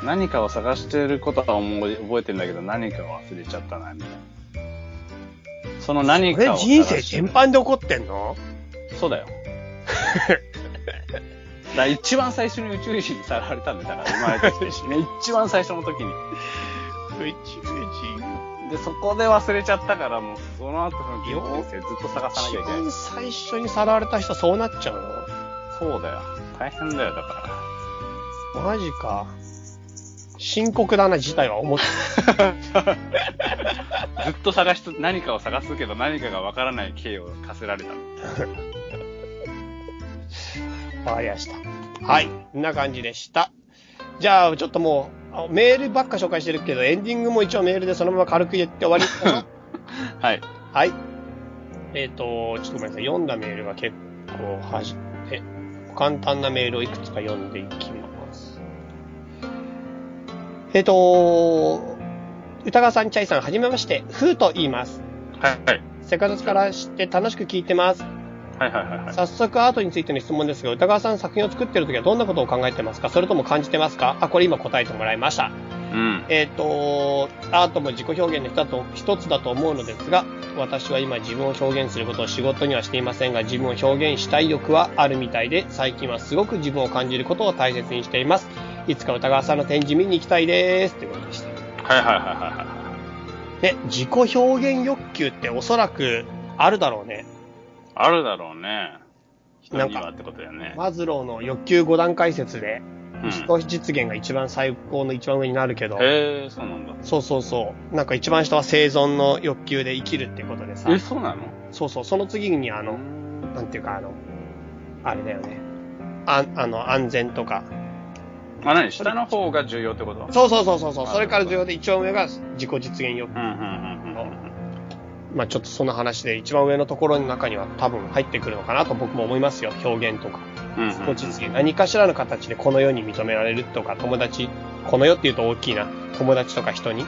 [SPEAKER 2] 何かを探してることは思い覚えてるんだけど、何かを忘れちゃったな、みたいな。その何
[SPEAKER 1] こ
[SPEAKER 2] か
[SPEAKER 1] れ
[SPEAKER 2] を探して
[SPEAKER 1] 人生全般で起こってんの
[SPEAKER 2] そう
[SPEAKER 1] (laughs)
[SPEAKER 2] だよ。だから一番最初に宇宙人にさらわれたんだから、生まれてき
[SPEAKER 1] (laughs)
[SPEAKER 2] てし、ね、一番最初の時に。で、そこで忘れちゃったから、もうその後の人生ずっと探さなき
[SPEAKER 1] 一
[SPEAKER 2] ゃいけない。
[SPEAKER 1] 番最初にさらわれた人はそうなっちゃう
[SPEAKER 2] そうだよ。大変だよ、だ
[SPEAKER 1] のマジか。深刻だな、事態は思って。
[SPEAKER 2] から。ずっと探しつ、何かを探すけど何かがわからない刑を課せられた。
[SPEAKER 1] わかりました。はい。こんな感じでした。じゃあ、ちょっともう、あメールばっか紹介してるけど、エンディングも一応メールでそのまま軽く言って終わり
[SPEAKER 2] (laughs)
[SPEAKER 1] かな
[SPEAKER 2] はい。
[SPEAKER 1] はい。えっ、と、ちょっとごめんなさい。読んだメールが結構はじ、え、簡単なメールをいくつか読んでいきます。えっ、と、歌川さん、チャイさん、はじめまして。ふーと言います。
[SPEAKER 2] はい。
[SPEAKER 1] セカドスから知って楽しく聞いてます。
[SPEAKER 2] はいはいはいはい。
[SPEAKER 1] 早速アートについての質問ですが、歌川さん作品を作ってるときはどんなことを考えてますかそれとも感じてますかあ、これ今答えてもらいました。
[SPEAKER 2] うん。
[SPEAKER 1] えっ、と、アートも自己表現の一つだと一つだと思うのですが、私は今自分を表現することを仕事にはしていませんが、自分を表現したい欲はあるみたいで、最近はすごく自分を感じることを大切にしています。いつか歌川さんの展示見に行きたいです。ということでした。
[SPEAKER 2] はいはいはいはいはい。
[SPEAKER 1] ね、自己表現欲求っておそらくあるだろうね。
[SPEAKER 2] あるだろうね。人
[SPEAKER 1] なんか
[SPEAKER 2] にはってことだよね。
[SPEAKER 1] マズローの欲求5段階説で、
[SPEAKER 2] うん
[SPEAKER 1] 自己実現が一番最高の一番上になるけど、
[SPEAKER 2] へえ、そうなんだ。
[SPEAKER 1] そうそうそう。なんか一番下は生存の欲求で生きるってことでさ、
[SPEAKER 2] え、そうなの
[SPEAKER 1] そうそう、その次にあ
[SPEAKER 2] あ
[SPEAKER 1] の、なんていうかあの、あれだよね。ああの、安全とか。
[SPEAKER 2] あ、何下の方が重要ってこと
[SPEAKER 1] そうそうそうそうそう。
[SPEAKER 2] あ
[SPEAKER 1] それから重要で一番上が自己実現欲
[SPEAKER 2] うんうんうんうん
[SPEAKER 1] まあちょっとその話で一番上のところの中には多分入ってくるのかなと僕も思いますよ。表現とか。
[SPEAKER 2] うん。
[SPEAKER 1] 自己実現。何かしらの形でこの世に認められるとか、友達、この世っていうと大きいな。友達とか人に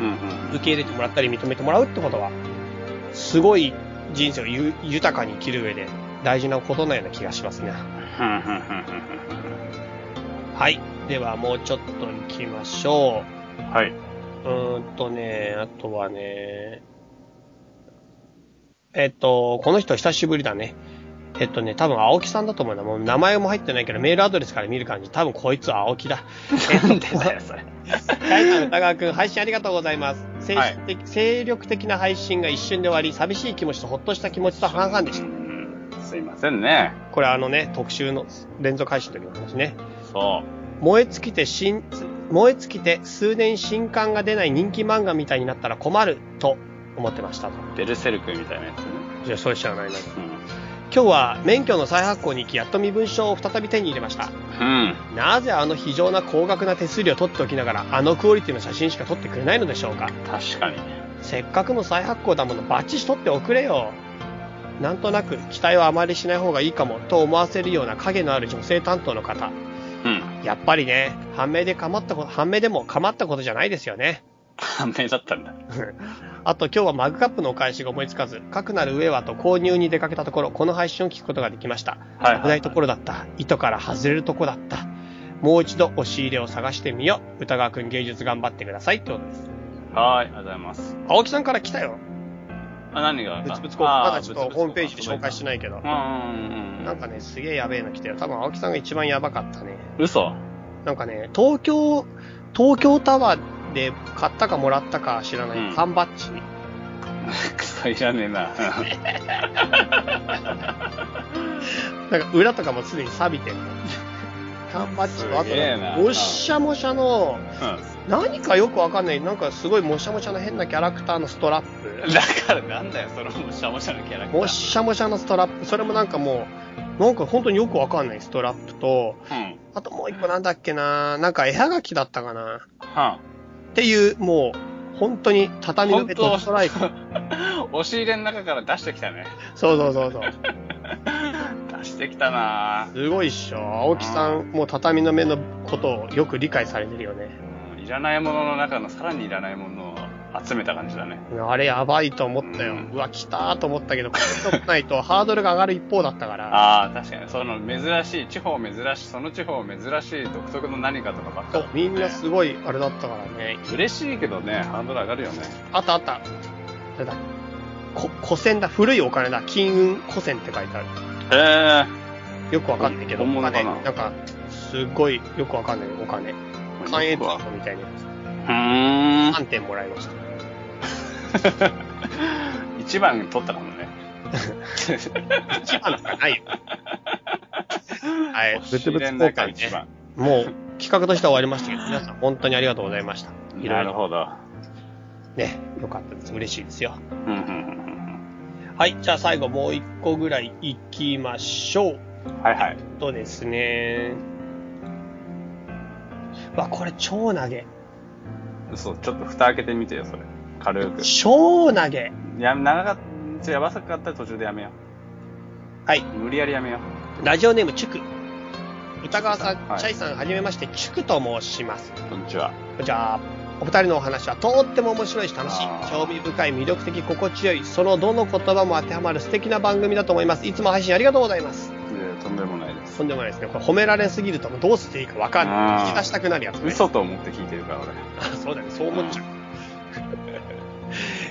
[SPEAKER 2] うん
[SPEAKER 1] 受け入れてもらったり認めてもらうってことは、すごい人生をゆ豊かに生きる上で大事なことなような気がしますね。はい。ではもうちょっと行きましょ
[SPEAKER 2] うん。はい。
[SPEAKER 1] う。うーんとね、あとはね、えっと、この人久しぶりだね。えっとね、多分青木さんだと思うんだ。もう名前も入ってないけど、メールアドレスから見る感じ、多分こいつ青木だ。
[SPEAKER 2] なんでだよ、それ。
[SPEAKER 1] はい、歌川くん、配信ありがとうございます。精
[SPEAKER 2] はい
[SPEAKER 1] 神的精力的な配信が一瞬で終わり、寂しい気持ちとほっとした気持ちと半々でした。
[SPEAKER 2] すいませんね。
[SPEAKER 1] これあのね、特集の連続配信の時の話ね。
[SPEAKER 2] そ
[SPEAKER 1] 燃え尽きて新、燃え尽きて数年新刊が出ない人気漫画みたいになったら困ると思ってましたと。
[SPEAKER 2] ベルセルクみたいなやつね。
[SPEAKER 1] じゃあ、それ知らないな。
[SPEAKER 2] うん。
[SPEAKER 1] 今日は免許の再発行に行き、やっと身分証を再び手に入れました。
[SPEAKER 2] うん。
[SPEAKER 1] なぜあの非常な高額な手数料を取っておきながら、あのクオリティの写真しか撮ってくれないのでしょうか。
[SPEAKER 2] 確かに。
[SPEAKER 1] せっかくの再発行だもの、バッチし取っておくれよ。なんとなく、期待はあまりしない方がいいかも、と思わせるような影のある女性担当の方。
[SPEAKER 2] うん。
[SPEAKER 1] やっぱりね、判明でかまったこと、判明でもかまったことじゃないですよね。
[SPEAKER 2] 判明だったんだ。
[SPEAKER 1] あと今日はマグカップのお返しが思いつかず、かくなる上はと購入に出かけたところ、この配信を聞くことができました。
[SPEAKER 2] はいはい
[SPEAKER 1] 危ないところだった。糸から外れるとこだった。もう一度押し入れを探してみよう。歌川くん芸術頑張ってくださいってことです。
[SPEAKER 2] はーい、ありがとうございます。
[SPEAKER 1] 青木さんから来たよ。
[SPEAKER 2] あ、何が
[SPEAKER 1] ぶつぶつこう。まだちょっとホームページで紹介して
[SPEAKER 2] ない。
[SPEAKER 1] ないけど
[SPEAKER 2] う。んうんうん。
[SPEAKER 1] なんかね、すげえやべえの来てる。多分青木さんが一番やばかったね。
[SPEAKER 2] 嘘
[SPEAKER 1] なんかね、東京、東京タワーで買ったかもらったか知らない、
[SPEAKER 2] うん
[SPEAKER 1] 缶バッジ。
[SPEAKER 2] クソいらねえな。
[SPEAKER 1] なんか裏とかもすでに錆
[SPEAKER 2] (laughs)
[SPEAKER 1] びてる。缶バッジの後
[SPEAKER 2] すげえな
[SPEAKER 1] の、もっしゃもしゃの、
[SPEAKER 2] う
[SPEAKER 1] 何かよくわかんない、なんかすごいもしゃもしゃの変なキャラクターのストラッ
[SPEAKER 2] ん
[SPEAKER 1] プ。
[SPEAKER 2] だからなんだよ、そのもしゃもしゃのキャラクター。
[SPEAKER 1] もしゃもしゃのストラップ。それもなんかもう、なんか本当によくわかんないストラップと、
[SPEAKER 2] うん。
[SPEAKER 1] あともう一個なんだっけななんか絵はがきだったかな
[SPEAKER 2] は
[SPEAKER 1] っていう、もう、本当に畳の
[SPEAKER 2] 本
[SPEAKER 1] 上
[SPEAKER 2] 当
[SPEAKER 1] とストラ
[SPEAKER 2] (laughs)
[SPEAKER 1] イク。
[SPEAKER 2] ん。押し入れの中から出してきたね。
[SPEAKER 1] そうそうそうそう。
[SPEAKER 2] 出してきたな
[SPEAKER 1] すごいっしょ。青木さん、もう畳の目のことをよく理解されてるよね。
[SPEAKER 2] ぁ。いらないものの中のさらにいらないものを集めた感じだね。
[SPEAKER 1] あれやばいと思ったよ
[SPEAKER 2] うん。
[SPEAKER 1] うわ、来たーと思ったけど、これ取らないと (laughs) ハードルが上がる一方だったから。
[SPEAKER 2] ああ、確かに。その珍しい、地方珍しい、その地方珍しい独特の何かとかばっか
[SPEAKER 1] そ
[SPEAKER 2] り
[SPEAKER 1] う、みんなすごいあれだったからね。
[SPEAKER 2] 嬉しいけどね、ハードル上がるよね。
[SPEAKER 1] あったあった。あれだ。こ、古銭だ。古いお金だ。金運古銭って書いてある。
[SPEAKER 2] へ
[SPEAKER 1] よくわかんないけど、
[SPEAKER 2] 本
[SPEAKER 1] お
[SPEAKER 2] 物か
[SPEAKER 1] 金。
[SPEAKER 2] な
[SPEAKER 1] なんか、すごいよくわかんないお金。
[SPEAKER 2] え。
[SPEAKER 1] 関越
[SPEAKER 2] う
[SPEAKER 1] 箱みたいなやつ。
[SPEAKER 2] ーん。
[SPEAKER 1] 3点もらいました。
[SPEAKER 2] 一番取ったかもね。
[SPEAKER 1] 一番とかないよ。はい。
[SPEAKER 2] 押
[SPEAKER 1] 物
[SPEAKER 2] し入
[SPEAKER 1] 々
[SPEAKER 2] れの
[SPEAKER 1] 交
[SPEAKER 2] 中一
[SPEAKER 1] 換ね。
[SPEAKER 2] 番。
[SPEAKER 1] もう、企画としては終わりましたけど、皆さん本当にありがとうございました。いろ
[SPEAKER 2] ないる
[SPEAKER 1] ろ。
[SPEAKER 2] ほど。
[SPEAKER 1] ね、よかったです。嬉しいですよ。
[SPEAKER 2] うんうんうん
[SPEAKER 1] はい。じゃあ最後もう一個ぐらい行きましょう。
[SPEAKER 2] うんはいはい。
[SPEAKER 1] とですね。うわ、これ超投げ。
[SPEAKER 2] そう、ちょっと蓋開けてみてよ、それ。軽く。
[SPEAKER 1] 超投げ。
[SPEAKER 2] や、長かった、やばさかったら途中でやめよ
[SPEAKER 1] はい。
[SPEAKER 2] う。無理やりやめよう。
[SPEAKER 1] ラジオネーム、チュク。歌川さん、
[SPEAKER 2] はい
[SPEAKER 1] チャイさん、はじめまして、チュクと申します。
[SPEAKER 2] こんにちは。
[SPEAKER 1] じゃあ、お二人のお話はとっても面白いし楽しい
[SPEAKER 2] あ。ー
[SPEAKER 1] 興味深い、魅力的、心地よい、そのどの言葉も当てはまる素敵な番組だと思います。いつも配信ありがとうございます。
[SPEAKER 2] いやとんでもないです。
[SPEAKER 1] とんでもないですね。これ褒められすぎるともうどうしていいかわかんな
[SPEAKER 2] あ
[SPEAKER 1] い。
[SPEAKER 2] ー
[SPEAKER 1] 聞き出したくなるやつ、ね。
[SPEAKER 2] 嘘と思って聞いてるから、俺。
[SPEAKER 1] あそうだね、そう思っちゃう。 (laughs)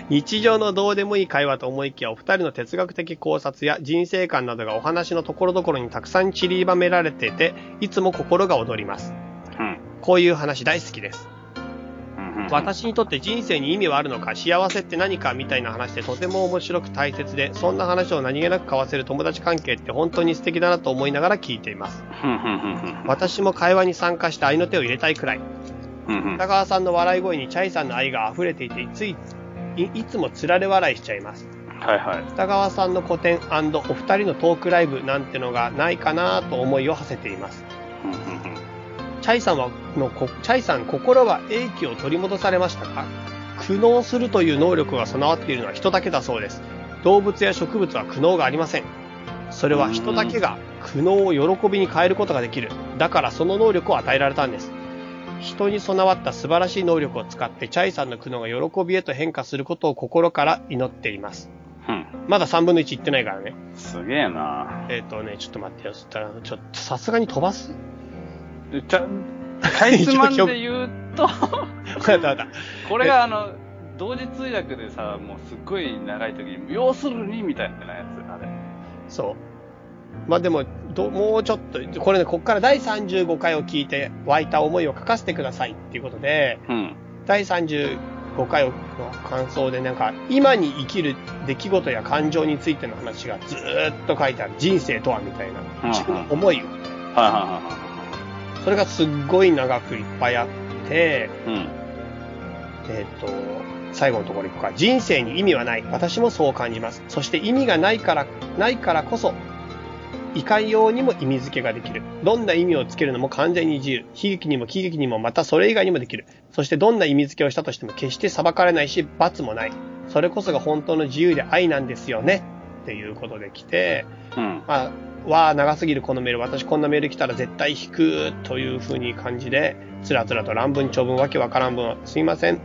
[SPEAKER 1] 日常のどうでもいい会話と思いきや、お二人の哲学的考察や人生観などがお話のところどころにたくさん散りばめられていて、いつも心が躍ります。
[SPEAKER 2] うん。
[SPEAKER 1] こういう話大好きです。
[SPEAKER 2] うんうんうん、
[SPEAKER 1] 私にとって人生に意味はあるのか、幸せって何かみたいな話でとても面白く大切で、そんな話を何気なく交わせる友達関係って本当に素敵だなと思いながら聞いています。
[SPEAKER 2] うんうんうんうん
[SPEAKER 1] 私も会話に参加して愛の手を入れたいくらい。
[SPEAKER 2] うんうん
[SPEAKER 1] 北川さんの笑い声にチャイさんの愛が溢れていて、つい、いいつもつられ笑いしちゃいます。
[SPEAKER 2] はいはい。
[SPEAKER 1] 北川さんの個展お二人のトークライブなんてのがないかなと思いを馳せています。
[SPEAKER 2] うんうんうん
[SPEAKER 1] チャイさんは、のこ、チャイさん心は英気を取り戻されましたか苦悩するという能力が備わっているのは人だけだそうです。動物や植物は苦悩がありません。それは人だけが苦悩を喜びに変えることができる。だからその能力を与えられたんです。人に備わった素晴らしい能力を使って、チャイさんの苦悩が喜びへと変化することを心から祈っています。
[SPEAKER 2] うん
[SPEAKER 1] まだ3分の1いってないからね。
[SPEAKER 2] すげえな
[SPEAKER 1] えっ、とね、ちょっと待ってよ。そしたら、ちょっとさすがに飛ばす
[SPEAKER 2] ちゃ、かいつまん
[SPEAKER 1] (laughs)
[SPEAKER 2] で言うと、
[SPEAKER 1] わかったわかった。
[SPEAKER 2] これがあの、同時通訳でさ、もうすっごい長い時に、要するにみたいなやつ、あれ。
[SPEAKER 1] そう。まあでも、どもうちょっと、これね、こっから第35回を聞いて湧いた思いを書かせてくださいっていうことで、
[SPEAKER 2] うん。
[SPEAKER 1] 第35回の感想でなんか、今に生きる出来事や感情についての話がずーっと書いてある。人生とはみたいな。
[SPEAKER 2] うん
[SPEAKER 1] 自分の思いを。
[SPEAKER 2] はいはい
[SPEAKER 1] それがすっごい長くいっぱいあって、
[SPEAKER 2] はいはい。うん。
[SPEAKER 1] えっ、と、最後のところいくか。人生に意味はない。私もそう感じます。そして意味がないから、ないからこそ、いかようにも意味付けができる。どんな意味をつけるのも完全に自由。悲劇にも喜劇にもまたそれ以外にもできる。そしてどんな意味付けをしたとしても決して裁かれないし、罰もない。それこそが本当の自由で愛なんですよね。っていうことで来て、
[SPEAKER 2] うん。
[SPEAKER 1] まあ、わあ、長すぎるこのメール、私こんなメール来たら絶対引くというふうに感じで、つらつらと乱文、長文、わけわからん文、すいません。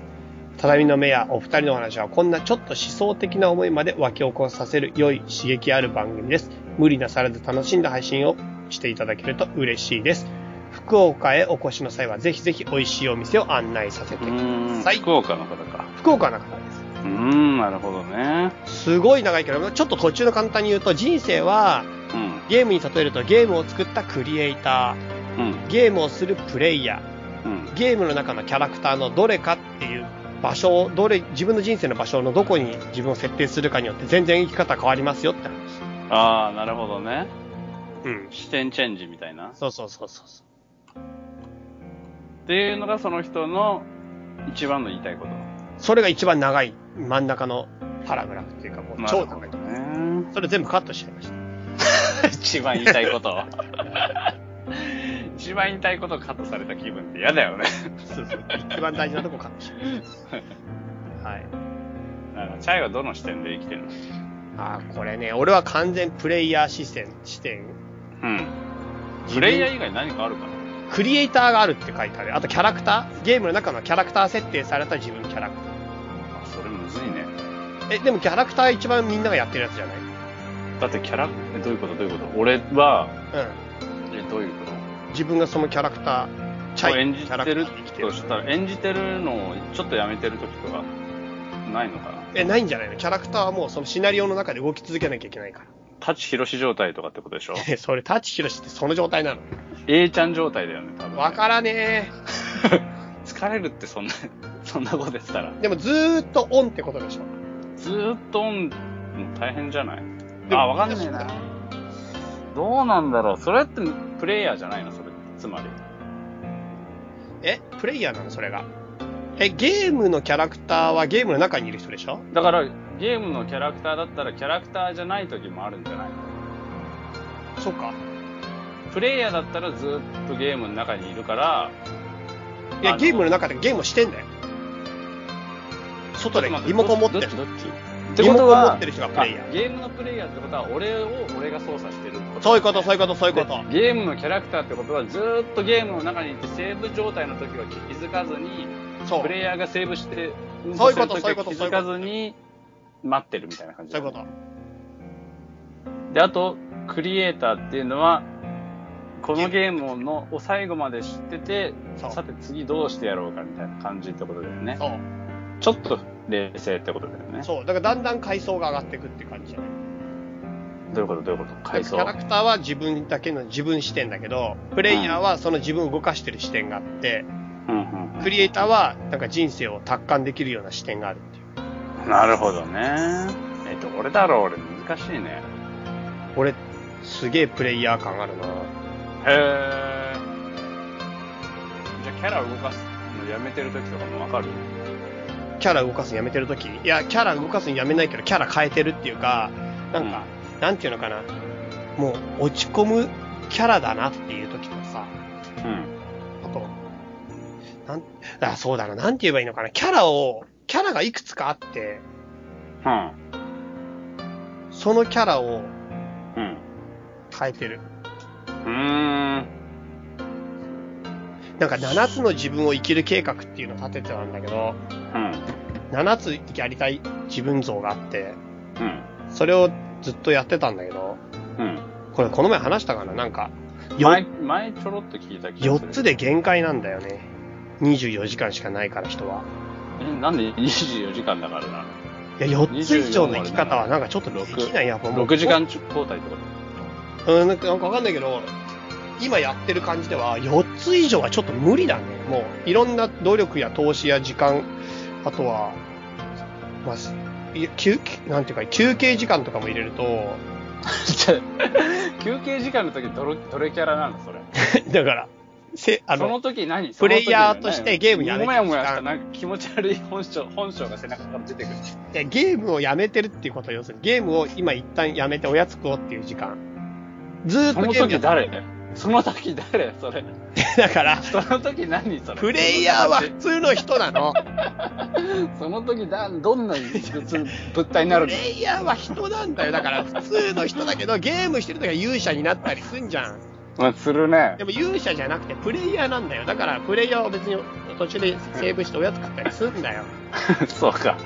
[SPEAKER 1] 畳の目やお二人のお話はこんなちょっと思想的な思いまで湧き起こさせる良い刺激ある番組です。無理なさらず楽しんだ配信をしていただけると嬉しいです。福岡へお越しの際はぜひぜひ美味しいお店を案内させて
[SPEAKER 2] う
[SPEAKER 1] ください。
[SPEAKER 2] ん
[SPEAKER 1] 最
[SPEAKER 2] 福岡の方か。
[SPEAKER 1] 福岡の方です。
[SPEAKER 2] うーん、なるほどね。
[SPEAKER 1] すごい長いけど、ちょっと途中の簡単に言うと人生は
[SPEAKER 2] うん。
[SPEAKER 1] ゲームに例えるとゲームを作ったクリエイタ
[SPEAKER 2] うん。
[SPEAKER 1] ー、ゲームをするプレイヤ
[SPEAKER 2] う
[SPEAKER 1] ー、
[SPEAKER 2] ん。
[SPEAKER 1] ゲームの中のキャラクターのどれかっていう場所を、どれ、自分の人生の場所のどこに自分を設定するかによって全然生き方変わりますよって話。
[SPEAKER 2] ああ、なるほどね。
[SPEAKER 1] うん。
[SPEAKER 2] 視点チェンジみたいな。っ
[SPEAKER 1] そうそうそうそうそ
[SPEAKER 2] ていうのがその人の一番の言いたいこと。
[SPEAKER 1] う。それが一番長い、真ん中のパラグラフっていうか、もう
[SPEAKER 2] な
[SPEAKER 1] 超
[SPEAKER 2] るほ
[SPEAKER 1] 長
[SPEAKER 2] ど
[SPEAKER 1] い。
[SPEAKER 2] ね。
[SPEAKER 1] それ全部カットしちゃいました。
[SPEAKER 2] 一番言いたいことを。一番言いたいことをカットされた気分って嫌だよね。
[SPEAKER 1] そうそう。一番大事なとこカットしちゃいました。はい。
[SPEAKER 2] なんかチャイはどの視点で生きてるの
[SPEAKER 1] あー、これね、俺は完全プレイヤー視点、視点。
[SPEAKER 2] うん。プレイヤー以外何かあるか
[SPEAKER 1] クリエイターがあるって書いてある。あとキャラクターゲームの中のキャラクター設定された自分キャラクタ
[SPEAKER 2] なあそれむずいね。
[SPEAKER 1] ー。え、でもキャラクター一番みんながやってるやつじゃない
[SPEAKER 2] だってキャラ、えどういうことどういうこと俺は、
[SPEAKER 1] う
[SPEAKER 2] え、どういうこと
[SPEAKER 1] ん。自分がそのキャラクター、チャイ、
[SPEAKER 2] 演じ
[SPEAKER 1] キャラ
[SPEAKER 2] てる
[SPEAKER 1] クターで生きて
[SPEAKER 2] と
[SPEAKER 1] る。
[SPEAKER 2] したら、演じてるのをちょっとやめてる時とか、ないのかな
[SPEAKER 1] え、ないんじゃないのキャラクターはもうそのシナリオの中で動き続けなきゃいけないか
[SPEAKER 2] タチヒロシ状態とかってこと (laughs) でしょ
[SPEAKER 1] ら。え、 (laughs) それ、タッチヒロシってその状態なの
[SPEAKER 2] ?A ちゃん状態だよね、多分。
[SPEAKER 1] わからね
[SPEAKER 2] 疲れるってそんな、そんなこと言ってたら。
[SPEAKER 1] え。でもずーっとオンってことでしょ
[SPEAKER 2] ずーっとオン、うん大変じゃない
[SPEAKER 1] でも
[SPEAKER 2] あ、わかんねえな。どうなんだろう。それってプレイヤーじゃないのそれって。つまり。
[SPEAKER 1] え、プレイヤーなのそれが。え、ゲームのキャラクターはゲームの中にいる人でしょ
[SPEAKER 2] だから、ゲームのキャラクターだったらキャラクターじゃない時もあるんじゃないの
[SPEAKER 1] そうか。
[SPEAKER 2] プレイヤーだったらずーっとゲームの中にいるから、
[SPEAKER 1] いや、
[SPEAKER 2] あの
[SPEAKER 1] ゲームの中でゲームをしてんだよ。
[SPEAKER 2] ちょ
[SPEAKER 1] 外で
[SPEAKER 2] っと待
[SPEAKER 1] リモコン持って
[SPEAKER 2] ど
[SPEAKER 1] る
[SPEAKER 2] っち。どっち
[SPEAKER 1] リモコン持ってる人がプレイヤ
[SPEAKER 2] あ
[SPEAKER 1] ー。
[SPEAKER 2] ゲームのプレイヤーってことは、俺を俺が操作してるってこと
[SPEAKER 1] そういうこと、そういうこと、そういう
[SPEAKER 2] で
[SPEAKER 1] こと。
[SPEAKER 2] ゲームのキャラクターってことは、ずーっとゲームの中にいて、セーブ状態の時は気づかずに、
[SPEAKER 1] そう。
[SPEAKER 2] プレイヤーがセーブして、運
[SPEAKER 1] そう
[SPEAKER 2] 動
[SPEAKER 1] い
[SPEAKER 2] す
[SPEAKER 1] うこ
[SPEAKER 2] る時
[SPEAKER 1] とそうい
[SPEAKER 2] は
[SPEAKER 1] うこと
[SPEAKER 2] 気づかずに、待ってるみたいな感じ
[SPEAKER 1] そ
[SPEAKER 2] だ
[SPEAKER 1] うい
[SPEAKER 2] ね、
[SPEAKER 1] うこと。
[SPEAKER 2] で、あと、クリエイターっていうのは、このゲームのを最後まで知ってて、
[SPEAKER 1] そう
[SPEAKER 2] さて次どうしてやろうかみたいな感じってことだよね。
[SPEAKER 1] そう。
[SPEAKER 2] ちょっと冷静ってことだよね。
[SPEAKER 1] そう。だからだんだん階層が上がっていくって感じじゃない
[SPEAKER 2] どういうことどういうこと階層
[SPEAKER 1] キャ。ラクターは自分だけの自分視点だけど、プレイヤーはその自分を動かしてる視点があって、
[SPEAKER 2] うんうん
[SPEAKER 1] クリエイターはなんか人生を達観できるような視点があるっていう。
[SPEAKER 2] うん。なるほどね。えっ、と、俺だろう、俺難しいね。
[SPEAKER 1] 俺、すげえプレイヤー感あるな
[SPEAKER 2] へえ。じゃあキャラ動かすのやめてる時とかもわかる
[SPEAKER 1] キャラ動かすのやめてるとき、いや、キャラ動かすのやめないけど、キャラ変えてるっていうか、なんか、なんていうのかな、もう落ち込むキャラだなっていうときとさ、
[SPEAKER 2] うん。
[SPEAKER 1] あと、なん、あ、そうだな、なんて言えばいいのかな、キャラを、キャラがいくつかあって、
[SPEAKER 2] うん。
[SPEAKER 1] そのキャラを
[SPEAKER 2] うん。
[SPEAKER 1] 変えてる。
[SPEAKER 2] うーん。
[SPEAKER 1] なんか7つの自分を生きる計画っていうのを立ててたんだけど、
[SPEAKER 2] うん。
[SPEAKER 1] 7つやりたい自分像があって、
[SPEAKER 2] うん。
[SPEAKER 1] それをずっとやってたんだけど、
[SPEAKER 2] うん。
[SPEAKER 1] これこの前話したかななんか、よ
[SPEAKER 2] 前、前ちょろっと聞いた気がする。
[SPEAKER 1] 4つで限界なんだよね。24時間しかないから人は。
[SPEAKER 2] え、なんで24時間だからな。
[SPEAKER 1] いや、4つ以上の生き方はなんかちょっとできないやっぱもう
[SPEAKER 2] 6時間交代ってこと (laughs)
[SPEAKER 1] うん、なんかなんかわかんないけど、今やってる感じでは、4つ以上はちょっと無理だね。もう、いろんな努力や投資や時間、あとは、まあす、い休憩、なんていうか、休憩時間とかも入れると、 (laughs)
[SPEAKER 2] 休憩時間の時どれ、どれキャラなのそれ。
[SPEAKER 1] だから、せ、あ
[SPEAKER 2] そ
[SPEAKER 1] の、
[SPEAKER 2] の時何
[SPEAKER 1] プレイヤーとしてゲームや
[SPEAKER 2] や
[SPEAKER 1] め
[SPEAKER 2] も
[SPEAKER 1] てる
[SPEAKER 2] や
[SPEAKER 1] 時間
[SPEAKER 2] もやした、なんか気持ち悪い本性、本性が背中から出
[SPEAKER 1] (laughs)
[SPEAKER 2] てくる。
[SPEAKER 1] いやゲームをやめてるっていうことを要するに、ゲームを今一旦やめておやつ食おうっていう時間。ずーっ
[SPEAKER 2] そ
[SPEAKER 1] と
[SPEAKER 2] の
[SPEAKER 1] ゲーム
[SPEAKER 2] 時
[SPEAKER 1] やっ
[SPEAKER 2] 誰その時誰それ。
[SPEAKER 1] て、だから、
[SPEAKER 2] その時何それ。
[SPEAKER 1] プレイヤーは普通の人なの。
[SPEAKER 2] その時だ、どんな物 (laughs) 体になる
[SPEAKER 1] プ
[SPEAKER 2] んだ
[SPEAKER 1] レイヤーは人なんだよ。だから普通の人だけど、ゲームしてる時は勇者になったりすんじゃん。
[SPEAKER 2] まあ、するね
[SPEAKER 1] で。も勇者じゃなくてプレイヤーなんだよ。だからプレイヤーは別に途中でセーブしておやつ食ったりすんだよ。 (laughs)
[SPEAKER 2] そうか。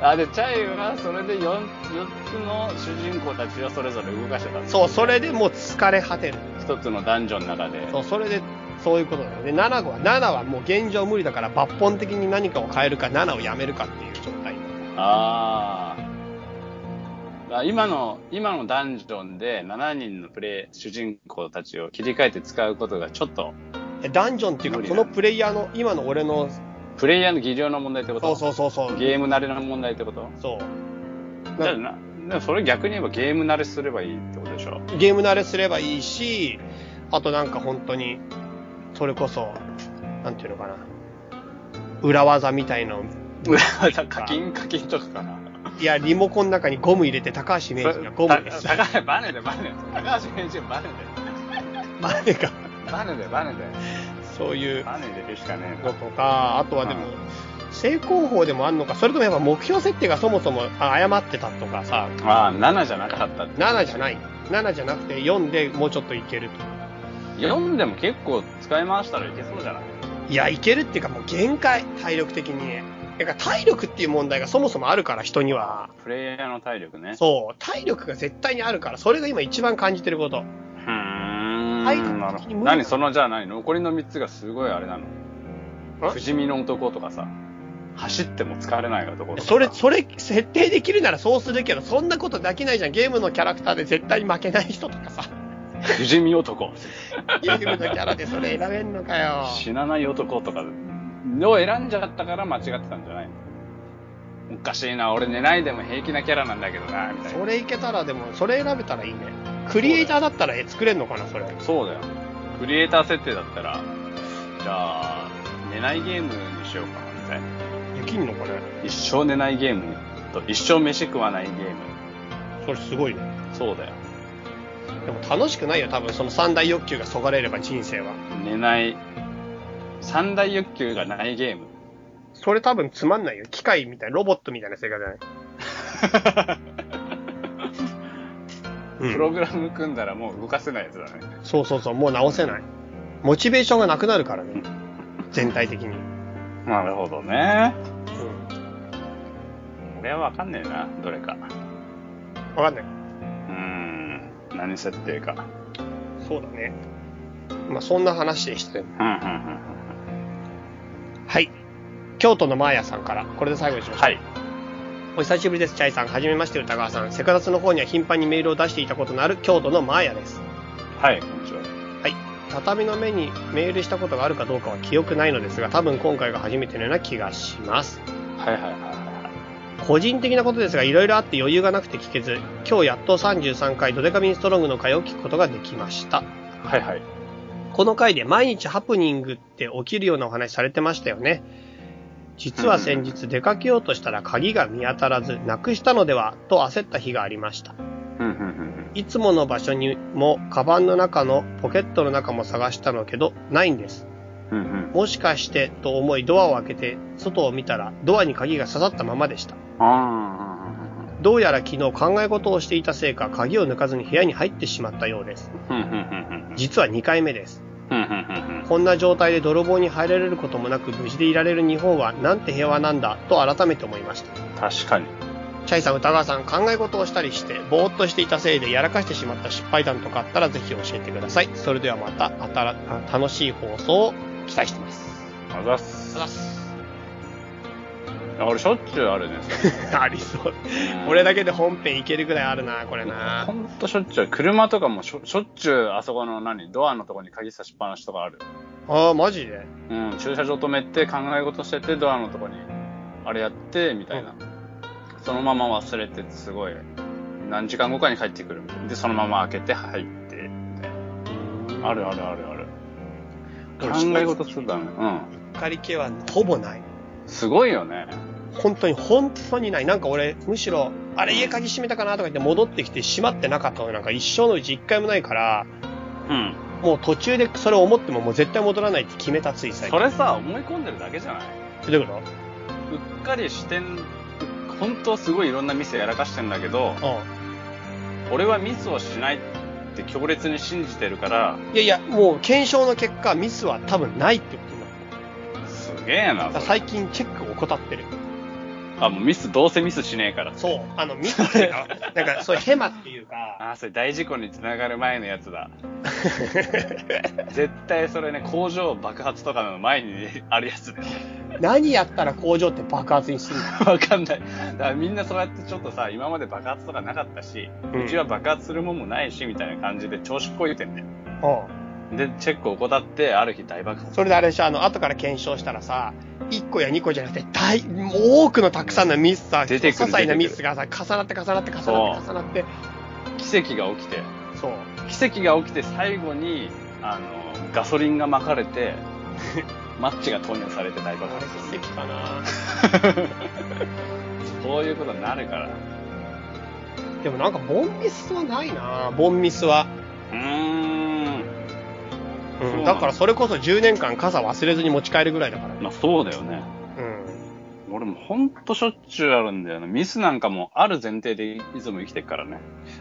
[SPEAKER 2] あ、で、チャイはそれで 4, 4つの主人公たちをそれぞれ動かしてたんです
[SPEAKER 1] そう、それでもう疲れ果てる。
[SPEAKER 2] 一つのダンジョンの中で。
[SPEAKER 1] そう、それで、そういうことだよね。7号は、7はもう現状無理だから抜本的に何かを変えるか、7をやめるかっていう状態。
[SPEAKER 2] あーあ。今の、今のダンジョンで7人のプレイ、主人公たちを切り替えて使うことがちょっと、
[SPEAKER 1] えダンジョンっていう
[SPEAKER 2] 無
[SPEAKER 1] か、
[SPEAKER 2] 理
[SPEAKER 1] こ
[SPEAKER 2] だ
[SPEAKER 1] のプレイヤーの、今の俺の、
[SPEAKER 2] プレイヤーの技量の問題ってこ
[SPEAKER 1] そう
[SPEAKER 2] と
[SPEAKER 1] そうそうそう。
[SPEAKER 2] ゲーム慣れの問題ってこと
[SPEAKER 1] そう。
[SPEAKER 2] じゃあ
[SPEAKER 1] な
[SPEAKER 2] な、でもそれ逆に言えばゲーム慣れすればいいってことでし
[SPEAKER 1] (laughs)
[SPEAKER 2] ょ
[SPEAKER 1] ゲーム慣れすればいいし、あとなんか本当に、それこそ、なんていうのかな。裏技みたいの。
[SPEAKER 2] 課金課金とかかな。
[SPEAKER 1] いや、リモコンの中にゴム入れて、高橋名人がゴムで
[SPEAKER 2] た高橋バネでバネで。高橋編集バネで。
[SPEAKER 1] マネが、
[SPEAKER 2] バネでバネで。
[SPEAKER 1] そういう
[SPEAKER 2] バネでるしかねえ
[SPEAKER 1] の
[SPEAKER 2] な
[SPEAKER 1] とか、あとはでも
[SPEAKER 2] うん、
[SPEAKER 1] 成功法でもあんのか、それともやっぱ目標設定がそもそもあ誤ってたとかさ、
[SPEAKER 2] ああ、7じゃなかったって。
[SPEAKER 1] 7じゃない。7じゃなくて4でもうちょっといけるとか。
[SPEAKER 2] 4でも結構使い回したらいけそうじゃない
[SPEAKER 1] いや、いけるっていうかもう限界、体力的に。だから体力っていう問題がそもそもあるから、人には。
[SPEAKER 2] プレイヤーの体力ね。
[SPEAKER 1] そう、体力が絶対にあるから、それが今一番感じてること。
[SPEAKER 2] うーん。
[SPEAKER 1] 体
[SPEAKER 2] なる
[SPEAKER 1] 力的
[SPEAKER 2] ほ
[SPEAKER 1] に
[SPEAKER 2] ど。
[SPEAKER 1] 無理
[SPEAKER 2] 何その、じゃあ何残りの3つがすごいあれなの
[SPEAKER 1] ん
[SPEAKER 2] 不死身の男とかさ、走っても疲れない男とかさ。
[SPEAKER 1] それ、それ、設定できるならそうするけど、そんなことできないじゃん。ゲームのキャラクターで絶対に負けない人と
[SPEAKER 2] (laughs)
[SPEAKER 1] かさ、
[SPEAKER 2] 不死身男。
[SPEAKER 1] ゲームのキャラでそれ選べんの
[SPEAKER 2] (laughs)
[SPEAKER 1] かよ。
[SPEAKER 2] 死なない男とかを選んじゃったから間違ってたんじゃないのおかしいな、俺寝ないでも平気なキャラなんだけどな、みたい
[SPEAKER 1] そ
[SPEAKER 2] な。
[SPEAKER 1] れいけたらでもそれ選べたらいいねクリエイターだったら絵作れんのかなそれ
[SPEAKER 2] そうだよ。クリエイター設定だったら、じゃあ、寝ないゲームにしようかな、みたいな。
[SPEAKER 1] できんのかね
[SPEAKER 2] 一生寝ないゲームと一生飯食わないゲーム。
[SPEAKER 1] それすごいね
[SPEAKER 2] そうだよ。
[SPEAKER 1] でも楽しくないよ多分その三大欲求がそがれれば人生は
[SPEAKER 2] 寝ない、三大欲求がないゲーム。
[SPEAKER 1] それ多分つまんないよ機械みたいなロボットみたいな生活じゃない
[SPEAKER 2] (laughs) プログラム組んだらもう動かせないやつだね。
[SPEAKER 1] そうそうそうもう直せないモチベーションがなくなるからね全体的に、
[SPEAKER 2] なるほどね。俺はわかんねえな、どれか。
[SPEAKER 1] 分かんないう
[SPEAKER 2] ーん、何設定か。
[SPEAKER 1] そうだねまあそんな話でしたよ
[SPEAKER 2] うんうんうん
[SPEAKER 1] はい京都のマーヤさんからこれで最後にしましょう
[SPEAKER 2] はい。
[SPEAKER 1] お久しぶりです、チャイさん。はじめまして、歌川さん。セカダツの方には頻繁にメールを出していたことのある京都のマーヤです。
[SPEAKER 2] はい、こんにちは。
[SPEAKER 1] はい。畳の目にメールしたことがあるかどうかは記憶ないのですが、多分今回が初めてのような気がします。
[SPEAKER 2] はいはいはいは
[SPEAKER 1] 個人的なことですが、いろいろあって余裕がなくて聞けず、今日やっと33回ドデカミンストロングの回を聞くことができました。
[SPEAKER 2] い。はいはい。
[SPEAKER 1] この回で毎日ハプニングって起きるようなお話されてましたよね。実は先日出かけようとしたら鍵が見当たらず、なくしたのではと焦った日がありました。
[SPEAKER 2] うんうんうん
[SPEAKER 1] いつもの場所にも、カバンの中のポケットの中も探したのけど、ないんです。
[SPEAKER 2] うん。うんうん。
[SPEAKER 1] もしかして、と思いドアを開けて、外を見たら、ドアに鍵が刺さったままでした。
[SPEAKER 2] あー
[SPEAKER 1] どうやら昨日考え事をしていたせいか、鍵を抜かずに部屋に入ってしまったようです。
[SPEAKER 2] うんうんうんうん。
[SPEAKER 1] 実は2回目です。
[SPEAKER 2] うんうんうん
[SPEAKER 1] こんな状態で泥棒に入られることもなく、無事でいられる日本は、なんて平和なんだ、と改めて思いました。
[SPEAKER 2] うん。確かに。
[SPEAKER 1] チャイさん、歌川さん、考え事をしたりして、ぼーっとしていたせいでやらかしてしまった失敗談とかあったら、ぜひ教えてください。それではまた、あたらあ楽しい放送を期待してます。
[SPEAKER 2] あざっす。
[SPEAKER 1] ざっす。
[SPEAKER 2] あ俺しょっちゅうあるね。
[SPEAKER 1] (laughs) ありそう。俺だけで本編いけるぐらいあるな、これ
[SPEAKER 2] ほ
[SPEAKER 1] な。
[SPEAKER 2] んとしょっちゅう。車とかもしょしょっちゅうあそこの何ドアのとこに鍵差しっぱなしとかある。
[SPEAKER 1] ああ、マジで
[SPEAKER 2] うん、駐車場止めて考え事しててドアのとこにあれやってみたいな、そのまま忘れてすごい何時間後かに帰ってくるみたいなでそのまま開けて入ってみたいなあるあるあるある
[SPEAKER 1] 考
[SPEAKER 2] 考え事するだね。うん。
[SPEAKER 1] うっかり系はほぼない。
[SPEAKER 2] すごいよね。
[SPEAKER 1] 本当に、本当にない。なんか俺、むしろ、あれ家鍵閉めたかなとか言って戻ってきて閉まってなかったのなんか一生のうち一回もないから、
[SPEAKER 2] うん。
[SPEAKER 1] もう途中でそれ思ってももう絶対戻らないって決めたつい最
[SPEAKER 2] そ
[SPEAKER 1] 近。
[SPEAKER 2] れさ、思い込んでるだけじゃない
[SPEAKER 1] どういうこ
[SPEAKER 2] うっかりしてん、本当はすごいいろんなミスやらかしてんだけど、
[SPEAKER 1] と
[SPEAKER 2] 俺はミスをしないって強烈に信じてるから、
[SPEAKER 1] うん。いやいや、もう検証の結果、ミスは多分ないってことになった
[SPEAKER 2] すげえな。
[SPEAKER 1] だから
[SPEAKER 2] それ
[SPEAKER 1] 最近チェックを怠ってる。
[SPEAKER 2] あ、もうミス、どうせミスしねえから。
[SPEAKER 1] そう。あの、ミスっていうか、なんかそういうヘマっていうか、
[SPEAKER 2] あー、それ大事故につながる前のやつ
[SPEAKER 1] (laughs)
[SPEAKER 2] だ。絶対それね、工場爆発とかの前にあるやつだよ。
[SPEAKER 1] 何やったら工場って爆発にする
[SPEAKER 2] (laughs)
[SPEAKER 1] の
[SPEAKER 2] わかんない。だからみんなそうやってちょっとさ、今まで爆発とかなかったし、う
[SPEAKER 1] うん
[SPEAKER 2] ちは爆発するもんもないし、みたいな感じで調子こいてんだよ。
[SPEAKER 1] う
[SPEAKER 2] で、チェックを怠って、ある日大爆
[SPEAKER 1] ん。
[SPEAKER 2] 発。
[SPEAKER 1] それであれでしょ、あの、後から検証したらさ、1個や2個じゃなくて、大、多くのたくさんのミスさ、
[SPEAKER 2] 出てくる
[SPEAKER 1] 些細なミスがさ、重なって重なって重なって重なって、
[SPEAKER 2] 奇跡が起きて、
[SPEAKER 1] そう。
[SPEAKER 2] 奇跡が起きて最後に、あの、ガソリンが撒かれ
[SPEAKER 1] (laughs)
[SPEAKER 2] て、マッチが投入されて大爆
[SPEAKER 1] あれ
[SPEAKER 2] 発す
[SPEAKER 1] 奇
[SPEAKER 2] る。
[SPEAKER 1] 跡かな
[SPEAKER 2] そういうことになるから。
[SPEAKER 1] でもなんか、ボンミスはないなボンミスは。
[SPEAKER 2] うーん。
[SPEAKER 1] うん
[SPEAKER 2] そうなの
[SPEAKER 1] だからそれこそ10年間傘忘れずに持ち帰るぐらいだから。
[SPEAKER 2] まあそうだよね。
[SPEAKER 1] うん。
[SPEAKER 2] 俺もほんとしょっちゅうあるんだよね。ミスなんかもある前提でいつも生きてるからね。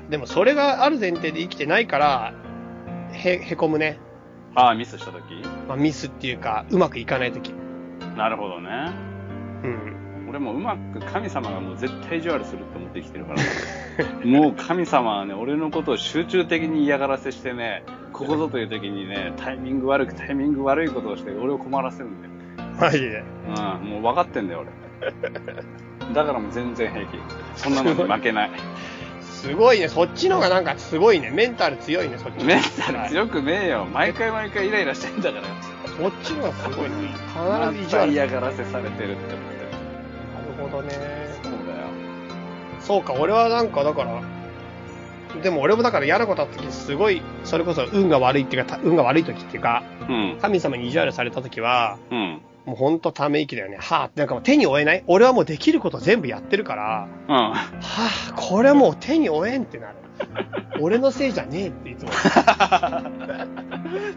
[SPEAKER 1] でもそれがある前提で生きてないから、へ、へこむね。
[SPEAKER 2] ああ、ミスした時
[SPEAKER 1] まあ、ミスっていうか、うまくいかないとき。
[SPEAKER 2] なるほどね。
[SPEAKER 1] うん。
[SPEAKER 2] 俺もうまく神様がもう絶対意地悪するって思って生きてるから、もう神様はね、俺のことを集中的に嫌がらせしてね、ここぞという時にね、タイミング悪くタイミング悪いことをして俺を困らせるんだよ。
[SPEAKER 1] マジで。
[SPEAKER 2] うん、もう分かってんだよ俺。だからもう全然平気。そんなのに負けない。
[SPEAKER 1] すごいね。そっちの方がなんかすごいね。メンタル強いね、そっち。
[SPEAKER 2] メンタル強くねえよ。毎回毎回イライラしてんだから。
[SPEAKER 1] そっちの方がすごいね。必ず
[SPEAKER 2] 毎
[SPEAKER 1] 意地悪
[SPEAKER 2] 回
[SPEAKER 1] する。
[SPEAKER 2] 嫌がらせされてるって思ってる。
[SPEAKER 1] なるほどね。
[SPEAKER 2] そうだよ。
[SPEAKER 1] そうか、俺はなんかだから、でも俺もだから嫌なことあった時すごい、それこそ運が悪いっていうか、た運が悪い時っていうか、
[SPEAKER 2] うん。
[SPEAKER 1] 神様に意地悪された時は、
[SPEAKER 2] うん。
[SPEAKER 1] もうほんとため息だよね。はぁ、なんかもう手に負えない俺はもうできること全部やってるから、
[SPEAKER 2] うん。
[SPEAKER 1] はぁ、これはもう手に負えんってなる。俺のせいじゃねえっていつも思う。
[SPEAKER 2] (laughs)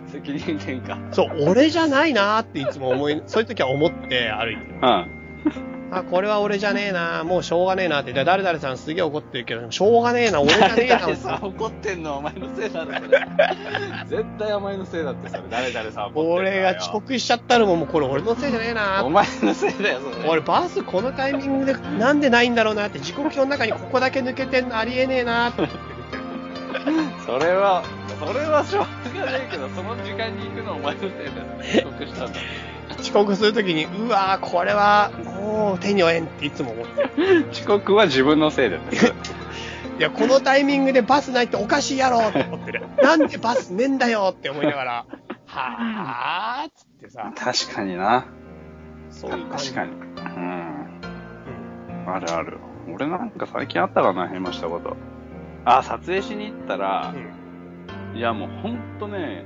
[SPEAKER 2] 責任転嫁。
[SPEAKER 1] そう、俺じゃないなーっていつも思い、そういう時は思って歩いてる。
[SPEAKER 2] うん。
[SPEAKER 1] あ、これは俺じゃねえなー、もうしょうがねえなって。で誰々さんすげえ怒ってるけど、しょうがねえな、俺じゃねえ
[SPEAKER 2] 誰
[SPEAKER 1] な
[SPEAKER 2] 々さん怒ってんのはお前のせいだろ、それ。 (laughs) 絶対お前のせいだって、それ。誰々さん怒ってんの
[SPEAKER 1] 俺
[SPEAKER 2] はよ
[SPEAKER 1] が遅刻しちゃったのも、もうこれ俺のせいじゃねえな
[SPEAKER 2] お
[SPEAKER 1] ー。
[SPEAKER 2] 前のせいだよ、それ。
[SPEAKER 1] 俺バスこのタイミングでなんでないんだろうなって時刻表の中にここだけ抜けてんのありえねえなーって
[SPEAKER 2] それは、それはしょうがないけど、その時間に行くのはお前のせいだよ。遅刻したんだ。
[SPEAKER 1] 遅刻するときにうわーこれはもう手に負えんっていつも思ってる
[SPEAKER 2] 遅刻は自分のせいだよ。
[SPEAKER 1] いやこのタイミングでバスないっておかしいやろって思ってるなんでバスねえんだよって思いながらはーっつってさ
[SPEAKER 2] 確かにな。
[SPEAKER 1] そういう感じ
[SPEAKER 2] 確かに。うん。
[SPEAKER 1] うん
[SPEAKER 2] あるある。俺なんか最近あったかな、変ましたこと。あ、撮影しに行ったら、
[SPEAKER 1] うん
[SPEAKER 2] いやもうほんとね、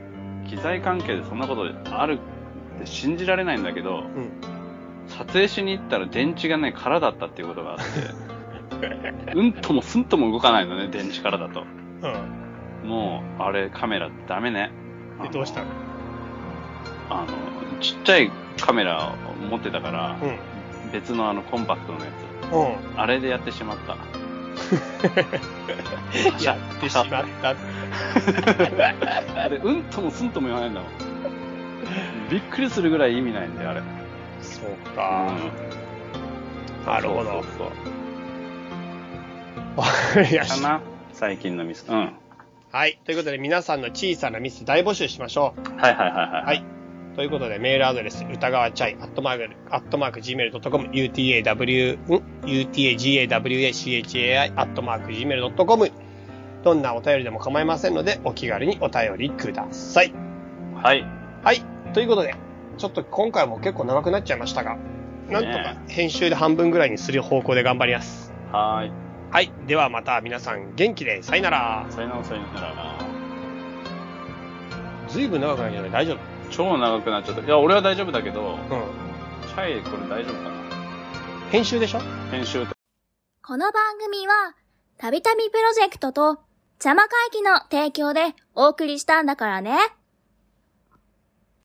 [SPEAKER 2] 機材関係でそんなことあるって信じられないんだけど、
[SPEAKER 1] うん
[SPEAKER 2] 撮影しに行ったら電池がね、空だったっていうことがあ
[SPEAKER 1] (laughs)
[SPEAKER 2] って、うんともすんとも動かないのね、電池からだと。
[SPEAKER 1] うん
[SPEAKER 2] もう、あれカメラダメね。
[SPEAKER 1] でどうしたの
[SPEAKER 2] あの、ちっちゃいカメラを持ってたから、
[SPEAKER 1] うん
[SPEAKER 2] 別のあのコンパクトのや
[SPEAKER 1] うん
[SPEAKER 2] つ、あれでやってしまった。
[SPEAKER 1] やってしまった
[SPEAKER 2] で、うんともすんとも言わないんだもん。びっくりするぐらい意味ないんだよ、あれ。
[SPEAKER 1] そうかなるほど
[SPEAKER 2] そうそうそう
[SPEAKER 1] わ (laughs) かりま
[SPEAKER 2] か
[SPEAKER 1] した
[SPEAKER 2] な最近のミス。うん。はい
[SPEAKER 1] はい。ということで、皆さんの小さなミス大募集しましょう。
[SPEAKER 2] はいはいはい。
[SPEAKER 1] はい。ということで、メールアドレス、歌川チャイ、アットマーク、アットマーク、gmail.com、utaw、ん utagawachi、アットマーク、gmail.com。どんなお便りでも構いませんので、お気軽にお便りください。
[SPEAKER 2] はい。
[SPEAKER 1] はい。ということで、ちょっと今回も結構長くなっちゃいましたが、なんとか
[SPEAKER 2] ね
[SPEAKER 1] 編集で半分ぐらいにする方向で頑張ります。
[SPEAKER 2] はーい。
[SPEAKER 1] はい。ではまた皆さん元気で、さよなら。
[SPEAKER 2] さよならさよなら。
[SPEAKER 1] ずいぶん長くないんじゃない大丈夫
[SPEAKER 2] 超長くなっちゃった。いや、俺は大丈夫だけど、
[SPEAKER 1] うん。
[SPEAKER 2] シャイ、これ大丈夫かな
[SPEAKER 1] 編集でしょ
[SPEAKER 2] 編集と。
[SPEAKER 3] この番組は、たびたびプロジェクトと、邪魔会議の提供でお送りしたんだからね。